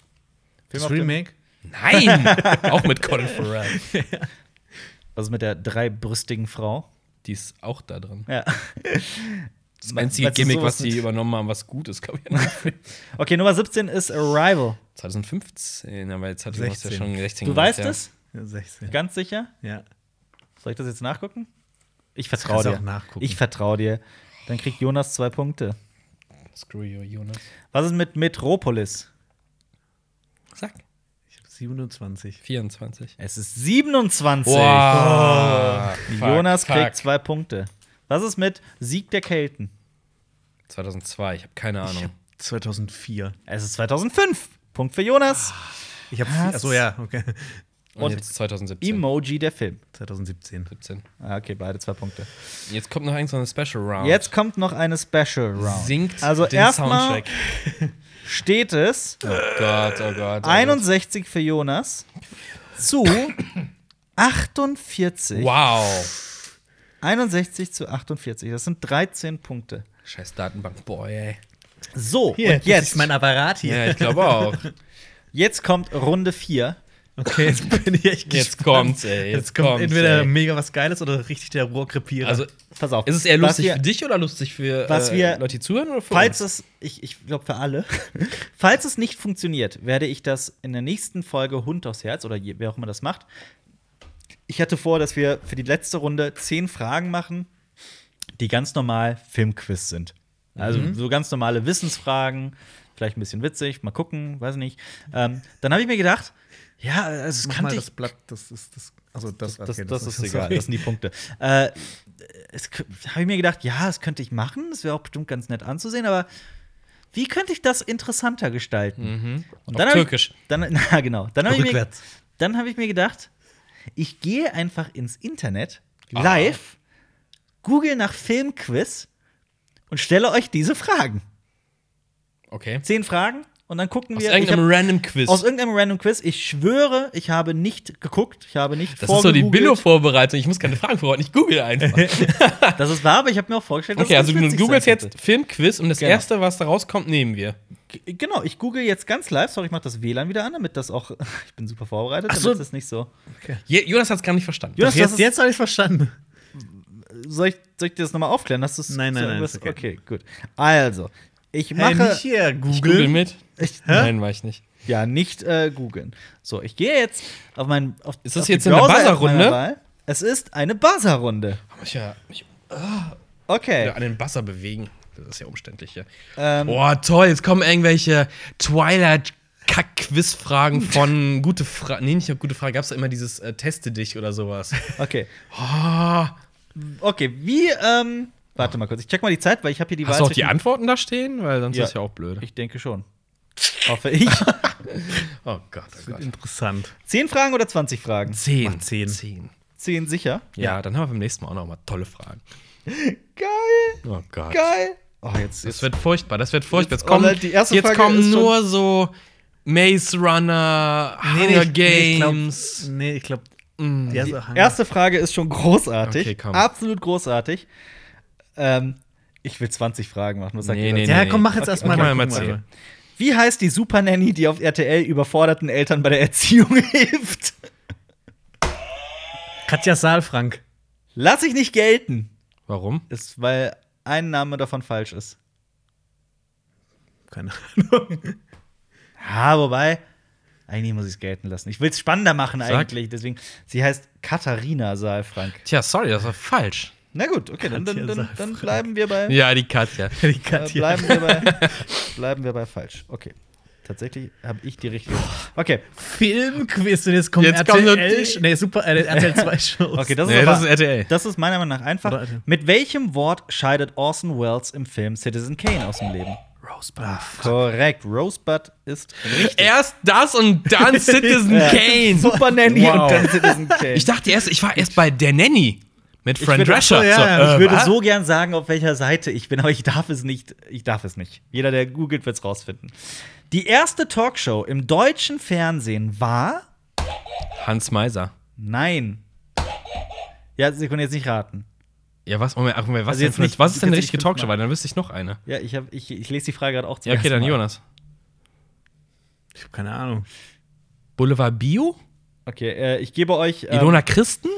das
auf dem-
Remake.
Nein! auch mit Colin Farrell.
Was ist mit der dreibrüstigen Frau?
Die ist auch da drin.
Ja.
Das einzige
Meinst du
Gimmick,
sowas
was die
mit-
übernommen haben, was gut ist, glaube ich.
Okay, Nummer 17 ist Arrival.
2015, aber jetzt hat Jonas ja
16.
schon 16
Du
gemacht,
weißt
ja.
es?
Ja, 16.
Ganz sicher?
Ja.
Soll ich das jetzt nachgucken? Ich vertraue
kannst du
dir.
auch nachgucken.
Ich vertraue dir. Dann kriegt Jonas zwei Punkte.
Screw you, Jonas.
Was ist mit Metropolis?
Sag.
Ich habe 27.
24.
Es ist 27. Jonas kriegt zwei Punkte. Was ist mit Sieg der Kelten?
2002, ich habe keine
Ich
Ahnung.
habe 2004.
Es ist 2005. Punkt für Jonas.
Ah, Ich hab's.
Was?
Achso, ja, okay.
Und jetzt 2017.
Emoji der Film.
2017.
17.
Ah, Okay, beide zwei Punkte.
Jetzt kommt noch irgend so eine Special Round.
Jetzt kommt noch eine Special Round.
singt
also
den
erstmal
Soundtrack.
steht es
Oh Gott, oh Gott. Oh
61 für Jonas zu 48.
Gott. Wow.
61 zu 48. Das sind 13 Punkte.
Scheiß Datenbank, boy, ey.
So, und
das ist
jetzt,
mein Apparat hier.
Ja, ich glaube auch.
jetzt kommt Runde 4.
Okay, jetzt bin ich echt
Jetzt
gespannt.
kommt's, ey.
Jetzt kommt
kommt's,
entweder
ey.
mega was Geiles oder richtig der Rohrkrepierer.
Also,
Pass auf.
ist es eher lustig
was
für
wir,
dich oder lustig für
was
äh,
wir-
Leute, die zuhören oder für
Falls
uns?
es, ich, ich glaube für alle, falls es nicht funktioniert, werde ich das in der nächsten Folge Hund aufs Herz oder je, wer auch immer das macht. Ich hatte vor, dass wir für die letzte Runde zehn Fragen machen, die ganz normal Filmquiz sind. Also
Mhm.
so ganz normale Wissensfragen, vielleicht ein bisschen witzig, mal gucken, weiß nicht. Ähm, dann habe ich mir gedacht, ja, also es
Mach
kannte
mal
ich
das Blatt, das ist das. Also das,
das,
okay,
das, ist
sorry.
egal, das sind die Punkte. Äh, es k- habe ich mir gedacht, ja, das könnte ich machen, das wäre auch bestimmt ganz nett anzusehen, aber wie könnte ich das interessanter gestalten? Und
Mhm. Auf
hab
Türkisch.
Ich, dann, na, genau. Dann habe ich, mir-
Rückwärts.
dann hab ich mir gedacht, ich gehe einfach ins Internet, live, google nach Filmquiz und stelle euch diese Fragen.
Okay.
Zehn Fragen und dann gucken
Aus
wir. ich
irgendeinem
hab-
random Quiz.
aus irgendeinem random Quiz. Ich schwöre, ich habe nicht geguckt, ich habe nicht
das ist so die
vorgegoogelt.
Billo-Vorbereitung. Ich muss keine Fragen vorbereiten. Ich google einfach.
Das ist wahr, aber ich habe mir auch vorgestellt, dass
Okay,
es ganz
also du
witzig
googelst
sein
jetzt Filmquiz und das
Genau.
erste, was da rauskommt, nehmen wir.
könnte. G- Genau, ich google jetzt ganz live. Sorry, ich mache das WLAN wieder an, damit das auch. Ich bin super vorbereitet,
Ach
damit
so.
das nicht so.
Je Jonas hat es gar nicht verstanden.
Jonas,
Doch,
das ist-
jetzt, jetzt habe ich verstanden.
Soll ich, soll ich dir das nochmal aufklären? Hast du's-
Nein, nein,
so
nein,
irgendwas-
ist okay.
okay, gut. Also, ich
Hey,
mache.
nicht hier,
Ich google
Google.
mit.
ich,
Nein, war ich nicht.
ja, nicht äh, googeln. So, ich gehe jetzt auf meinen. Auf,
Ist das
auf den
jetzt eine
Browser meiner
Buzzer-Runde?
Wahl. Es ist eine Buzzer-Runde.
Ich muss ja mich
Okay.
wieder an den Basser bewegen. Das ist ja umständlich hier.
Ähm,
Boah, toll, jetzt kommen irgendwelche Twilight-Kack-Quiz-Fragen von gute Frage. Nee, nicht auf gute Frage. Gab's da immer dieses äh, Teste dich oder sowas?
okay.
Ah,
Okay, wie. Ähm, warte mal kurz. Ich check mal die Zeit, weil ich habe hier die
Hast du auch die
zwischen-
Antworten da stehen? Weil sonst
Ja.
ist ja auch blöd.
Ich denke schon. Hoffe ich.
Oh Gott, oh Gott.
Interessant.
Zehn Fragen oder 20 Fragen?
Zehn.
zehn.
Zehn.
Zehn sicher.
Ja, dann haben wir beim nächsten Mal auch noch mal tolle Fragen.
Geil,
Oh Gott.
geil. Oh, jetzt,
das
jetzt.
wird furchtbar, das wird furchtbar. Jetzt
Jetzt-
kommen,
oh, die erste
jetzt
Frage ist
kommen
schon-
nur so Maze Runner, Hunger Games.
Nee, ich glaube. Mm.
die erste Frage ist schon großartig.
Okay, komm.
Absolut großartig. Ähm, ich will 20 Fragen machen. Was sagt
Nee,
ihr
nee,
dazu?
nee.
ja, komm, mach jetzt erstmal
okay,
mal.
mal
gucken wir
zehn.
mal.
Wie heißt die Supernanny, die auf RTL überforderten Eltern bei der Erziehung hilft?
Katja Saalfrank.
Lass ich nicht gelten.
Warum?
Ist, weil ein Name davon falsch ist.
Keine Ahnung.
Ja, wobei, eigentlich muss ich es gelten lassen. Ich will es spannender machen eigentlich. Deswegen, sie heißt Katharina Saalfrank.
Tja, sorry, das war falsch.
Na gut, okay, dann, dann, dann, dann
Saalfrank.
bleiben wir bei.
Ja, die Katja.
Die
Äh,
Katja.
bleiben, wir bei, bleiben wir bei falsch. Okay. Tatsächlich habe ich die richtige. Okay,
Filmquiz und jetzt kommt
Jetzt kommt
RTL.
noch die-
nee, super, äh, RTL 2 Shows.
okay, das ist,
Nee,
aber,
das ist RTL.
das ist meiner Meinung nach
Oder
einfach.
RTL.
Mit welchem Wort scheidet Orson Welles im Film Citizen Kane aus dem Leben?
Rosebud. Ach,
Korrekt, Rosebud ist richtig.
Erst das und dann Citizen
Ja.
Kane.
Äh, Super Nanny
Wow.
und dann Citizen Kane.
Ich dachte erst, ich war erst bei der Nanny mit Fran
würde-
Drescher.
Ach so, ja, ja,
ich
äh,
würde
was?
so gern sagen, auf welcher Seite ich bin, aber ich darf es nicht. Ich darf es nicht. Jeder, der googelt, wird es rausfinden. Die erste Talkshow im deutschen Fernsehen war
Hans Meiser.
Nein. Ja, Sie können jetzt nicht raten.
Ja, was? Moment, ach, Moment, was,
Also jetzt
denn,
nicht-
was ist denn
jetzt
eine
nicht
richtige
fünfmal.
Talkshow? Weil dann wüsste ich noch eine.
Ja, ich, hab, ich, ich lese die Frage gerade auch zum
Ja, okay,
ersten
dann
Mal.
Jonas.
Ich habe keine Ahnung.
Boulevard Bio?
Okay, äh, ich gebe euch, ähm,
Ilona Christen?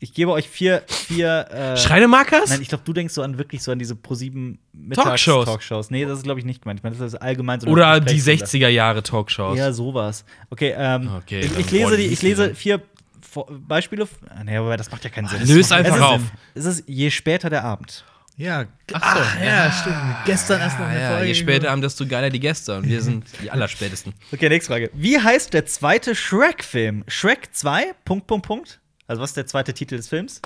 ich gebe euch vier, vier. Äh,
Schreinemakers?
Nein, ich glaube, du denkst so an wirklich so an diese pro sieben
Talkshows.
Talkshows. Nee, das ist glaube ich nicht gemeint. Ich meine, das ist allgemein so. eine
Oder die
Gesprächsrunde.
60er Jahre Talkshows.
Ja, sowas. Okay, ähm,
Okay,
ich,
dann
ich lese
wollen
die,
wir
ich
es
lese
wieder.
vier Vor- Beispiele. Ah, Nee, aber das macht ja keinen Sinn.
Löst
Es ist,
einfach auf.
Es ist je später der Abend.
Ja,
Ach so.
ja, stimmt. Gestern erst noch eine
Ah, Ja,
Folge.
je später haben, desto geiler die Gäste. Und wir sind die Allerspätesten.
Okay, nächste Frage. Wie heißt der zweite Shrek-Film? Shrek 2, Punkt, Punkt, Punkt. Also, was ist der zweite Titel des Films?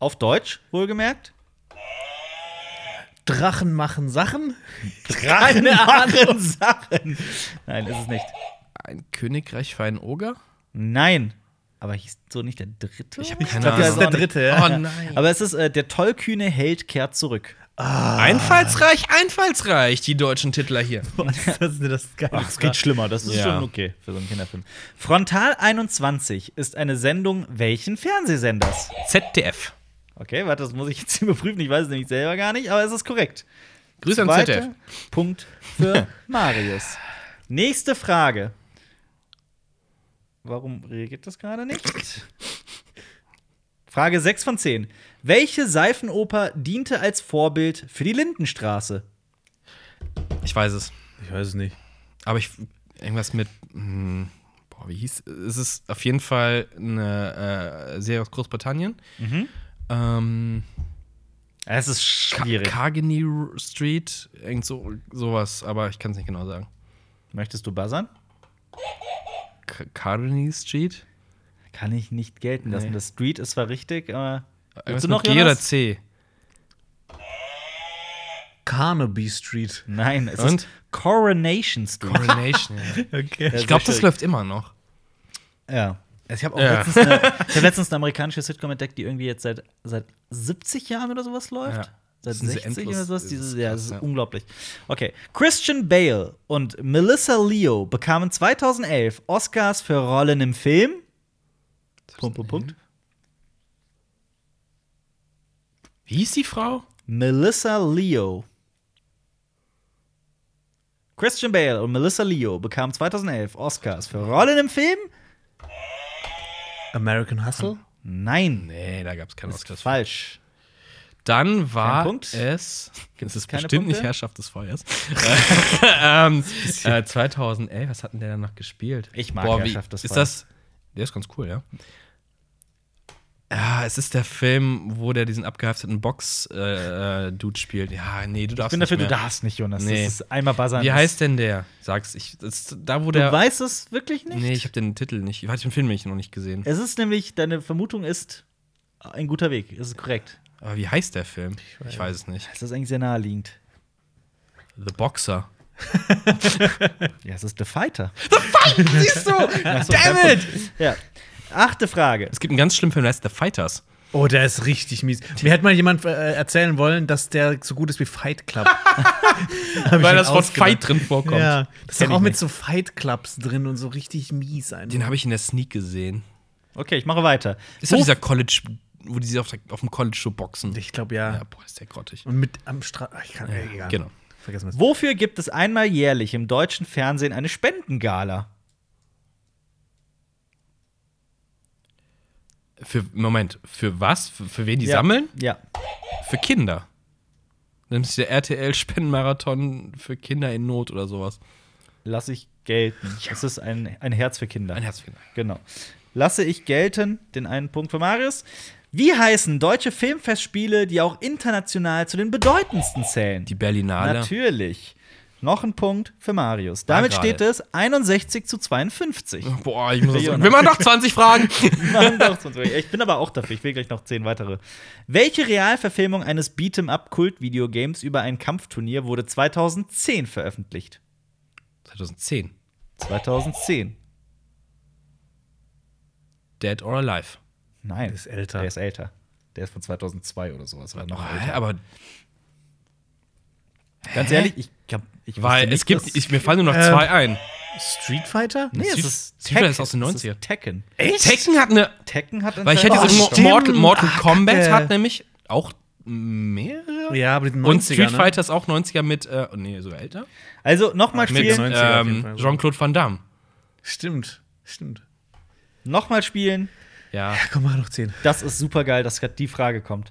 Auf Deutsch, wohlgemerkt.
Drachen machen Sachen?
Drachen machen Sachen. Nein, ist es nicht.
Ein Königreich für einen Oger?
Nein. Aber hieß so nicht der dritte?
Ich habe keine
glaub,
Ahnung.
der ist der
dritte,
Oh nein.
Aber es ist äh, der tollkühne Held kehrt zurück.
Ah. Einfallsreich, einfallsreich, die deutschen Titler hier.
das ist Also das geil.
Ach, es geht schlimmer, das ist
Ja.
schon okay für so einen Kinderfilm. Frontal 21 ist eine Sendung welchen Fernsehsenders?
ZDF.
Okay, warte, das muss ich jetzt überprüfen. Ich weiß es nämlich selber gar nicht, aber es ist korrekt.
Grüße an
Zweiter
ZDF.
Punkt für Marius. Nächste Frage. Warum reagiert das gerade nicht? Frage 6 von 10. Welche Seifenoper diente als Vorbild für die Lindenstraße?
Ich weiß es.
Ich weiß es nicht.
Aber ich. Irgendwas mit. Mh, boah, wie hieß. Es ist auf jeden Fall eine äh, Serie aus Großbritannien. Ähm,
Es ist
Ka-
schwierig.
Cargany Street, irgend so, sowas, aber ich kann es nicht genau sagen.
Möchtest du buzzern?
Ka- Cargany Street?
Kann ich nicht gelten lassen.
Nee.
Das Street ist zwar richtig, aber.
Irgendwas
Willst du noch
mit G oder
Jonas?
C?
Carnaby Street.
Nein, es
Und?
ist Coronation Street.
Coronation. ja.
Okay.
Ich glaube,
sehr
das
schön.
läuft immer noch.
Ja. Also ich habe auch
Ja.
letztens, eine, ich hab letztens eine amerikanische Sitcom entdeckt, die irgendwie jetzt seit, seit 70 Jahren oder sowas läuft.
Ja.
Seit
Das ist
60
endlos.
oder sowas.
Das
Dieses,
ist
ja,
krass,
das ist
ja.
unglaublich. Okay. Christian Bale und Melissa Leo bekamen 2011 Oscars für Rollen im Film. Punkt, Punkt, Punkt.
Wie hieß die Frau?
Melissa Leo. Christian Bale und Melissa Leo bekamen 2011 Oscars für Rollen im Film?
American Hustle?
Nein.
Nee, da gab es keinen
Das
Oscar.
ist falsch.
Dann war
Kein Punkt?
es. Das ist
keine
bestimmt
Punkte?
nicht Herrschaft des Feuers. ähm, äh, 2011, was hat denn der dann noch gespielt?
Ich mag Herrschaft des
ist
Feuers.
das? Der ist ganz cool, ja. Ja, es ist der Film, wo der diesen abgehafteten Box-Dude äh, Dude spielt. Ja, nee, du
Ich
darfst
bin dafür,
nicht
du
mehr.
darfst nicht, Jonas.
Nee.
Das ist einmal buzzern.
Wie
Das-
heißt denn der? Sag's ich. Das, ist da, wo
Du
der.
weißt es wirklich nicht?
nee, ich habe den Titel nicht. Warte, den Film hab ich noch nicht gesehen.
es ist nämlich, deine Vermutung ist ein guter Weg. Es ist korrekt.
Aber wie heißt der Film? Ich weiß, es nicht.
Es ist eigentlich sehr naheliegend.
The Boxer.
Ja, es ist The Fighter.
Siehst du? Damn it!
Ja. Achte Frage.
Es gibt einen ganz schlimmen Film, der heißt The Fighters.
Oh, der ist richtig mies. Mir hat mal jemand äh, erzählen wollen, dass der so gut ist wie Fight Club.
Weil das Wort Fight drin vorkommt.
Ja, das ist
kenn
doch auch
ich
mit
nicht. Genau.
so Fight Clubs drin und so richtig mies einfach.
Den habe ich in der Sneak gesehen.
Okay, ich mache weiter.
Ist doch
Wo-
dieser College, wo die sich auf, der, auf dem College so boxen.
Ich glaube ja.
Ja, boah, ist der grottig.
Und mit am Strahl. Ich kann ja, egal.
Genau.
Vergessen wir es.
Wofür gibt es einmal jährlich im deutschen Fernsehen eine Spendengala?
Für, Moment, für was? Für, für wen die
ja.
sammeln?
Ja.
Für Kinder. Nimmst du der RTL-Spendenmarathon für Kinder in Not oder sowas?
Lass ich gelten. Es ist ein, ein Herz für Kinder.
Ein Herz für Kinder.
Genau. Lasse ich gelten, den einen Punkt für Marius. Wie heißen deutsche Filmfestspiele, die auch international zu den bedeutendsten zählen?
Die Berlinale.
Natürlich. Noch ein Punkt für Marius. Damit
gerade.
steht es 61 zu 52.
Boah, ich muss das
Leona.
Will man doch 20 Fragen?
Mann, doch, sonst- ich bin aber auch dafür. Ich will gleich noch zehn weitere. Welche Realverfilmung eines Beat'em-up-Kult-Videogames über ein Kampfturnier wurde 2010 veröffentlicht?
2010.
2010.
Dead or Alive.
Nein.
Der ist älter.
Der ist älter. Der ist von 2002 oder sowas. Oder noch
Boah,
älter.
aber
Ganz
Hä?
ehrlich, ich, hab, ich wusste
weil
nicht,
es gibt,
dass-
ich, mir fallen nur noch
Ähm,
zwei ein.
Street Fighter?
nee, es
Street-
ist
Street Fighter
Tekken.
ist aus den
Es ist
90ern.
Tekken.
Echt?
Tekken hat eine
Tekken hat
Weil ich hätte
anscheinend-
Oh,
jetzt
stimmt.
Mortal, Mortal
Ah,
Kombat
Kacke.
hat nämlich auch mehrere.
Ja, aber die 90er,
Und Street
ne?
Fighter ist auch 90er mit, äh, nee, sogar älter.
Also nochmal
mit
spielen.
90er auf jeden
Ähm,
Fall.
Jean-Claude Van Damme.
Stimmt, stimmt.
Nochmal spielen.
Ja.
Ja, komm, mach noch 10.
Das ist super geil, dass gerade die Frage kommt.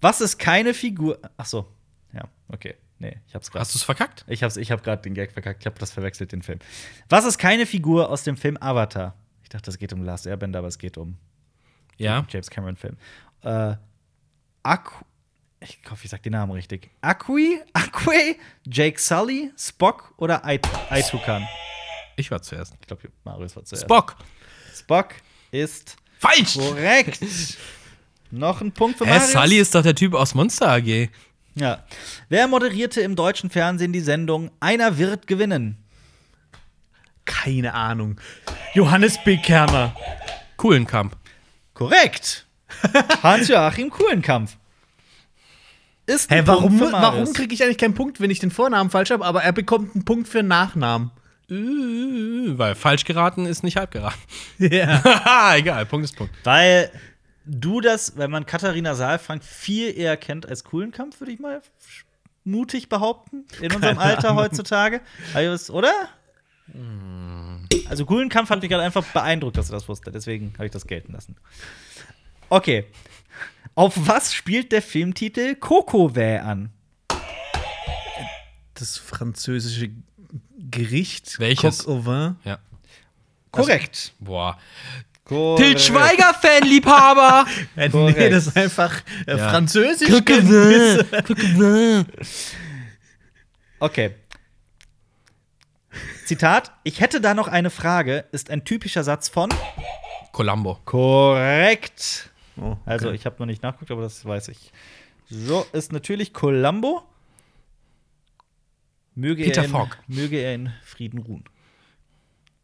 Was ist keine Figur? Ach so. Ja, okay. Nee, ich hab's gerade.
Hast du es verkackt?
Ich hab's, ich hab gerade den Gag verkackt. Ich hab das verwechselt, den Film. Was ist keine Figur aus dem Film Avatar? Ich dachte, es geht um Last Airbender, aber es geht um
Ja.
James Cameron Film. Äh, Aqu ich hoffe, ich sag den Namen richtig. Aqui, Aquae, Jake Sully, Spock oder Ait- Aitukan?
Ich war zuerst.
Ich glaube, Marius war zuerst.
Spock.
Spock ist
Falsch!
korrekt. Noch ein Punkt für
Hä,
Marius.
Sully ist doch der Typ aus Monster AG.
Ja. Wer moderierte im deutschen Fernsehen die Sendung Einer wird gewinnen?
Keine Ahnung. Johannes B. Kerner.
Kuhlenkamp.
Korrekt. Hans-Joachim Kuhlenkampf. Ist ein
Hä, warum,
Punkt für Maris.
warum kriege ich eigentlich keinen Punkt, wenn ich den Vornamen falsch habe, aber er bekommt einen Punkt für den Nachnamen?
Äh, Weil falsch geraten ist nicht halb geraten.
Ja.
Haha, egal, Punkt ist Punkt.
Weil du das, wenn man Katharina Saalfrank viel eher kennt als Kuhlenkampf, würde ich mal mutig behaupten, in unserem Alter heutzutage. Also, oder? Also Kuhlenkampf hat mich gerade einfach beeindruckt, dass du das wusste. Deswegen habe ich das gelten lassen. Okay. Auf was spielt der Filmtitel Coco Vä an?
Das französische Gericht.
Welches?
Coq au vin.
Ja.
Korrekt.
Boah.
Korrekt.
Til Schweiger-Fan-Liebhaber!
Äh, nee,
Korrekt.
das ist einfach äh,
Ja.
französisch.
Okay. Zitat: Ich hätte da noch eine Frage, ist ein typischer Satz von
Columbo.
Korrekt.
Oh, okay.
Also, ich habe noch nicht nachgeguckt, aber das weiß ich. So ist natürlich Columbo. Möge
Peter
er in,
Falk.
Möge er in Frieden ruhen.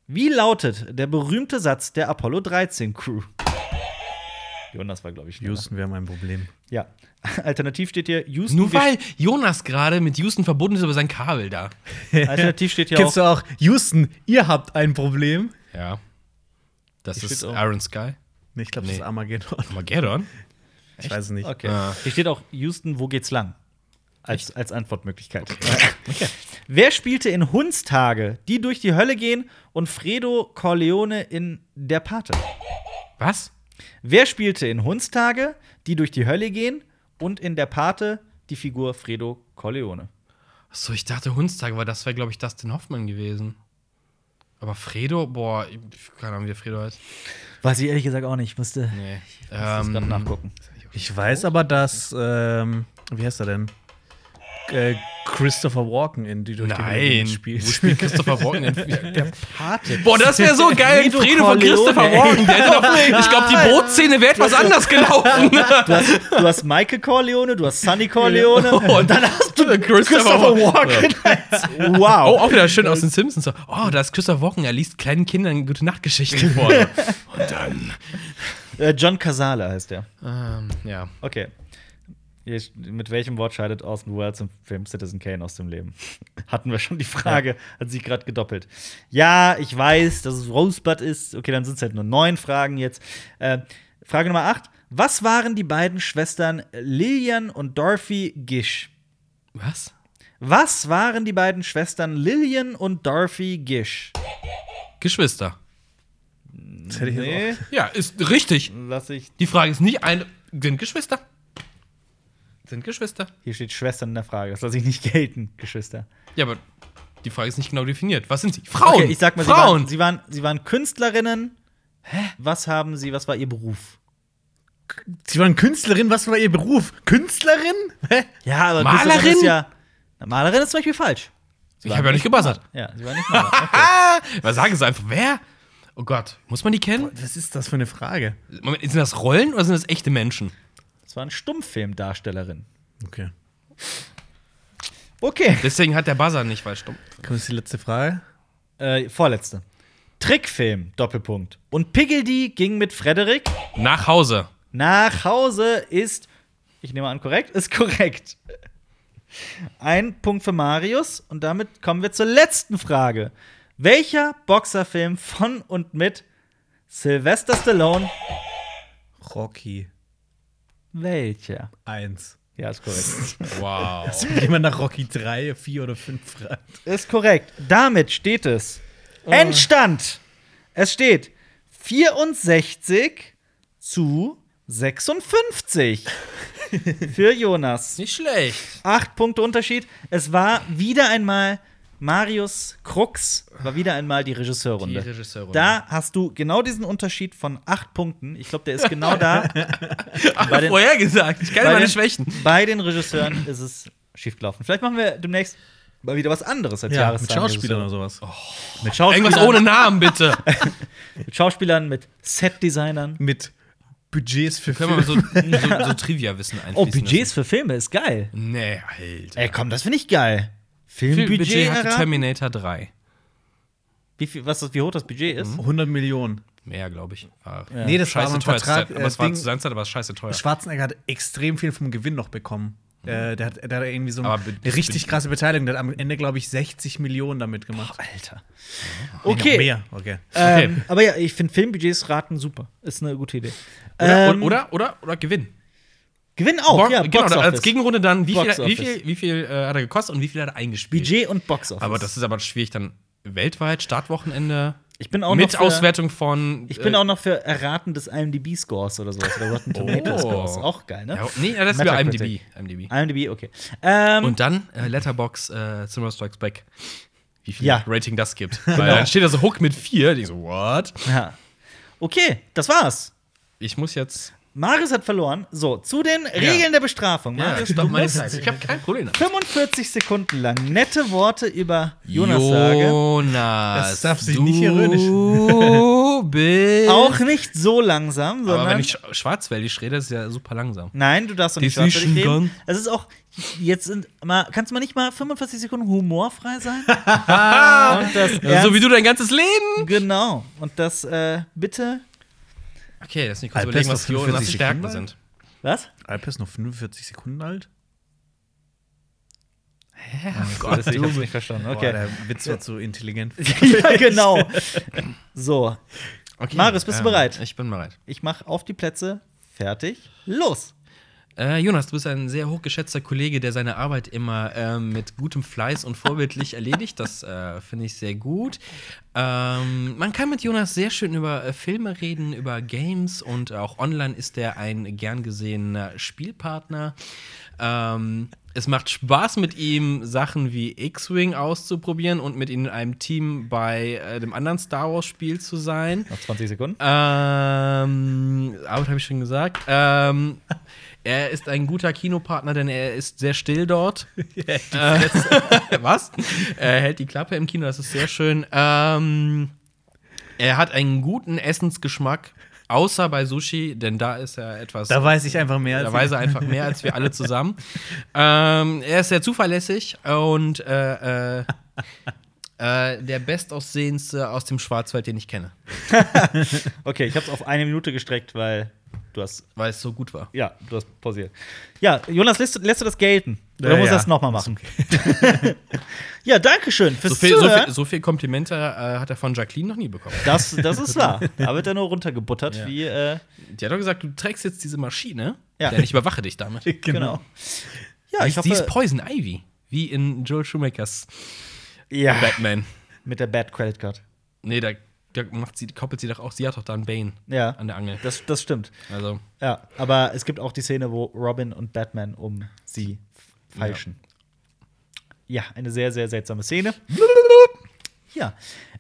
Wie lautet der berühmte Satz der Apollo 13 Crew? Jonas war, glaube ich, schneller.
Houston wäre mein Problem.
Ja. Alternativ steht hier Houston.
Nur
wir-
weil Jonas gerade mit Houston verbunden ist über sein Kabel da.
Alternativ steht hier
Gibst
auch.
du auch, Houston, ihr habt ein Problem?
Ja. Das
Ich
ist
steht auch-
Iron Sky.
Nee, ich glaube, das
Nee.
ist Armageddon.
Armageddon?
Ich weiß es nicht.
Okay.
Ja.
Hier steht auch Houston, wo geht's lang? Als, als Antwortmöglichkeit. Wer spielte in Hundstage, die durch die Hölle gehen, und Fredo Corleone in Der Pate?
Was?
Wer spielte in Hundstage, die durch die Hölle gehen, und in Der Pate die Figur Fredo Corleone?
Achso, ich dachte Hundstag, weil das wäre, glaube ich, Dustin Hoffmann gewesen. Aber Fredo, boah, ich, keine Ahnung, wie der Fredo heißt.
Weiß ich ehrlich gesagt auch nicht. Musste
Nee. Ich
das grad nachgucken.
Ich weiß aber, dass, ähm, wie heißt er denn? Äh, Christopher Walken in die durch die Hölle
Nein.
gehen
Wo
spielt.
spielt Christopher Walken denn?
Pate.
Boah, das wäre so geil.
Fredo
Fredo von
Corleone.
Christopher Walken. Der hätte doch, ich glaube, die Bootszene wäre etwas anders gelaufen.
Du hast, du hast Michael Corleone, du hast Sonny Corleone.
Und dann hast du Christopher Walken.
Wow.
Oh, auch wieder schön aus den Simpsons. so, Oh, da ist Christopher Walken. Er liest kleinen Kindern gute Nachtgeschichten vor. Und dann.
Äh, John Casale heißt er.
Ähm, ja.
Okay. Hier, sch- Mit welchem Wort scheidet Orson Welles im Film Citizen Kane aus dem Leben? Hatten wir schon die Frage, hat sich gerade gedoppelt. Ja, ich weiß, dass es Rosebud ist. Okay, dann sind es halt nur neun Fragen jetzt. Äh, Frage Nummer acht. Was waren die beiden Schwestern Lillian und Dorothy Gish?
Was?
Was waren die beiden Schwestern Lillian und Dorothy Gish?
Geschwister.
Das hätte ich jetzt auch-
Ja, ist richtig.
lass ich.
Die Frage ist nicht ein. Sind Geschwister? Sind Geschwister?
Hier steht Schwestern in der Frage. Das lasse ich nicht gelten, Geschwister.
Ja, aber die Frage ist nicht genau definiert. Was sind sie? Frauen!
Okay, ich sag mal,
Frauen!
Sie, waren, sie, waren, sie waren Künstlerinnen. Hä? Was haben sie, was war ihr Beruf?
Sie waren Künstlerin, was war ihr Beruf? Künstlerin? Hä?
Ja, aber
Malerin?
Künstlerin ist ja. Na, Malerin ist zum Beispiel falsch.
ich habe ja nicht gebuzzert.
Ja, sie war nicht Malerin.
Aber sag es einfach. Wer? Oh Gott, muss man die kennen?
Was ist das für eine Frage?
Moment, sind das Rollen oder sind das echte Menschen?
Es war eine Stummfilmdarstellerin.
Okay.
Okay.
Deswegen hat der Buzzer nicht, weil stumm.
Kommt jetzt die letzte Frage?
Äh, vorletzte. Trickfilm, Doppelpunkt. Und Piggledy ging mit Frederik
Nach Hause.
nach Hause ist, ich nehme an, korrekt, ist korrekt. Ein Punkt für Marius und damit kommen wir zur letzten Frage. Welcher Boxerfilm von und mit Sylvester Stallone?
Rocky
Welcher?
1.
Ja, ist korrekt.
Wow.
Jemand nach Rocky 3, 4 oder 5 fragt.
ist korrekt. Damit steht es. Endstand. Es steht 64 zu 56 für Jonas.
Nicht schlecht.
Acht Punkte Unterschied. Es war wieder einmal Marius Krux, war wieder einmal die Regisseurrunde.
Die Regisseurrunde.
Da hast du genau diesen Unterschied von acht Punkten. Ich glaube, der ist genau da. bei, den,
Vorher gesagt, ich kenne
bei,
meine
den,
Schwächen.
bei den Regisseuren ist es schiefgelaufen. Vielleicht machen wir demnächst mal wieder was anderes als
Ja, mit
Jahreszahlen-
Schauspielern oder sowas.
Mit Schauspielern,
Irgendwas ohne Namen, bitte.
mit Schauspielern, mit Setdesignern.
Mit Budgets für
Können wir
Filme.
mal so, so, so Trivia-Wissen einfließen
Oh, Budgets
Lassen.
für Filme ist geil.
Nee, halt. Alter.
Ey, komm, das finde ich geil.
Wie viel
Filmbudget
Budget hatte
erraten?
Terminator 3?
wie, viel, was das, wie hoch das Budget ist?
100 Millionen.
Mehr, glaube ich. War
Nee, das war
scheiße
aber ein
teuer zur
Vertrag,
Zeit. Aber es
äh,
war
Ding-
zu seiner Zeit, aber es war scheiße teuer.
Schwarzenegger hat extrem viel vom Gewinn noch bekommen. Äh, der, hat, der hat irgendwie so
Mhm. Aber
eine
be-
richtig krasse Beteiligung. Der hat am Ende, glaube ich, 60 Millionen damit gemacht.
Alter.
Nee, noch
Okay.
Mehr, okay.
Äh.
Ähm, aber ja, ich finde Filmbudgets raten super. Ist eine gute Idee.
Oder,
Ähm,
oder, oder, oder Gewinn.
Gewinn auch,
Box,
ja.
genau,
Box
als
Office.
Gegenrunde dann, wie viel,
Box
wie
Office.
viel, wie viel äh, hat er gekostet und wie viel hat er eingespielt?
Budget und Box Office.
Aber das ist aber schwierig dann weltweit, Startwochenende.
ich bin auch
mit
noch für,
Auswertung von.
Ich bin
äh, Oh.
auch noch für Erraten des IMDb-Scores oder sowas. Oder Rotten Tomato-Scores. Auch geil, ne?
Ja, nee, das ist über
Metacritic.
IMDb. IMDb.
IMDb, okay. Ähm,
Und dann äh, Letterbox äh, Cinema Strikes Back. Wie viel
Ja.
Rating das gibt. Weil dann steht da so Hook mit 4. Ich so, what?
ja. Okay, das war's.
Ich muss jetzt.
Marius hat verloren. So, zu den Regeln der Bestrafung. Marius,
stopp
du
meine
musst
Zeit. Ich habe kein Problem damit.
45 Sekunden lang nette Worte über Jonas sagen.
Jonas,
Das darf sich
du
nicht
Du bist.
Auch nicht so ne? langsam, sondern.
Aber wenn ich sch- schwarzwäldig rede, ist es ja super langsam.
Nein, du darfst doch nicht
Das ist
schwarzwäldig
schon
reden. Es
ganz-
ist auch, jetzt sind mal, kannst du mal nicht mal 45 Sekunden humorfrei sein? Und das ernst,
Also So wie du dein ganzes Leben.
genau. Und das äh, bitte,
Okay, lass mich kurz
Alpes
überlegen,
noch
was Jonas
45
Stärken
Sekunden
sind.
was?
Alper ist noch 45 Sekunden alt.
Oh,
Gott, ich hab's nicht verstanden.
Boah,
Okay.
der Witz war zu intelligent.
ja, genau. So,
Okay, Ähm,
Marius, bist du bereit?
Ich bin bereit.
ich mache auf die Plätze. Fertig. Los.
Äh, Jonas, du bist ein sehr hochgeschätzter Kollege, der seine Arbeit immer ähm, mit gutem Fleiß und vorbildlich erledigt. Das äh, finde ich sehr gut. Ähm, man kann mit Jonas sehr schön über äh, Filme reden, über Games und auch online ist er ein gern gesehener Spielpartner. Ähm, es macht Spaß, mit ihm Sachen wie X-Wing auszuprobieren und mit ihm in einem Team bei äh, dem anderen Star Wars-Spiel zu sein.
Noch 20 Sekunden.
Ähm, Arbeit habe ich schon gesagt. Ähm, er ist ein guter Kinopartner, denn er ist sehr still dort. Äh, Was? Er hält die Klappe im Kino, das ist sehr schön. Ähm, er hat einen guten Essensgeschmack, außer bei Sushi, denn da ist er etwas.
Da weiß ich einfach mehr.
Da weiß er einfach mehr als wir alle zusammen. ähm, er ist sehr zuverlässig und äh, äh, äh, der bestaussehendste aus dem Schwarzwald, den ich kenne,
Okay, ich habe es auf eine Minute gestreckt, weil du hast,
weil es so gut war.
ja, du hast pausiert. Ja, Jonas, lässt, du- lässt du das gelten? Oder
Ja,
muss
ja.
das nochmal machen? ja, danke schön fürs
So viel, so
Zuhören.
viel, so viel Komplimente äh, hat er von Jacqueline noch nie bekommen.
Das, das ist wahr. Da wird er nur runtergebuttert,
Ja.
wie. Äh,
Die hat doch gesagt, du trägst jetzt diese Maschine,
Ja.
denn ich überwache dich damit.
Genau.
genau. Ja, ich
Sie ist
hoffe.
Poison Ivy, wie in Joel Schumachers
Ja,
Batman.
mit der Bad Credit Card.
Nee, da, da macht sie, koppelt sie doch auch, sie hat doch da einen Bane
Ja.
an der Angel.
Das, das stimmt.
Also,
Ja, aber es gibt auch die Szene, wo Robin und Batman um sie feilschen. Ja, eine sehr, sehr seltsame Szene. Ja,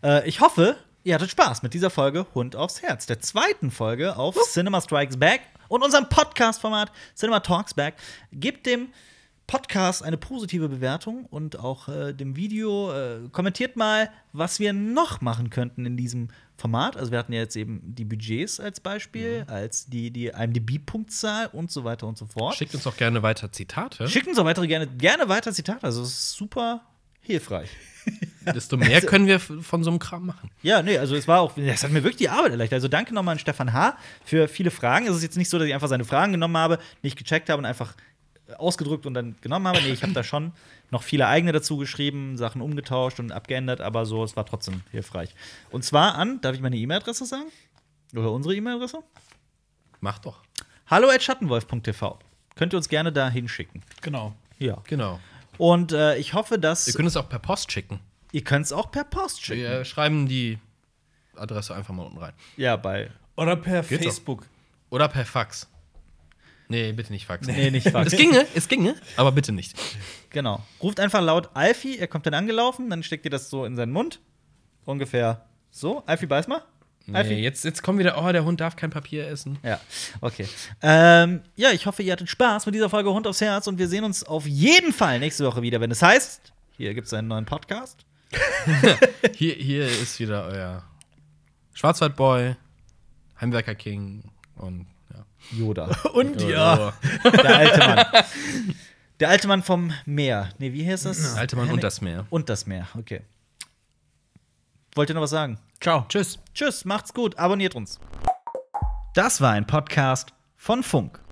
äh, ich hoffe, ihr hattet Spaß mit dieser Folge Hund aufs Herz, der zweiten Folge auf Cinema Strikes Back und unserem Podcast-Format Cinema Talks Back. Gebt dem Podcast eine positive Bewertung und auch äh, dem Video äh, kommentiert mal, was wir noch machen könnten in diesem Format. Also wir hatten ja jetzt eben die Budgets als Beispiel, als die, die IMDb-Punktzahl und so weiter und so fort.
schickt uns auch gerne weiter Zitate.
Schickt uns auch weitere gerne, gerne weiter Zitate. Also es ist super hilfreich.
Desto mehr können wir f- von so einem Kram machen.
Ja, nee, also es war auch, das hat mir wirklich die Arbeit erleichtert. Also danke nochmal an Stefan H. für viele Fragen. Es ist jetzt nicht so, dass ich einfach seine Fragen genommen habe, nicht gecheckt habe und einfach äh, ausgedrückt und dann genommen habe. Nee, ich habe da schon noch viele eigene dazu geschrieben, Sachen umgetauscht und abgeändert, aber so, es war trotzdem hilfreich. Und zwar an, darf ich meine E-Mail-Adresse sagen? Oder unsere E-Mail-Adresse?
Mach doch.
Hallo at schattenwolf.tv. Könnt ihr uns gerne da hinschicken.
Genau.
Ja.
Genau.
Und äh, ich hoffe, dass
Wir können es auch per Post schicken.
ihr könnt es auch per Post schicken.
Wir äh, schreiben die Adresse einfach mal unten rein.
Ja, bei.
Oder per
Geht's doch.
Facebook.
Oder per Fax. Nee, bitte nicht Fax.
Nee, nicht Fax.
Es ginge, es ginge, aber bitte nicht.
Genau. Ruft einfach laut Alfie, er kommt dann angelaufen, dann steckt ihr das so in seinen Mund. Ungefähr so. Alfie, beiß mal. Alfie?
Nee, jetzt, jetzt kommt wieder, oh, der Hund darf kein Papier essen.
Ja, okay. Ähm, ja, ich hoffe, ihr hattet Spaß mit dieser Folge Hund aufs Herz und wir sehen uns auf jeden Fall nächste Woche wieder, wenn es heißt, hier gibt es einen neuen Podcast.
Hier, hier ist wieder euer Schwarzwaldboy, Heimwerker King und
Yoda.
Und ja.
Der alte Mann. Der alte Mann vom Meer. Nee, wie hieß es?
Der alte Mann
Henning-
und das Meer.
Und das Meer, okay. Wollt ihr noch was sagen?
Ciao. Tschüss.
Tschüss, macht's gut, abonniert uns. Das war ein Podcast von Funk.